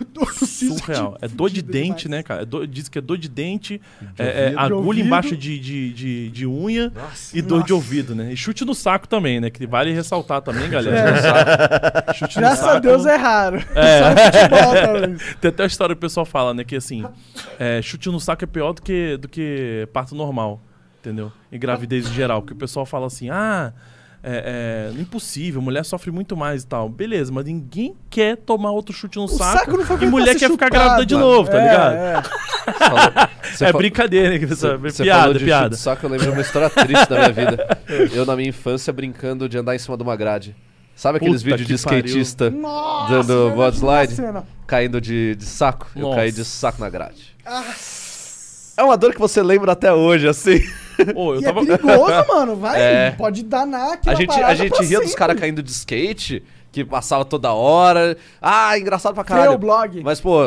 surreal. É dor de dente, né, cara? É dor, diz que é dor de dente, é- é ouvido. agulha ouvido. embaixo de, de, de, de unha Nossa, e dor de nossa. ouvido, né? E chute no saco também, né? Que vale ressaltar também, galera. Chute no Graças a saco. Deus é raro. Só no futebol, talvez. Tem até a história que o pessoal fala, né? Que assim, é, chute no saco é pior do que, do que parto normal, entendeu? E gravidez em geral. Porque o pessoal fala assim, ah, é, é, impossível, mulher sofre muito mais e tal. Beleza, mas ninguém quer tomar outro chute no O saco. saco não foi e feito mulher pra quer ser ficar chupado. grávida de novo, tá É, ligado? É, é. Você fa- brincadeira, né? que Você- pessoal- você falou piada, de piada. chute de saco, eu lembro de uma história triste da minha vida. Eu, na minha infância, brincando de andar em cima de uma grade. Sabe aqueles Puta vídeos que de skatista Nossa, dando verdade, board slide? uma cena. Caindo de, de saco? Eu Nossa. caí de saco na grade. Ah. É uma dor que você lembra até hoje, assim. Ô, eu E tava... é perigoso, mano. Vai, É. pode danar aqui A gente, a gente ria dos caras caindo de skate, que passava toda hora. Ah, engraçado pra Freio o caralho. blog. Mas, pô,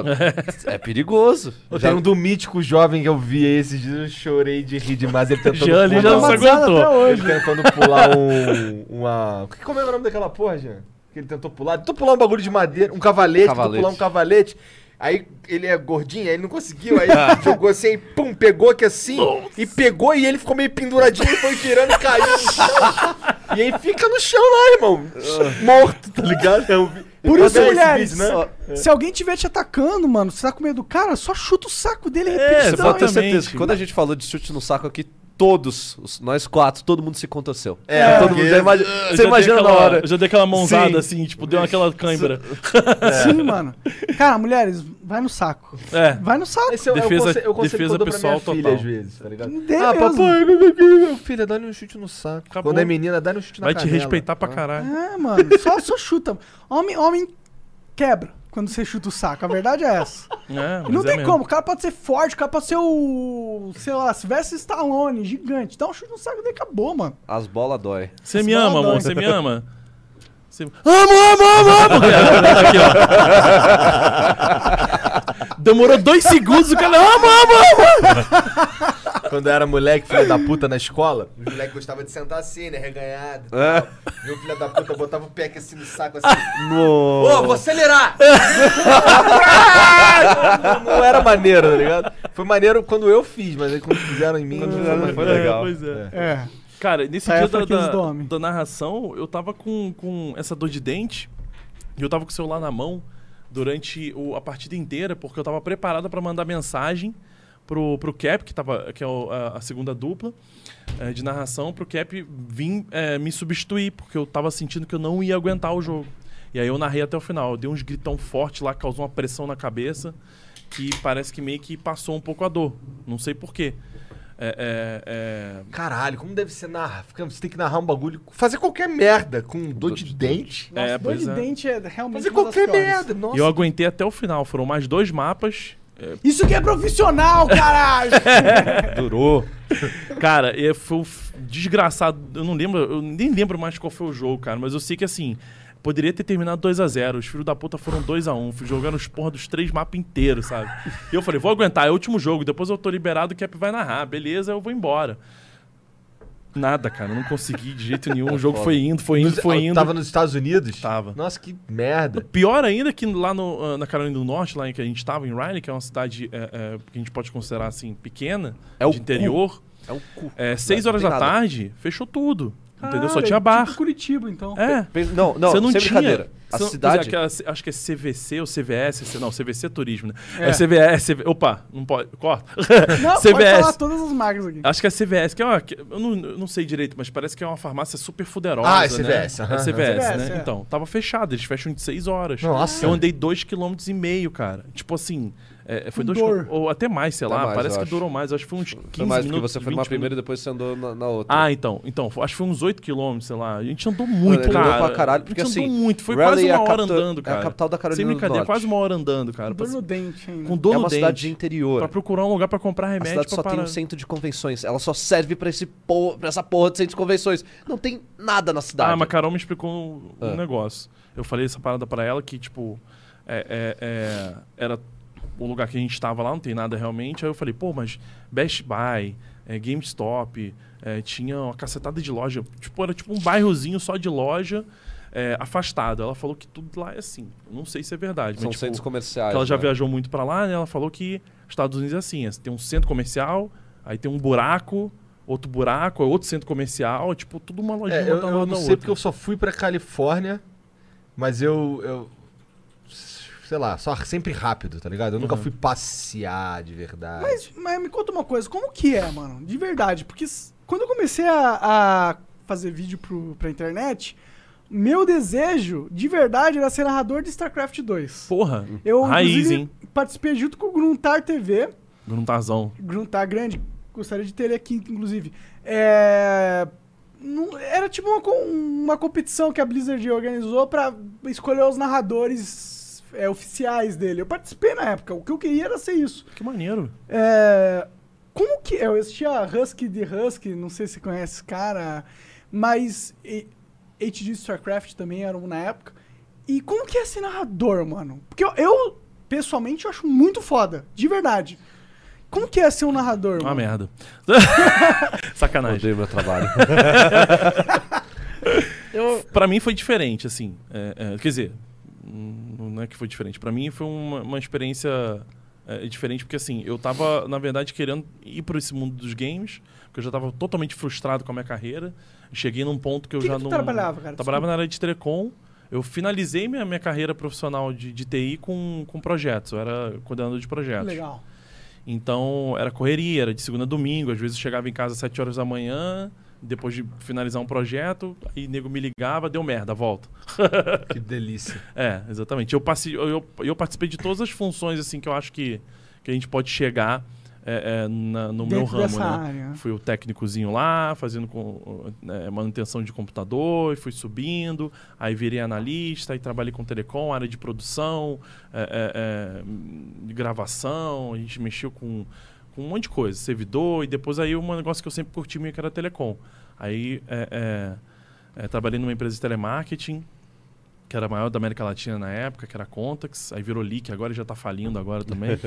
é perigoso. Eu Já- tenho um do mítico jovem que eu vi esses dias, eu chorei de rir demais. Ele tentando Já, ele já não se Traumatizado Tá até aguentou. Ele tentando pular um. Uma. que- Como é o nome daquela porra, Jean? Que ele tentou pular. Tentou pular um bagulho de madeira, um cavalete, Cavalete. tentou pular um cavalete. Aí ele é gordinho, aí ele não conseguiu, aí ele jogou assim, aí, pum, pegou aqui assim, e pegou e ele ficou meio penduradinho e foi tirando e caiu no chão. E aí fica no chão lá, irmão. Morto, tá ligado? Eu vi- Por eu isso, vi esse mulheres, vídeo, né? É. Se alguém tiver te atacando, mano, você tá com medo do cara, só chuta o saco dele É, repetição. Você pode ter Exatamente. certeza que quando a gente falou de chute no saco aqui, todos, os- nós quatro, todo mundo se contorceu. É, todo mundo porque- já imagi- Eu Você já dei imagina na aquela- hora. eu já dei aquela mãozada Sim. assim, tipo, deu aquela cãibra. É. Sim, mano. Cara, mulheres, vai no saco. É. Vai no saco. Esse é o- é o Defesa- conse- é o conselho que eu defesa dou pra pessoal minha filha total. às vezes, tá ligado? Dê É ah, mesmo. papai, meu Deus, filha, dá-lhe um chute no saco. Acabou. Quando é menina, dá-lhe um chute na Vai te canela. respeitar pra caralho. É, mano, só, só chuta. Homem, homem quebra quando você chuta o saco. A verdade é essa. É, mas não é tem mesmo. como. O cara pode ser forte, o cara pode ser o. sei lá, Sylvester Stallone, gigante. Dá um chute no saco dele acabou, mano. As bolas dói. Você me ama, Esmoladão. amor, você me ama. Você- Amo, amo, amo, amo! Cara, Aqui, ó. Demorou dois segundos, o cara. Amo, amo, amo! Quando eu era moleque, filha da puta, na escola, os moleques gostavam de sentar assim, né? Reganhado. É. E o filho da puta botava o pé aqui assim no saco, assim. Ô, vou acelerar! não era maneiro, tá ligado? Foi maneiro quando eu fiz, mas aí quando fizeram em mim... fizeram, foi legal. É, pois é. É. Cara, nesse Sai a dia da, fraqueza da- do homem. da narração, eu tava com, com essa dor de dente e eu tava com o celular na mão durante o- a partida inteira, porque eu tava preparado pra mandar mensagem pro, pro Cap, que, tava, que é o- a, a segunda dupla eh, de narração, pro Cap vir eh, me substituir, porque eu tava sentindo que eu não ia aguentar o jogo. E aí eu narrei até o final. Eu dei uns gritão forte lá, causou uma pressão na cabeça, que parece que meio que passou um pouco a dor. Não sei porquê. É, é, é, Caralho, como deve ser narrar? Fica- Você tem que narrar um bagulho. Fazer qualquer merda com dor de dente. Nossa, É, dor pois de é. dente é realmente. Fazer uma das qualquer piores. merda. Nossa. E eu aguentei até o final. Foram mais dois mapas. Isso que é profissional, caralho! Durou. Cara, e foi um f- desgraçado. Eu não lembro, eu nem lembro mais qual foi o jogo, cara, mas eu sei que assim. Poderia ter terminado 2x0. Os filhos da puta foram 2x1. Fui jogando os porra dos três mapas inteiros, sabe? E eu falei, vou aguentar, é o último jogo. Depois eu tô liberado, o Cap vai narrar. Beleza, eu vou embora. Nada, cara. eu Não consegui de jeito nenhum. O jogo foi indo, foi indo, Nos- foi indo. Tava nos Estados Unidos? Tava. Nossa, que merda. Pior ainda que lá no, ah, na Carolina do Norte, lá em que a gente tava, em Raleigh, que é uma cidade eh, eh, que a gente pode considerar assim pequena, É o de interior. É o cu. É, seis Não horas tem da nada. tarde, fechou tudo. Entendeu? Só Caralho, tinha bar. Tipo Curitiba, então. É. Pe- Não, não, você não sem tinha. brincadeira. A você não- cidade. pois é, aquela C- acho que é CVC ou CVS. C- Não, CVC é turismo, né? É, CVS. CV- Opa, não pode. Corta. Não, pode falar CVS. todas as marcas aqui. Acho que é CVS, que é uma. que- eu, não, eu não sei direito, mas parece que é uma farmácia super fuderosa. Ah, é né? CVS, aham, É CVS, aham. né? CVS, é. Então, tava fechado, eles fecham de 6 horas. Nossa. Eu andei 2,5 km, cara. Tipo assim. é, foi Com dois dor. quil- Ou até mais, sei Até lá. mais, parece eu que acho. durou mais. Acho que foi uns 15 Foi mais porque minutos. você foi numa 20 primeira e depois você andou na, na outra. Ah, então. Então, fo- acho que foi uns 8 quilômetros, sei lá. A gente andou muito, ele andou cara. pra caralho, porque, a gente andou assim, muito. Foi Raleigh quase é a uma hora capta- é andando, a cara. capital da Carolina Sem do brincadeira, é Norte. quase uma hora andando, cara. Dor pra- no dente né? ainda. com dor é no uma cidade de dente. interior. Pra procurar um lugar pra comprar A remédio cidade pra só tem parar. um centro de convenções. Ela só serve pra, esse por... pra essa porra de centro de convenções. Não tem nada na cidade. Ah, mas a Carol me explicou um, um Ah. negócio. Eu falei essa parada pra ela que, tipo, é- é- é, era o lugar que a gente tava lá, não tem nada realmente. Aí eu falei, pô, mas Best Buy, é, GameStop, é, tinha uma cacetada de loja. Tipo, era tipo um bairrozinho só de loja é, afastado. Ela falou que tudo lá é assim. Eu Não sei se é verdade. São mas, tipo, centros comerciais. que ela já né? viajou muito pra lá, né? Ela falou que Estados Unidos é assim, é, tem um centro comercial, aí tem um buraco, outro buraco, aí outro centro comercial, é, tipo, tudo uma lojinha É, eu, uma eu na não sei outra. porque eu só fui pra Califórnia, mas eu. eu sei lá, só sempre rápido, tá ligado? Eu nunca Uhum. fui passear de verdade. Mas, mas me conta uma coisa, como que é, mano? De verdade, porque s- quando eu comecei a, a fazer vídeo pro, pra internet, meu desejo, de verdade, era ser narrador de StarCraft 2. Porra, Eu, raiz, inclusive, hein? participei junto com o Gruntar TV, Gruntazão. Gruntar Grande, gostaria de ter ele aqui, inclusive. É... não- era tipo uma, co- uma competição que a Blizzard organizou pra escolher os narradores é, oficiais dele. Eu participei na época, o que eu queria era ser isso. Que maneiro. É, como que. Eu assistia Husky de Husky, não sei se você conhece esse cara, mas e- HD StarCraft também era um na época. E como que é ser narrador, mano? Porque eu, eu, pessoalmente, eu acho muito foda, de verdade. Como que é ser um narrador, mano? Uma merda. Sacanagem. Odeio meu trabalho. Pra mim foi diferente, assim. É, é, quer dizer, hum, não é que foi diferente. Pra mim foi uma, uma experiência é, diferente, porque assim, eu tava, na verdade, querendo ir pra esse mundo dos games, porque eu já tava totalmente frustrado com a minha carreira. Cheguei num ponto que eu Que já que tu não. trabalhava, cara? Trabalhava na área de telecom. Eu finalizei minha, minha carreira profissional de, de TI com, com projetos. Eu era coordenador de projetos. Legal. Então era correria, era de segunda a domingo. Às vezes eu chegava em casa às 7 horas da manhã, depois de finalizar um projeto, aí nego me ligava, deu merda, volta. Que delícia. É, exatamente. Eu, passei, eu, eu, eu participei de todas as funções assim que eu acho que, que a gente pode chegar é, é, na- no meu Dentro ramo, dessa né? área. Fui o técnicozinho lá, fazendo com, né, manutenção de computador, e fui subindo, aí virei analista, aí trabalhei com telecom, área de produção, é, é, é, hum, de gravação, a gente mexeu com, com um monte de coisa, servidor, e depois aí um negócio que eu sempre curti meio que era telecom. Aí é, é, é, trabalhei numa empresa de telemarketing, que era a maior da América Latina na época, que era a Contax, aí virou Leak, agora já tá falindo agora também.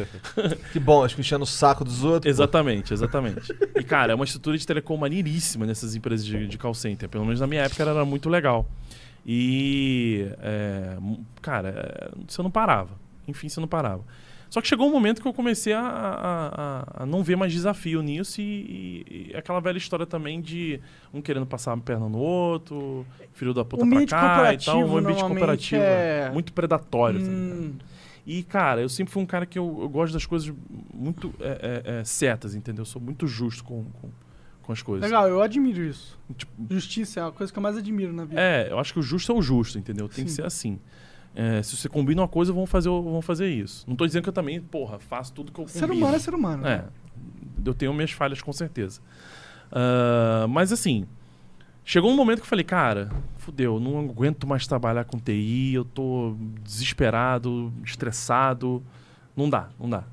Que bom, acho que enchendo o saco dos outros. pô. Exatamente, exatamente. E, cara, é uma estrutura de telecom maneiríssima nessas empresas de, de call center. Pelo menos na minha época era muito legal. E, é, mu- cara, é, você não parava. Enfim, você não parava. Só que chegou um momento que eu comecei a, a- a- a não ver mais desafio nisso e, e- e aquela velha história também de um querendo passar a perna no outro, filho da puta O pra Um ambiente cá e corporativo, tal. Um ambiente normalmente, corporativo é- muito predatório. tá ligado? Hum, E, cara, eu sempre fui um cara que eu, eu gosto das coisas muito é, é, é, certas, entendeu? Eu sou muito justo com, com, com as coisas. Legal, eu admiro isso. Tipo, Justiça é a coisa que eu mais admiro na vida. é, eu acho que o justo é o justo, entendeu? Tem que Sim. ser assim. É, se você combina uma coisa, vão fazer, vão fazer isso. Não tô dizendo que eu também, porra, faço tudo que eu Ser combino. humano é ser humano. É, eu tenho minhas falhas com certeza. Ah, mas assim, chegou um momento que eu falei, cara, fudeu, não aguento mais trabalhar com TI, eu tô desesperado, estressado, não dá, não dá.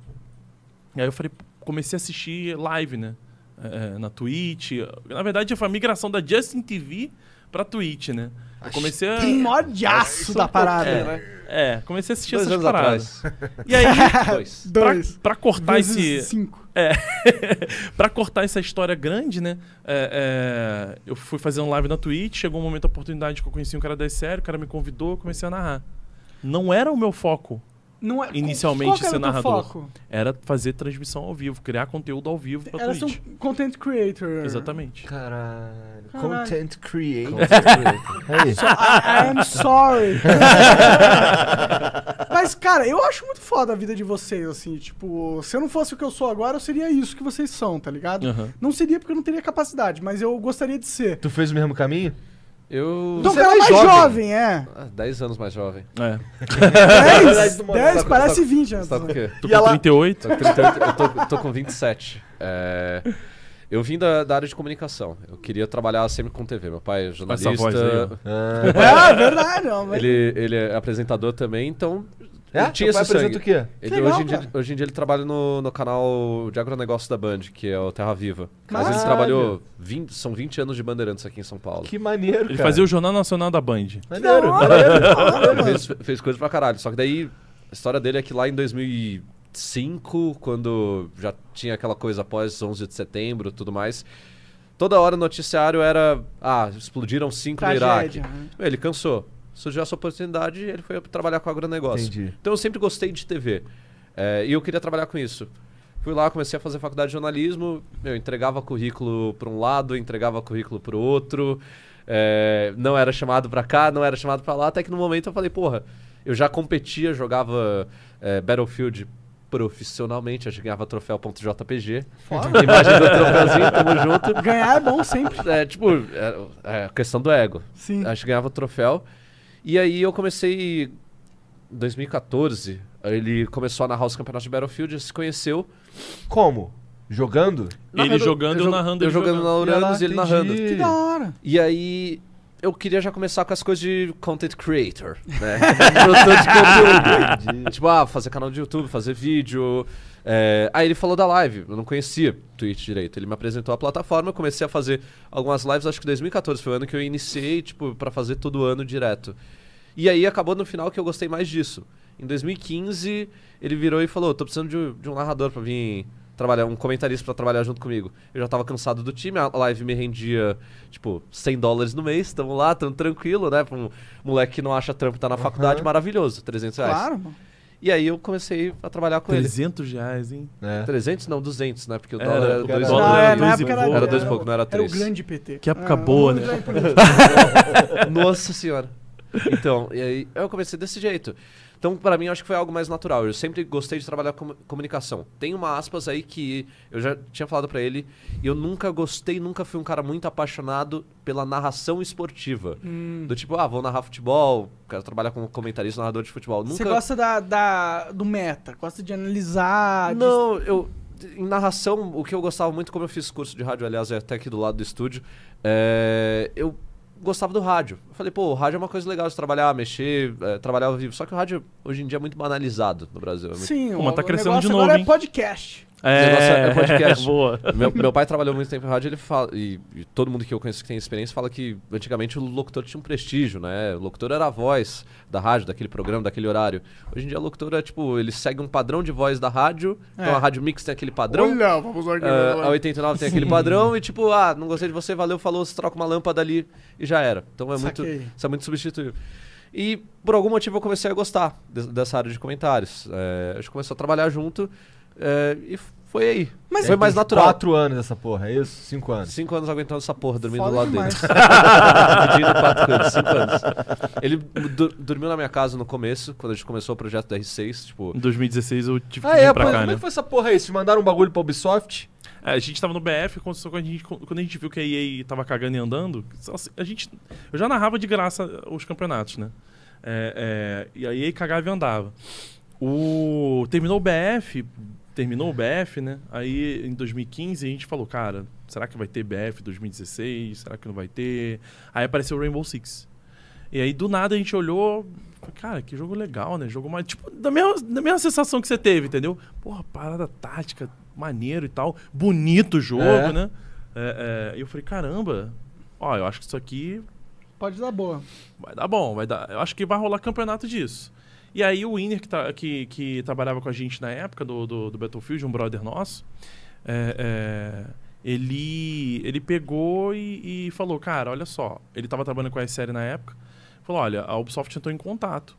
E aí eu falei, comecei a assistir live, né? É, na Twitch. Na verdade, foi a migração da Justin TV pra Twitch, né? Eu comecei a. Primordiaço da parada. É, é, comecei a assistir Dois essas anos paradas. atrás. E aí, Dois. pra, Dois. pra cortar Vezes esse. cinco. É. Pra cortar essa história grande, né? é, é, eu fui fazer um live na Twitch, chegou um momento, a oportunidade que eu conheci um cara da série, o cara me convidou, eu comecei a narrar. Não era o meu foco Não é, inicialmente qual que era ser o teu narrador. Foco? Era fazer transmissão ao vivo, criar conteúdo ao vivo pra Era ser Twitch. um content creator. Exatamente. Caralho. Caralho. Content creator. Aí. I, I am sorry. Mas, cara, eu acho muito foda a vida de vocês, assim. Tipo, se eu não fosse o que eu sou agora, eu seria isso que vocês são, tá Uhum. ligado? Aham. Não seria porque eu não teria capacidade, mas eu gostaria de ser. Tu fez o mesmo caminho? Eu. Então, um Você é cara mais jovem, é. Ah, 10 anos mais jovem. É. 10, do 10 Tá- parece assim. tá- 20 anos. Você tá com o quê? Tô E ela- com 38. Tô com 38, eu tô, tô com 27. É, eu vim da, da área de comunicação. Eu queria trabalhar sempre com TV. Meu pai é jornalista. voz aí, Ah. É, verdade. ó, mas- ele, ele é apresentador também, então. É? eu tinha Teu pai esse sangue. apresenta o quê? Ele, legal, hoje, em dia, cara. hoje em dia ele trabalha no, no canal de agronegócio da Band, que é o Terra Viva. Mas Caralho. ele trabalhou 20 são 20 anos de Bandeirantes aqui em São Paulo. Que maneiro, Ele cara. fazia o Jornal Nacional da Band. Maneiro. Da hora, maneiro. Ele fez, fez coisa pra caralho. Só que daí, a história dele é que lá em 2005, quando já tinha aquela coisa após 11 de setembro e tudo mais, toda hora o noticiário era: ah, explodiram cinco no Iraque. Tragédia. né? Ele cansou. Surgiu essa oportunidade e ele foi trabalhar com agronegócio. Entendi. Então eu sempre gostei de TV. É, e eu queria trabalhar com isso. Fui lá, comecei a fazer faculdade de jornalismo. Eu entregava currículo para um lado, entregava currículo para o outro. é, não era chamado para cá, não era chamado para lá. Até que no momento eu falei, porra, eu já competia, jogava é, Battlefield profissionalmente. Eu já ganhava troféu.jpg. Imagem do troféuzinho, tamo junto. Ganhar é bom sempre. É, tipo, é, é a questão do ego. Sim. A gente ganhava o troféu. E aí eu comecei. Em 2014, ele começou a narrar os campeonatos de Battlefield, se conheceu. Como? Jogando? Ele jogando, eu jo- narrando, Eu ele jogando na jogando. Uranus e ele narrando. Que da hora. E aí eu queria já começar com as coisas de content creator, né? Produtor de conteúdo. Tipo, ah, fazer canal de YouTube, fazer vídeo. É, Aí ele falou da live, eu não conhecia Twitch direito. Ele me apresentou a plataforma, eu comecei a fazer algumas lives, acho que 2014 foi o ano que eu iniciei, tipo, pra fazer todo ano direto. E aí acabou no final que eu gostei mais disso. Em 2015, ele virou e falou: tô precisando de, um- de um narrador pra vir trabalhar, um comentarista pra trabalhar junto comigo. Eu já tava cansado do time, a live me rendia, tipo, 100 dólares no mês, tamo lá, tamo tranquilo, né? Pra um moleque que não acha trampo, tá na faculdade, maravilhoso, 300 reais. Claro, mano. E aí eu comecei a trabalhar com ele. 300 reais, hein? É. 300? Não, 200, né? Porque o Era, dólar era o dois dólar e- era é, na dois e época pouco. Era dois e pouco, não era Era o três. grande PT. Que época Ah, boa, né? vamos usar em política. Nossa senhora. Então, e aí eu comecei desse jeito. Então, pra mim, eu acho que foi algo mais natural. Eu sempre gostei de trabalhar com comunicação. Tem uma aspas aí que eu já tinha falado pra ele, e eu nunca gostei, nunca fui um cara muito apaixonado pela narração esportiva. Hum. Do tipo, ah, vou narrar futebol, quero trabalhar como comentarista, narrador de futebol. Nunca... Você gosta da, da- do meta, gosta de analisar. de- Não, eu. Em narração, o que eu gostava muito, como eu fiz curso de rádio, aliás, é até aqui do lado do estúdio, é, eu gostava do rádio. Eu falei, pô, o rádio é uma coisa legal de trabalhar, mexer, é, trabalhar ao vivo. Só que o rádio, hoje em dia, é muito banalizado no Brasil. É muito- Sim, Pô, mas tá o crescendo negócio de novo, agora é hein? podcast. negócio é podcast. boa. meu, meu pai trabalhou muito tempo em rádio, ele fala, e, e todo mundo que eu conheço que tem experiência fala que antigamente o locutor tinha um prestígio, né? O locutor era a voz da rádio, daquele programa, daquele horário. Hoje em dia, o locutor é tipo, ele segue um padrão de voz da rádio, então a Rádio Mix tem aquele padrão. É. Olha, vamos Ah, a organizar. 89 tem aquele padrão e tipo, ah, não gostei de você, valeu, falou, você troca uma lâmpada ali e já era. Então é muito, Saquei. isso é muito substituível. E por algum motivo eu comecei a gostar de- dessa área de comentários. É, a gente começou a trabalhar junto é, e f- Foi aí. Mas foi mais natural. Quatro anos essa porra, é isso? Cinco anos. Cinco anos aguentando essa porra, dormindo Foda lá demais. dentro. Dividindo quatro coisas, cinco anos. Ele du- dormiu na minha casa no começo, quando a gente começou o projeto da R6, tipo... Uhum. Em 2016 eu tive que Ah, vir é, pô, pra cá, como né? é que foi essa porra aí? Vocês mandaram um bagulho pra Ubisoft? É, a gente tava no BF, aconteceu quando a gente, quando a gente viu que a EA tava cagando e andando. só se- A gente, eu já narrava de graça os campeonatos, né? É, é, e a EA cagava e andava. O, terminou o BF, terminou o BF, né? Aí em 2015 a gente falou, cara, será que vai ter BF 2016? Será que não vai ter? Aí apareceu o Rainbow Six. E aí do nada a gente olhou, falou, cara, que jogo legal, né? Jogo mais tipo da mesma, da mesma sensação que você teve, entendeu? Porra, parada tática, maneiro e tal, bonito o jogo, É. né? É, é, e eu falei, caramba, ó, eu acho que isso aqui Pode dar boa. vai dar bom, vai dar. Eu acho que vai rolar campeonato disso. E aí o Winner, que, tá- que- que trabalhava com a gente na época do, do, do Battlefield, um brother nosso, é, é, ele, ele pegou e, e falou, cara, olha só, ele tava trabalhando com a série na época, falou, olha, a Ubisoft entrou em contato.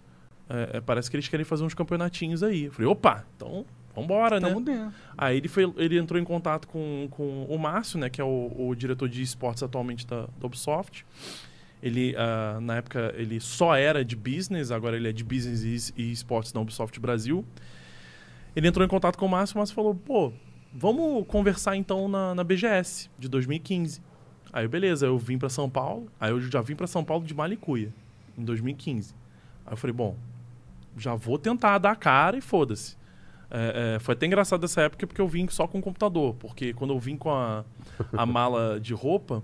É, é, parece que eles querem fazer uns campeonatinhos aí. Eu falei, opa, então vambora, É, né? Tamo dentro. Aí ele, foi, ele entrou em contato com, com o Márcio, né, que é o, o diretor de esportes atualmente da, da Ubisoft. Ele, ah, na época, ele só era de business, agora ele é de business e es- e esportes na Ubisoft Brasil. Ele entrou em contato com o Márcio, o Márcio falou, pô, vamos conversar então na, na BGS de 2015. Aí, beleza, eu vim pra São Paulo, aí eu já vim pra São Paulo de Malicuia, em 2015. Aí eu falei, bom, já vou tentar dar a cara e foda-se. É, é, foi até engraçado essa época porque eu vim só com o computador, porque quando eu vim com a, a mala de roupa,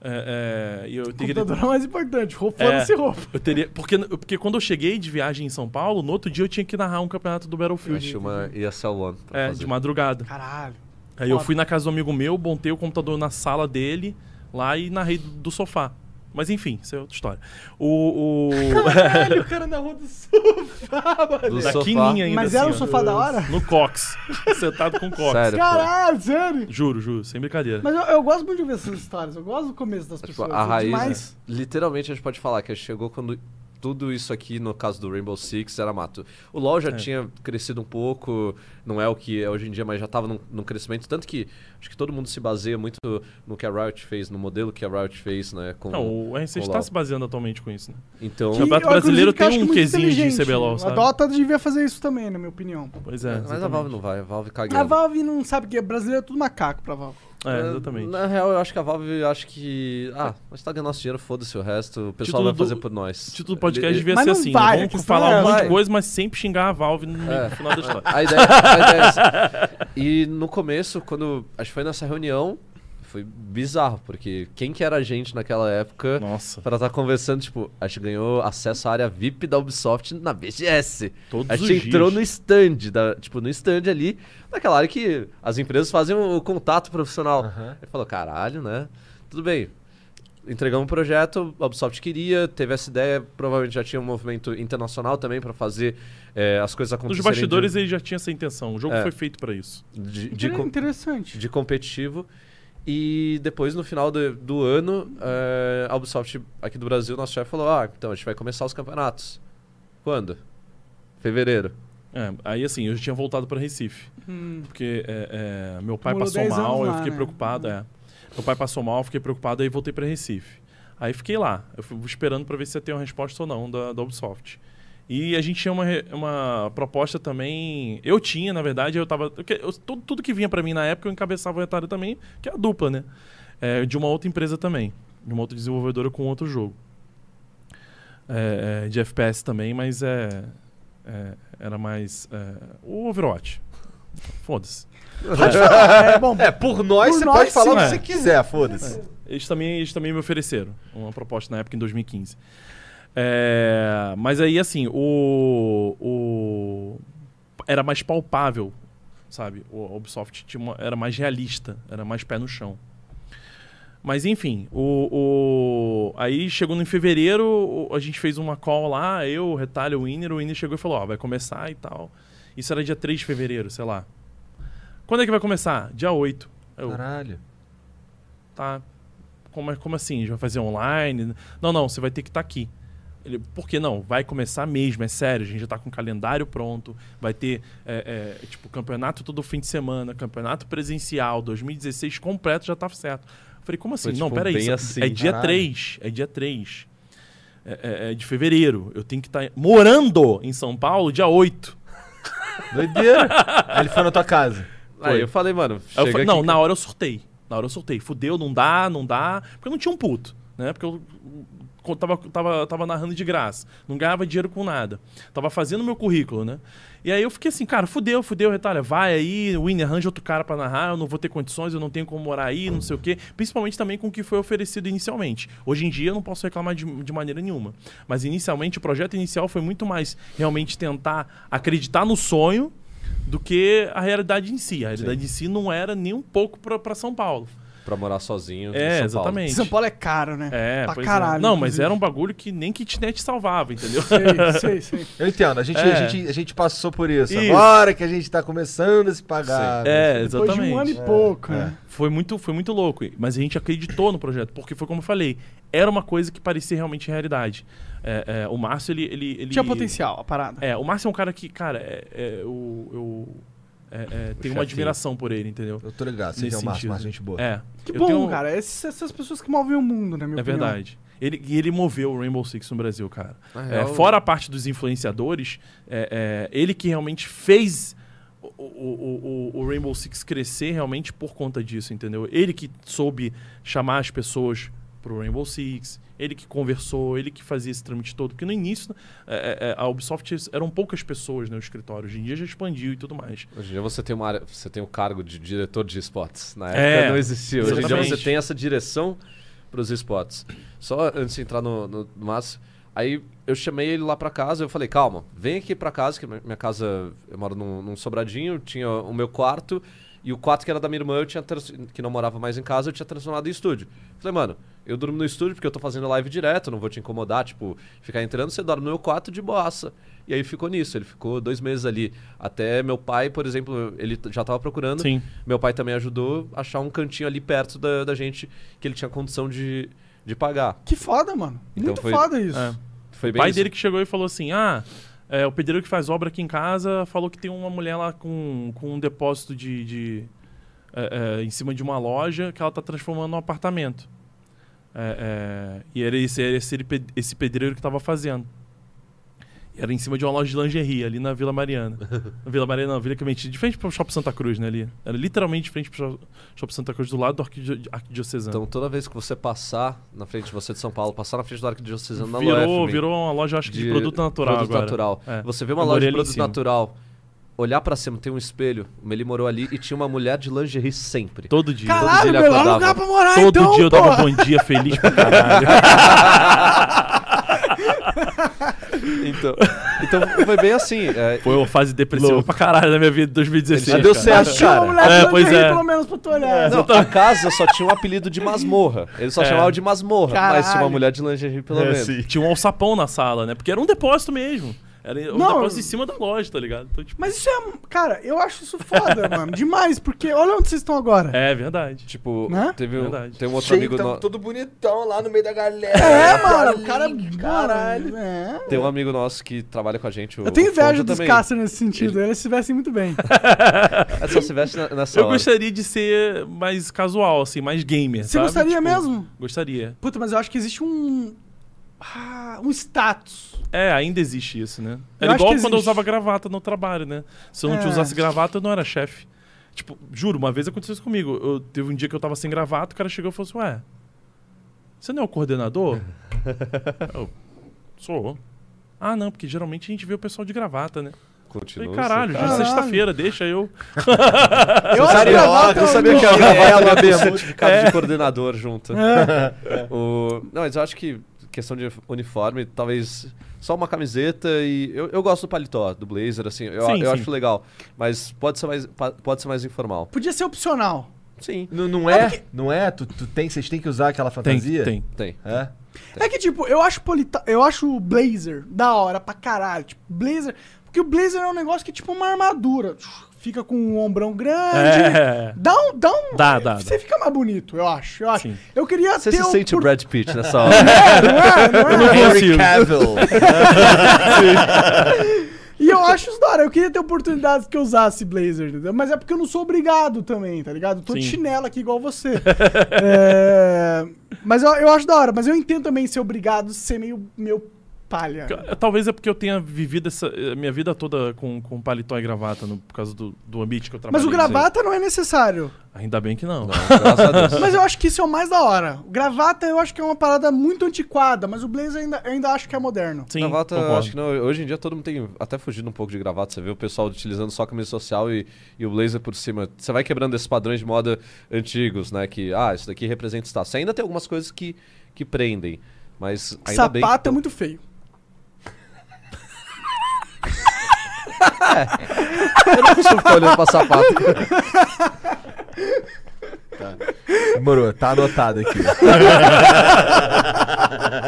é, é, e eu O teria, computador é o mais importante. Roupa, É. foda-se roupa. eu teria porque, porque quando eu cheguei de viagem em São Paulo, no outro dia eu tinha que narrar um campeonato do Eu Battlefield. achei uma ESL One pra É, fazer. de madrugada. Caralho. Aí eu fui na casa do amigo meu, montei o computador na sala dele, lá e narrei do, do sofá. Mas enfim, isso é outra história. O. o Caralho, o cara na rua do sofá, mano. Do da sofá. quininha ainda. Mas era assim, o ó. sofá da hora? No Cox. Sentado com o Cox. Sério, pô. Caralho, sério. Juro, juro, sem brincadeira. Mas eu, eu gosto muito de ver essas histórias. Eu gosto do começo das Tipo, um pessoas. a é raiz, demais. né? literalmente, a gente pode falar que chegou quando tudo isso aqui, no caso do Rainbow Six, era mato. O LoL É. já tinha crescido um pouco, não é o que é hoje em dia, mas já estava num, num crescimento. Tanto que acho que todo mundo se baseia muito no que a Riot fez, no modelo que a Riot fez, né? Com, Não, o R6 com está se baseando atualmente com isso, né? Então, Já- Campeonato ó, Brasileiro inclusive, que eu tem acho um muito quezinho de inteligente. CBLOL, sabe? A Dota devia fazer isso também, na minha opinião. Pois é. mas a Valve não vai, a Valve caguei. A Valve não sabe o que é. Brasileiro é tudo macaco pra Valve. É, exatamente. Na real, eu acho que a Valve, eu acho que. Ah, mas tá ganhando nosso dinheiro, foda-se o resto, o pessoal Título vai do- fazer por nós. É, O título do podcast Ele- devia Mas ser não assim. vai, a vamos questão falar é- um monte vai. de coisa, mas sempre xingar a Valve no meio- É. no final da história. A ideia, a ideia é essa. E no começo, quando. Acho que foi nessa reunião, foi bizarro, porque quem que era a gente naquela época Nossa, pra estar conversando, tipo, a gente ganhou acesso à área VIP da Ubisoft na BGS. todos A os gente dias. entrou no stand, da, tipo, no stand ali, naquela área que as empresas fazem o, o contato profissional. Aham. Ele falou, caralho, né? Tudo bem. Entregamos um projeto, a Ubisoft queria, teve essa ideia, provavelmente já tinha um movimento internacional também pra fazer eh, as coisas Nos acontecerem. de- bastidores ele já tinha essa intenção. O jogo É. foi feito pra isso. de, de, Inter- com- é Interessante. de competitivo. E depois, no final do, do ano, eh, a Ubisoft aqui do Brasil, nosso chefe falou: Ah, então a gente vai começar os campeonatos. Quando? Fevereiro. É, aí assim, eu já tinha voltado pra Recife. Hum. Porque é, é, meu pai Morou passou 10 anos mal, eu lá, fiquei né? preocupado. É. Meu pai passou mal, eu fiquei preocupado, aí voltei pra Recife. Aí fiquei lá, eu fui esperando pra ver se ia ter uma resposta ou não da, da Ubisoft. E a gente tinha uma, re- uma proposta também. Eu tinha, na verdade, eu tava. porque eu- tudo, tudo que vinha pra mim na época eu encabeçava o retalho também, que é a dupla, né? É, de uma outra empresa também. De uma outra desenvolvedora com outro jogo. É, é, de FPS também, mas é. é, era mais. é, o Overwatch. Foda-se. É bom. É, por nós Por você nós, pode falar o que sim. você quiser, É, foda-se. Eles também, eles também me ofereceram uma proposta na época em 2015. É, mas aí, assim, o, o. Era mais palpável, sabe? O a Ubisoft tinha uma- era mais realista, era mais pé no chão. Mas enfim, o, o- aí chegando em fevereiro, o- a gente fez uma call lá, eu, o Retalho, o Winner, o Winner chegou e falou: Ó, vai começar e tal. Isso era dia 3 de fevereiro, sei lá. Quando é que vai começar? Dia 8. Eu, Caralho. tá. Como, é- como assim? A gente vai fazer online? Não, não, você vai ter que estar aqui. Ele, por que não? Vai começar mesmo, é sério. A gente já tá com o calendário pronto. Vai ter, é, é, tipo, campeonato todo fim de semana, campeonato presencial, 2016 completo, já tá certo. Eu falei, como assim? Foi, não, tipo, peraí. bem isso- assim. É dia Caralho. 3. É dia 3 é, é, de fevereiro. Eu tenho que estar morando em São Paulo dia 8. Doideira. Aí ele foi na tua casa. Aí eu falei, mano, Aí eu chega fa- aqui, não, cara. na hora eu surtei. Na hora eu surtei. Fudeu, não dá, não dá. Porque eu não tinha um puto, né? Porque eu co- tava, tava, tava narrando de graça. Não ganhava dinheiro com nada. Tava fazendo meu currículo, né? E aí eu fiquei assim, cara, fudeu, fudeu, retalha. Vai aí, Winnie, arranja outro cara pra narrar. Eu não vou ter condições, eu não tenho como morar aí, não sei o quê. Principalmente também com o que foi oferecido inicialmente. Hoje em dia eu não posso reclamar de, de maneira nenhuma. Mas inicialmente, o projeto inicial foi muito mais realmente tentar acreditar no sonho do que a realidade em si. A realidade em si não era nem um pouco pra, pra São Paulo. pra morar sozinho. em É, São Paulo. exatamente. São Paulo é caro, né? É, pra pois é. caralho. Não, mas inclusive. era um bagulho que nem kitnet salvava, entendeu? Sei, sei, sei. Eu entendo, a gente, É. a gente, a gente passou por isso. Isso. Agora que a gente tá começando a se pagar. é, Depois exatamente. de um ano e pouco, é. né? Foi muito, foi muito louco, mas a gente acreditou no projeto, porque foi como eu falei, era uma coisa que parecia realmente realidade. É, é, o Márcio, ele, ele, ele- Tinha potencial a parada. É, o Márcio é um cara que, cara, é, é, eu, eu é, é, tenho uma chefinho. admiração por ele, entendeu? Eu tô ligado, você Nesse é o Márcio, sentido. Márcio, gente boa. É. Que Eu bom, tenho- cara. Esses- essas pessoas que movem o mundo, né, meu É verdade. Ele, e ele moveu o Rainbow Six no Brasil, cara. Na É, real- fora a parte dos influenciadores, é, é, ele que realmente fez o, o- o- o Rainbow Six crescer realmente por conta disso, entendeu? Ele que soube chamar as pessoas pro Rainbow Six, ele que conversou, ele que fazia esse trâmite todo. Porque no início, é, é, é, a Ubisoft eram poucas pessoas né, no escritório. Hoje em dia já expandiu e tudo mais. Hoje em dia você tem, uma área, você tem o cargo de diretor de esportes. Na época É, não existia. Hoje em dia exatamente. você tem essa direção para os esportes. Só antes de entrar no, no Márcio, aí eu chamei ele lá para casa. Eu falei, calma, vem aqui para casa, que mi- minha casa, eu moro num, num sobradinho, tinha o meu quarto. E o quarto que era da minha irmã, eu tinha trans- que não morava mais em casa, eu tinha transformado em estúdio. Falei, mano, eu durmo no estúdio porque eu tô fazendo live direto, não vou te incomodar, tipo, ficar entrando, você dorme no meu quarto de boaça. E aí ficou nisso, ele ficou dois meses ali. Até meu pai, por exemplo, ele t- já tava procurando. Sim. Meu pai também ajudou a achar um cantinho ali perto da, da gente que ele tinha condição de, de pagar. Que foda, mano. Então Muito foi- foda isso. É. Foi O bem pai isso. dele que chegou e falou assim: Ah, é, o pedreiro que faz obra aqui em casa falou que tem uma mulher lá com, com um depósito de. de, é, é, em cima de uma loja que ela tá transformando num apartamento. É, é, e era esse, era esse, pe- esse pedreiro que tava fazendo. E Era em cima de uma loja de lingerie, ali na Vila Mariana. Na Vila Mariana, não, Vila Clemente, de frente pro Shopping Santa Cruz, né? Ali. Era literalmente de frente pro Shop- Shopping Santa Cruz, do lado do arquidio- arquidiocesano. Então toda vez que você passar na frente, você de São Paulo, passar na frente do Arquidiocesano na virou, Loefman, virou uma loja, acho que, de, produto natural produto agora. natural. É. Você vê uma Eu loja morei de ali em produto cima. natural, olhar pra cima, tem um espelho, o Meli morou ali e tinha uma mulher de lingerie sempre. Todo dia. Caralho, ele meu, lá é um acordava. lugar pra morar, Todo então, dia eu porra. dava bom dia feliz pra caralho. Então, então foi bem assim. é, Foi uma fase depressiva Louco. pra caralho na minha vida de 2016. Já deu cara. certo, Tinha uma cara. mulher É, de pois lingerie, é. pelo menos, pra tu olhar. Não, a casa só tinha um apelido de masmorra. Ele só É. chamava de masmorra, mas tinha Caralho. uma mulher de lingerie pelo menos. Tinha um alçapão na sala, né? Porque era um depósito mesmo. Era um Não, eu- depósito em cima da loja, tá ligado? Então, tipo, Mas isso é... Cara, eu acho isso foda, mano. Demais, porque olha onde vocês estão agora. É verdade. Tipo, Né? então teve um, Verdade. tem um outro Cheio, amigo tava nosso. todo bonitão lá no meio da galera. É, mano, o cara... Caralho. Mano, é. Tem um amigo nosso que trabalha com a gente. o- Eu tenho o inveja Fonja dos também. caças nesse sentido. Eles se vestem muito bem. É só se veste na- nessa Eu hora. gostaria de ser mais casual, assim, mais gamer. Você sabe? gostaria Tipo, mesmo? Gostaria. Puta, mas eu acho que existe um... Ah, um status. É, ainda existe isso, né? Eu Era acho igual que quando eu existe. usava gravata no trabalho, né? Se eu não te É. usasse gravata, eu não era chefe. Tipo, juro, uma vez aconteceu isso comigo. Eu, teve um dia que eu tava sem gravata, o cara chegou e falou assim: Ué, você não é o coordenador? eu, sou. Ah, não, porque geralmente a gente vê o pessoal de gravata, né? Eu Continua. Falei, caralho, já é Caralho. sexta-feira, deixa eu. Eu acho que gravata eu é um- sabia que Ela era ela tem um mesmo. certificado é. de coordenador junto. O- Não, mas eu acho que questão de uniforme, talvez só uma camiseta e. Eu, eu gosto do paletó, do blazer, assim. Eu, Sim, eu sim. acho legal. Mas pode ser mais, pa- pode ser mais informal. Podia ser opcional. Sim, Não, não é? Não é? Tu, tu tem, vocês têm que usar aquela Tem, fantasia? tem. tem. É? É que, tipo, eu acho polita... eu acho o blazer da hora pra caralho. Tipo, blazer... Porque o blazer é um negócio que é tipo uma armadura. fica com um ombrão grande. É. Dá um. Dá um Dá, dá, Você dá. fica mais bonito, eu acho. Eu, acho. Sim. eu queria Você ter se o sente o por- Brad Pitt nessa hora. né? É, não é, não é? Henry Cavill. E eu acho isso da hora. Eu queria ter oportunidades que eu usasse blazer, entendeu? Mas é porque eu não sou obrigado também, tá ligado? Eu tô de Sim. chinela aqui igual você. É, Mas eu, eu acho da hora. Mas eu entendo também ser obrigado a ser meio, meio palha. Ca- Talvez é porque eu tenha vivido essa eh, minha vida toda com, com paletó e gravata, no, por causa do, do ambiente que eu Mas trabalho. o gravata não é necessário. Ainda bem que não. Mas eu acho que isso é o mais da hora. O gravata eu acho que é uma parada muito antiquada, mas o blazer ainda, eu ainda acho que é moderno. Sim, gravata, concordo. acho que não. Hoje em dia todo mundo tem até fugido um pouco de gravata. Você vê o pessoal utilizando só a camisa social e, e o blazer por cima. Você vai quebrando esses padrões de moda antigos, né? Que, ah, isso daqui representa status. Ainda tem algumas coisas que, que prendem. Mas ainda bem que Sapato é pelo- muito feio. Eu não costumo ficar olhando pra sapato. Demorou, tá anotado aqui.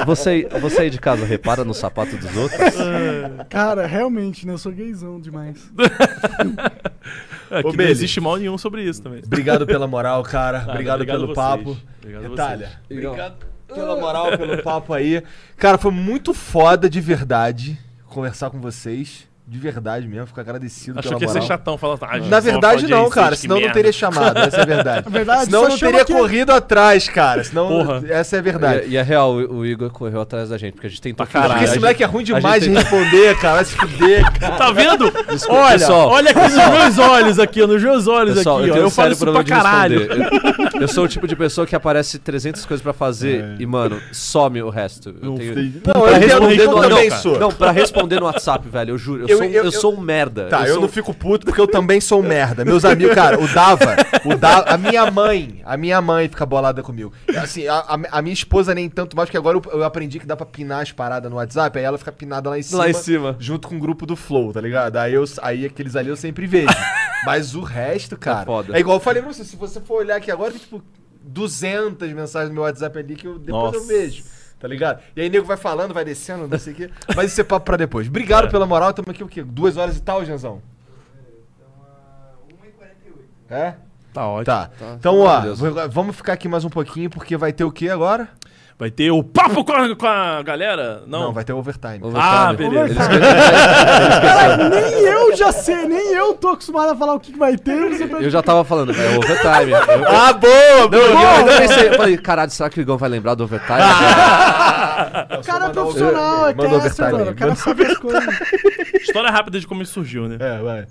Você, aí- você aí de casa repara no sapato dos outros? Cara, realmente, né? Eu sou gaysão demais. É, que Ô, não Beli. existe mal nenhum sobre isso também. Obrigado pela moral, cara. Nada, obrigado, pelo vocês. papo. Obrigado a vocês. Itália, obrigado pela moral, pelo papo aí. Cara, foi muito foda de verdade conversar com vocês. De verdade mesmo, fico agradecido Achou pela que ia ser moral. chatão falar. Ah, Na só verdade, fala de não, Ace, cara. que Senão eu não merda. teria chamado, essa é a verdade. Verdade, senão só eu não chama teria que- corrido atrás, cara. Senão. Porra. Essa é a verdade. E, e é real, o, o Igor correu atrás da gente, porque a gente tentou Pra caralho. Porque fingir. esse gente- moleque é ruim gente demais de tem- responder, cara. Vai se fuder, cara. Tá vendo? olha, pessoal. olha aqui nos meus olhos, aqui, ó, nos meus olhos Pessoal, aqui, eu ó. tenho Eu um sério falo isso pra problema de caralho. responder. Eu, eu sou o tipo de pessoa que aparece 300 coisas pra fazer e, mano, some o resto. Eu tenho- Não, pra eu, entendo, responder, eu não, também cara. sou. Não, pra responder no WhatsApp, velho, eu juro. Eu- Eu, sou, um- eu- eu sou um merda. Tá, eu, sou não um- fico puto porque eu também sou um merda. Meus amigos, cara, o Dava, o Dava, a minha mãe, a minha mãe fica bolada comigo. Assim, a, a- a minha esposa nem tanto mais, porque agora eu, eu aprendi que dá pra pinar as paradas no WhatsApp, aí ela fica pinada lá em cima. Lá em cima. Junto com o grupo do Flow, tá ligado? Aí, eu, aí aqueles ali eu sempre vejo. Mas o resto, cara. foda. É igual eu falei pra você, se você for olhar aqui agora, tem tipo 200 mensagens no meu WhatsApp ali que eu, depois eu Nossa. vejo. Tá ligado? E aí nego vai falando, vai descendo, não sei o quê. Mas isso é papo pra depois. Obrigado pela moral. Tamo aqui o quê? Duas horas e tal, Janzão? É? Tá ótimo. Tá. Então, ó, Maravilhoso. v- vamos ficar aqui mais um pouquinho, porque vai ter o que agora? Vai ter o papo com a, com a galera? Não. vai ter overtime. Ah, Overtime. beleza. Cara, nem eu já sei, nem eu tô acostumado a falar o que que vai ter. você Eu já tava falando, velho, overtime. Eu, Ah, boa! não, eu, eu, eu pensei, eu falei, caralho, será que o Igão vai lembrar do overtime? O cara é profissional, é Manda teste, um overtime. mano. O cara sabe as coisas. História rápida de como isso surgiu, né? É, vai.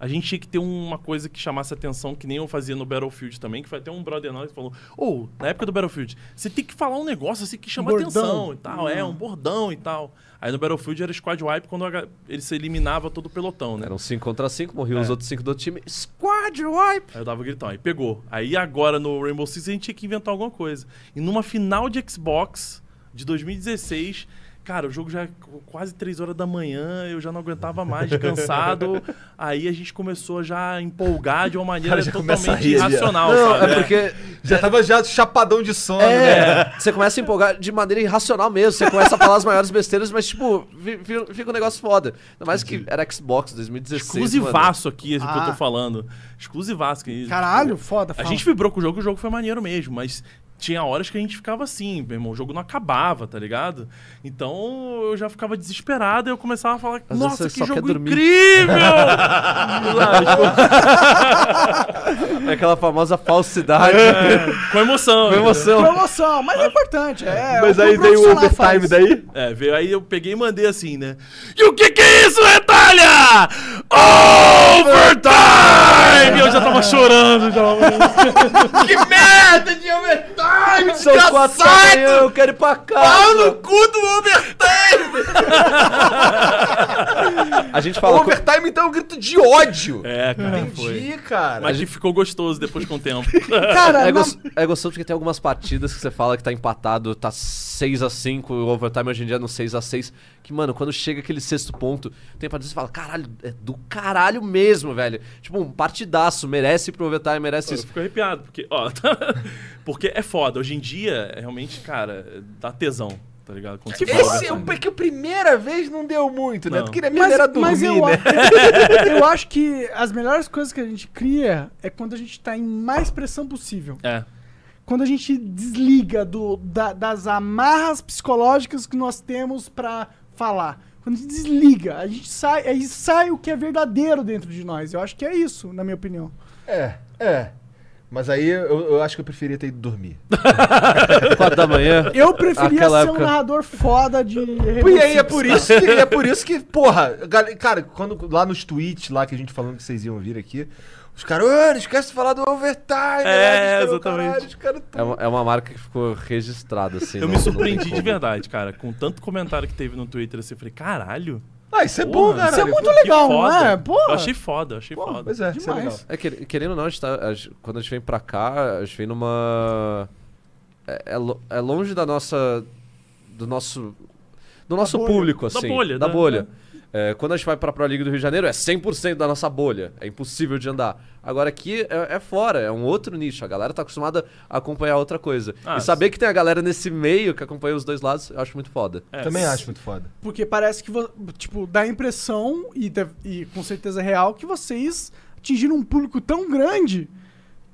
A gente tinha que ter uma coisa que chamasse atenção, que nem eu fazia no Battlefield também, que foi até um brother nosso que falou: Ô, na época do Battlefield, você tem que falar um negócio assim que chama Bordão. atenção e tal, é, um bordão e tal. Aí no Battlefield era squad wipe quando a- ele se eliminava todo o pelotão, né? Eram 5 contra 5, morriam os outros 5 do time. Squad Wipe! Aí eu dava gritão, aí pegou. Aí agora no Rainbow Six a gente tinha que inventar alguma coisa. E numa final de Xbox de 2016, cara, o jogo já é quase 3 horas da manhã, eu já não aguentava mais, cansado. aí a gente começou a já empolgar de uma maneira Cara, já começa a totalmente rir ali, ó. irracional, Não, sabe? é porque Já tava já chapadão de sono, né? É, você começa a empolgar de maneira irracional mesmo. Você começa a falar as maiores besteiras, mas, tipo, vi- vi- fica um negócio foda. Ainda mais que era Xbox 2016. mano. Exclusivaço aqui, esse que eu Ah. tô falando. Exclusivaço. Que... Caralho, foda, A fala. gente vibrou com o jogo, o jogo foi maneiro mesmo, mas tinha horas que a gente ficava assim, meu irmão, o jogo não acabava, tá ligado? Então eu já ficava desesperado e eu começava a falar, vezes nossa, você que só jogo quer dormir." incrível! Sabe, tipo, É aquela famosa falsidade. É. com emoção. Com emoção. Promoção, mas é importante. É, Mas o que aí veio o profissional overtime faz. daí. É, veio, aí eu peguei e mandei assim, né? E o que que é isso, Retalha? Overtime! E eu já tava chorando, já tava... Que merda de overtime! São quatro da manhã, eu quero ir pra Pau casa. no cu do overtime! A gente O fala. co- overtime então é um grito de ódio. É, cara, foi. Entendi, cara. Mas que ficou gostoso depois com o tempo. Cara, É, na- gos- é gostoso porque tem algumas partidas que você fala que tá empatado, tá 6x5, o overtime hoje em dia é no 6x6. Que, mano, quando chega aquele sexto ponto, tem partida que você fala, caralho, é do caralho mesmo, velho. Tipo, um partidaço, merece ir pro overtime, merece Eu isso. fico arrepiado, porque, ó, porque é foda. Hoje em dia, realmente, cara, dá tesão. tá ligado? Quando você fala Esse é um dessa- o que a primeira vez não deu muito, né? Não. Tu queria melhorar Mas, era mas dormir, eu, né? a- eu acho que as melhores coisas que a gente cria é quando a gente tá em mais pressão possível. É. Quando a gente desliga do- da- das amarras psicológicas que nós temos pra falar. Quando a gente desliga, a gente sai, aí sai o que é verdadeiro dentro de nós. Eu acho que é isso, na minha opinião. É, é. Mas aí eu, eu acho que eu preferia ter ido dormir. Quatro da manhã. Eu preferia Aquela ser um época. narrador foda de. E aí é por isso que, é por isso que porra, gal- cara, quando, lá nos tweets lá que a gente falando que vocês iam vir aqui, os caras, "Ah, não esquece de falar do overtime. É, né? Os caras, exatamente. "Caralho, os caras tão-" É uma, é uma marca que ficou registrada, assim. Eu não- é me não tem surpreendi de como. verdade, cara. Com tanto comentário que teve no Twitter, assim, eu falei, caralho. Ah, isso é bom, Porra, cara. Isso é muito que legal, não foda. é? Porra. Eu achei foda, eu achei foda. Pois é, isso é legal. Demais. É, que- querendo ou não, a gente tá, a gente- quando a gente vem pra cá, a gente vem numa. É, é lo- é longe da nossa. Do nosso. Do nosso bolha. público, Da assim. bolha, Da né? bolha. É, quando a gente vai pra Pro League do Rio de Janeiro, é 100% da nossa bolha. É impossível de andar. Agora aqui é, é fora, é um outro nicho. A galera tá acostumada a acompanhar outra coisa. Ah, e saber que tem a galera nesse meio que acompanha os dois lados, eu acho muito foda. É, Também s- acho muito foda. Porque parece que, vo- tipo, dá a impressão, e, deve- e com certeza é real, que vocês atingiram um público tão grande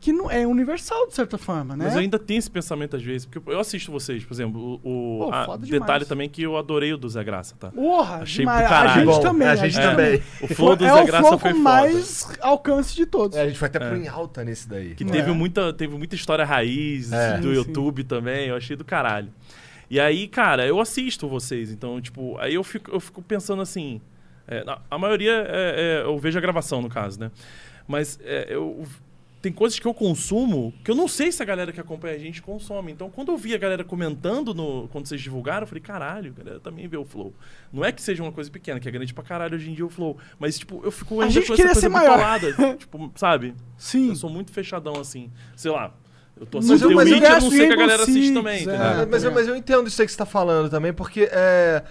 que não é universal, de certa forma, né? Mas eu ainda tenho esse pensamento às vezes, porque eu assisto vocês, por exemplo, o, o Pô, ah, foda detalhe demais. também que eu adorei o do Zé Graça, tá? Porra, Achei demais. pro A caralho. gente Bom, também. a gente também. O flow do é Zé o Graça flow foi com foda. mais alcance de todos. É, a gente foi até pro em alta nesse daí. Que É. teve, muita, teve muita história raiz É. do Sim, sim. YouTube também, eu achei do caralho. E aí, cara, eu assisto vocês, então, tipo, aí eu fico, eu fico pensando assim. é, na- a maioria é- é, eu vejo a gravação, no caso, né? Mas é, eu. Tem coisas que eu consumo que eu não sei se a galera que acompanha a gente consome. Então, quando eu vi a galera comentando no, quando vocês divulgaram, eu falei, caralho, a galera também vê o Flow. Não é que seja uma coisa pequena, que é grande pra caralho hoje em dia o Flow. Mas, tipo, eu fico A ainda gente com essa queria coisa ser bitolada, maior. tipo, sabe? Sim. Eu sou muito fechadão assim. Sei lá. Eu tô Mas assistindo eu- o mas eu vídeo, eu não gosto de sei que a Rainbow galera assiste Six, também, é. É, entendeu? mas, eu, tá mas eu entendo isso aí que você tá falando também, porque é.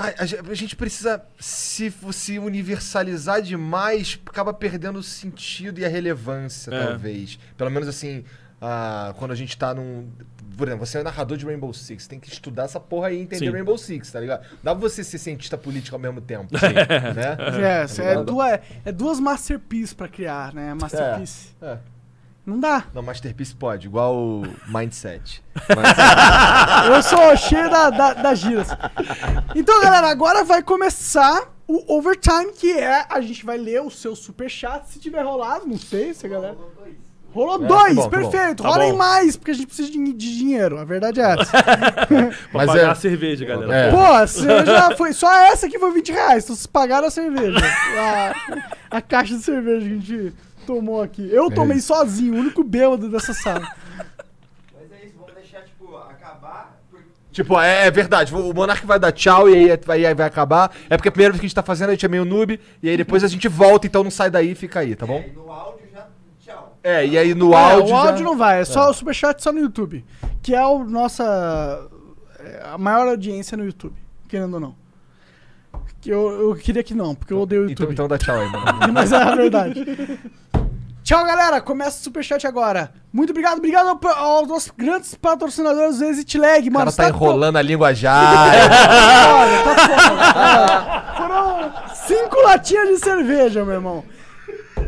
ai, A, ge- a gente precisa se, se universalizar demais, acaba perdendo o sentido e a relevância, É. talvez. Pelo menos assim, ah, quando a gente tá num. Por exemplo, você é narrador de Rainbow Six, tem que estudar essa porra aí e entender Sim. Rainbow Six, tá ligado? Dá pra você ser cientista político ao mesmo tempo, né? É, cê- é, duas, é duas masterpiece pra criar, né? Masterpiece. É. Não dá. Não, Masterpiece pode, igual o Mindset. Eu sou cheio da, da, das gírias. Então, galera, agora vai começar o overtime, que é a gente vai ler o seu superchat, se tiver rolado, não sei se a galera... Rolou É, dois, tá bom, tá perfeito. bom. Tá Rolem bom. mais, porque a gente precisa de, de dinheiro. A verdade é essa. Pra Mas pagar é- a cerveja, galera. É. Pô, a cerveja foi. Só essa aqui foi 20 reais. Então vocês pagaram a cerveja. A, a caixa de cerveja que a gente tomou aqui. É. Eu tomei sozinho, o único bêbado dessa sala. Mas é isso, vamos deixar, tipo, acabar. Porque... Tipo, é, é verdade, o Monark vai dar tchau e aí, é, vai- aí vai acabar. É porque a primeira vez que a gente tá fazendo, a gente é meio noob, e aí depois a gente volta, então não sai daí, fica aí, tá bom? É, e no áudio já. Tchau. É, e aí no É, áudio. o áudio já- não vai, é só o superchat só no YouTube. Que é o nossa. é, A maior audiência no YouTube, querendo ou não. Que eu, eu queria que não, porque eu odeio o Então, YouTube. então dá tchau aí, mano. Mas é a verdade. Tchau, galera. Começa o superchat agora. Muito obrigado, obrigado ao- aos nossos grandes patrocinadores do Exit Lag, O mano. cara você tá enrolando a língua já. Olha, tá foda. Foram cinco latinhas de cerveja, meu irmão.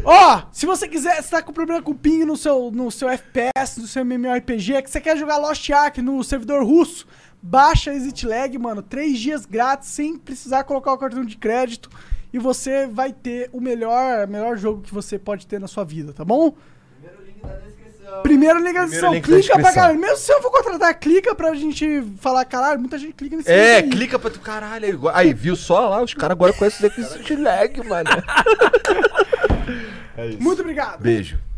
Ó, se você quiser, você tá com problema com o ping no seu, no seu FPS, no seu MMORPG, é que você quer jogar Lost Ark no servidor russo, baixa Exit Lag, mano. Três dias grátis, sem precisar colocar o cartão de crédito. E você vai ter o melhor, melhor jogo que você pode ter na sua vida, tá bom? Primeiro link na descrição. Primeiro ligação, Primeiro link tá na clica pra descrição. caralho. Mesmo se eu for contratar, clica pra gente falar, caralho, muita gente clica nesse é, link aí. clica pra tu. Caralho, aí, agora- aí, viu só lá? Os caras agora conhecem o Deficit Lag, mano. Muito obrigado. Beijo.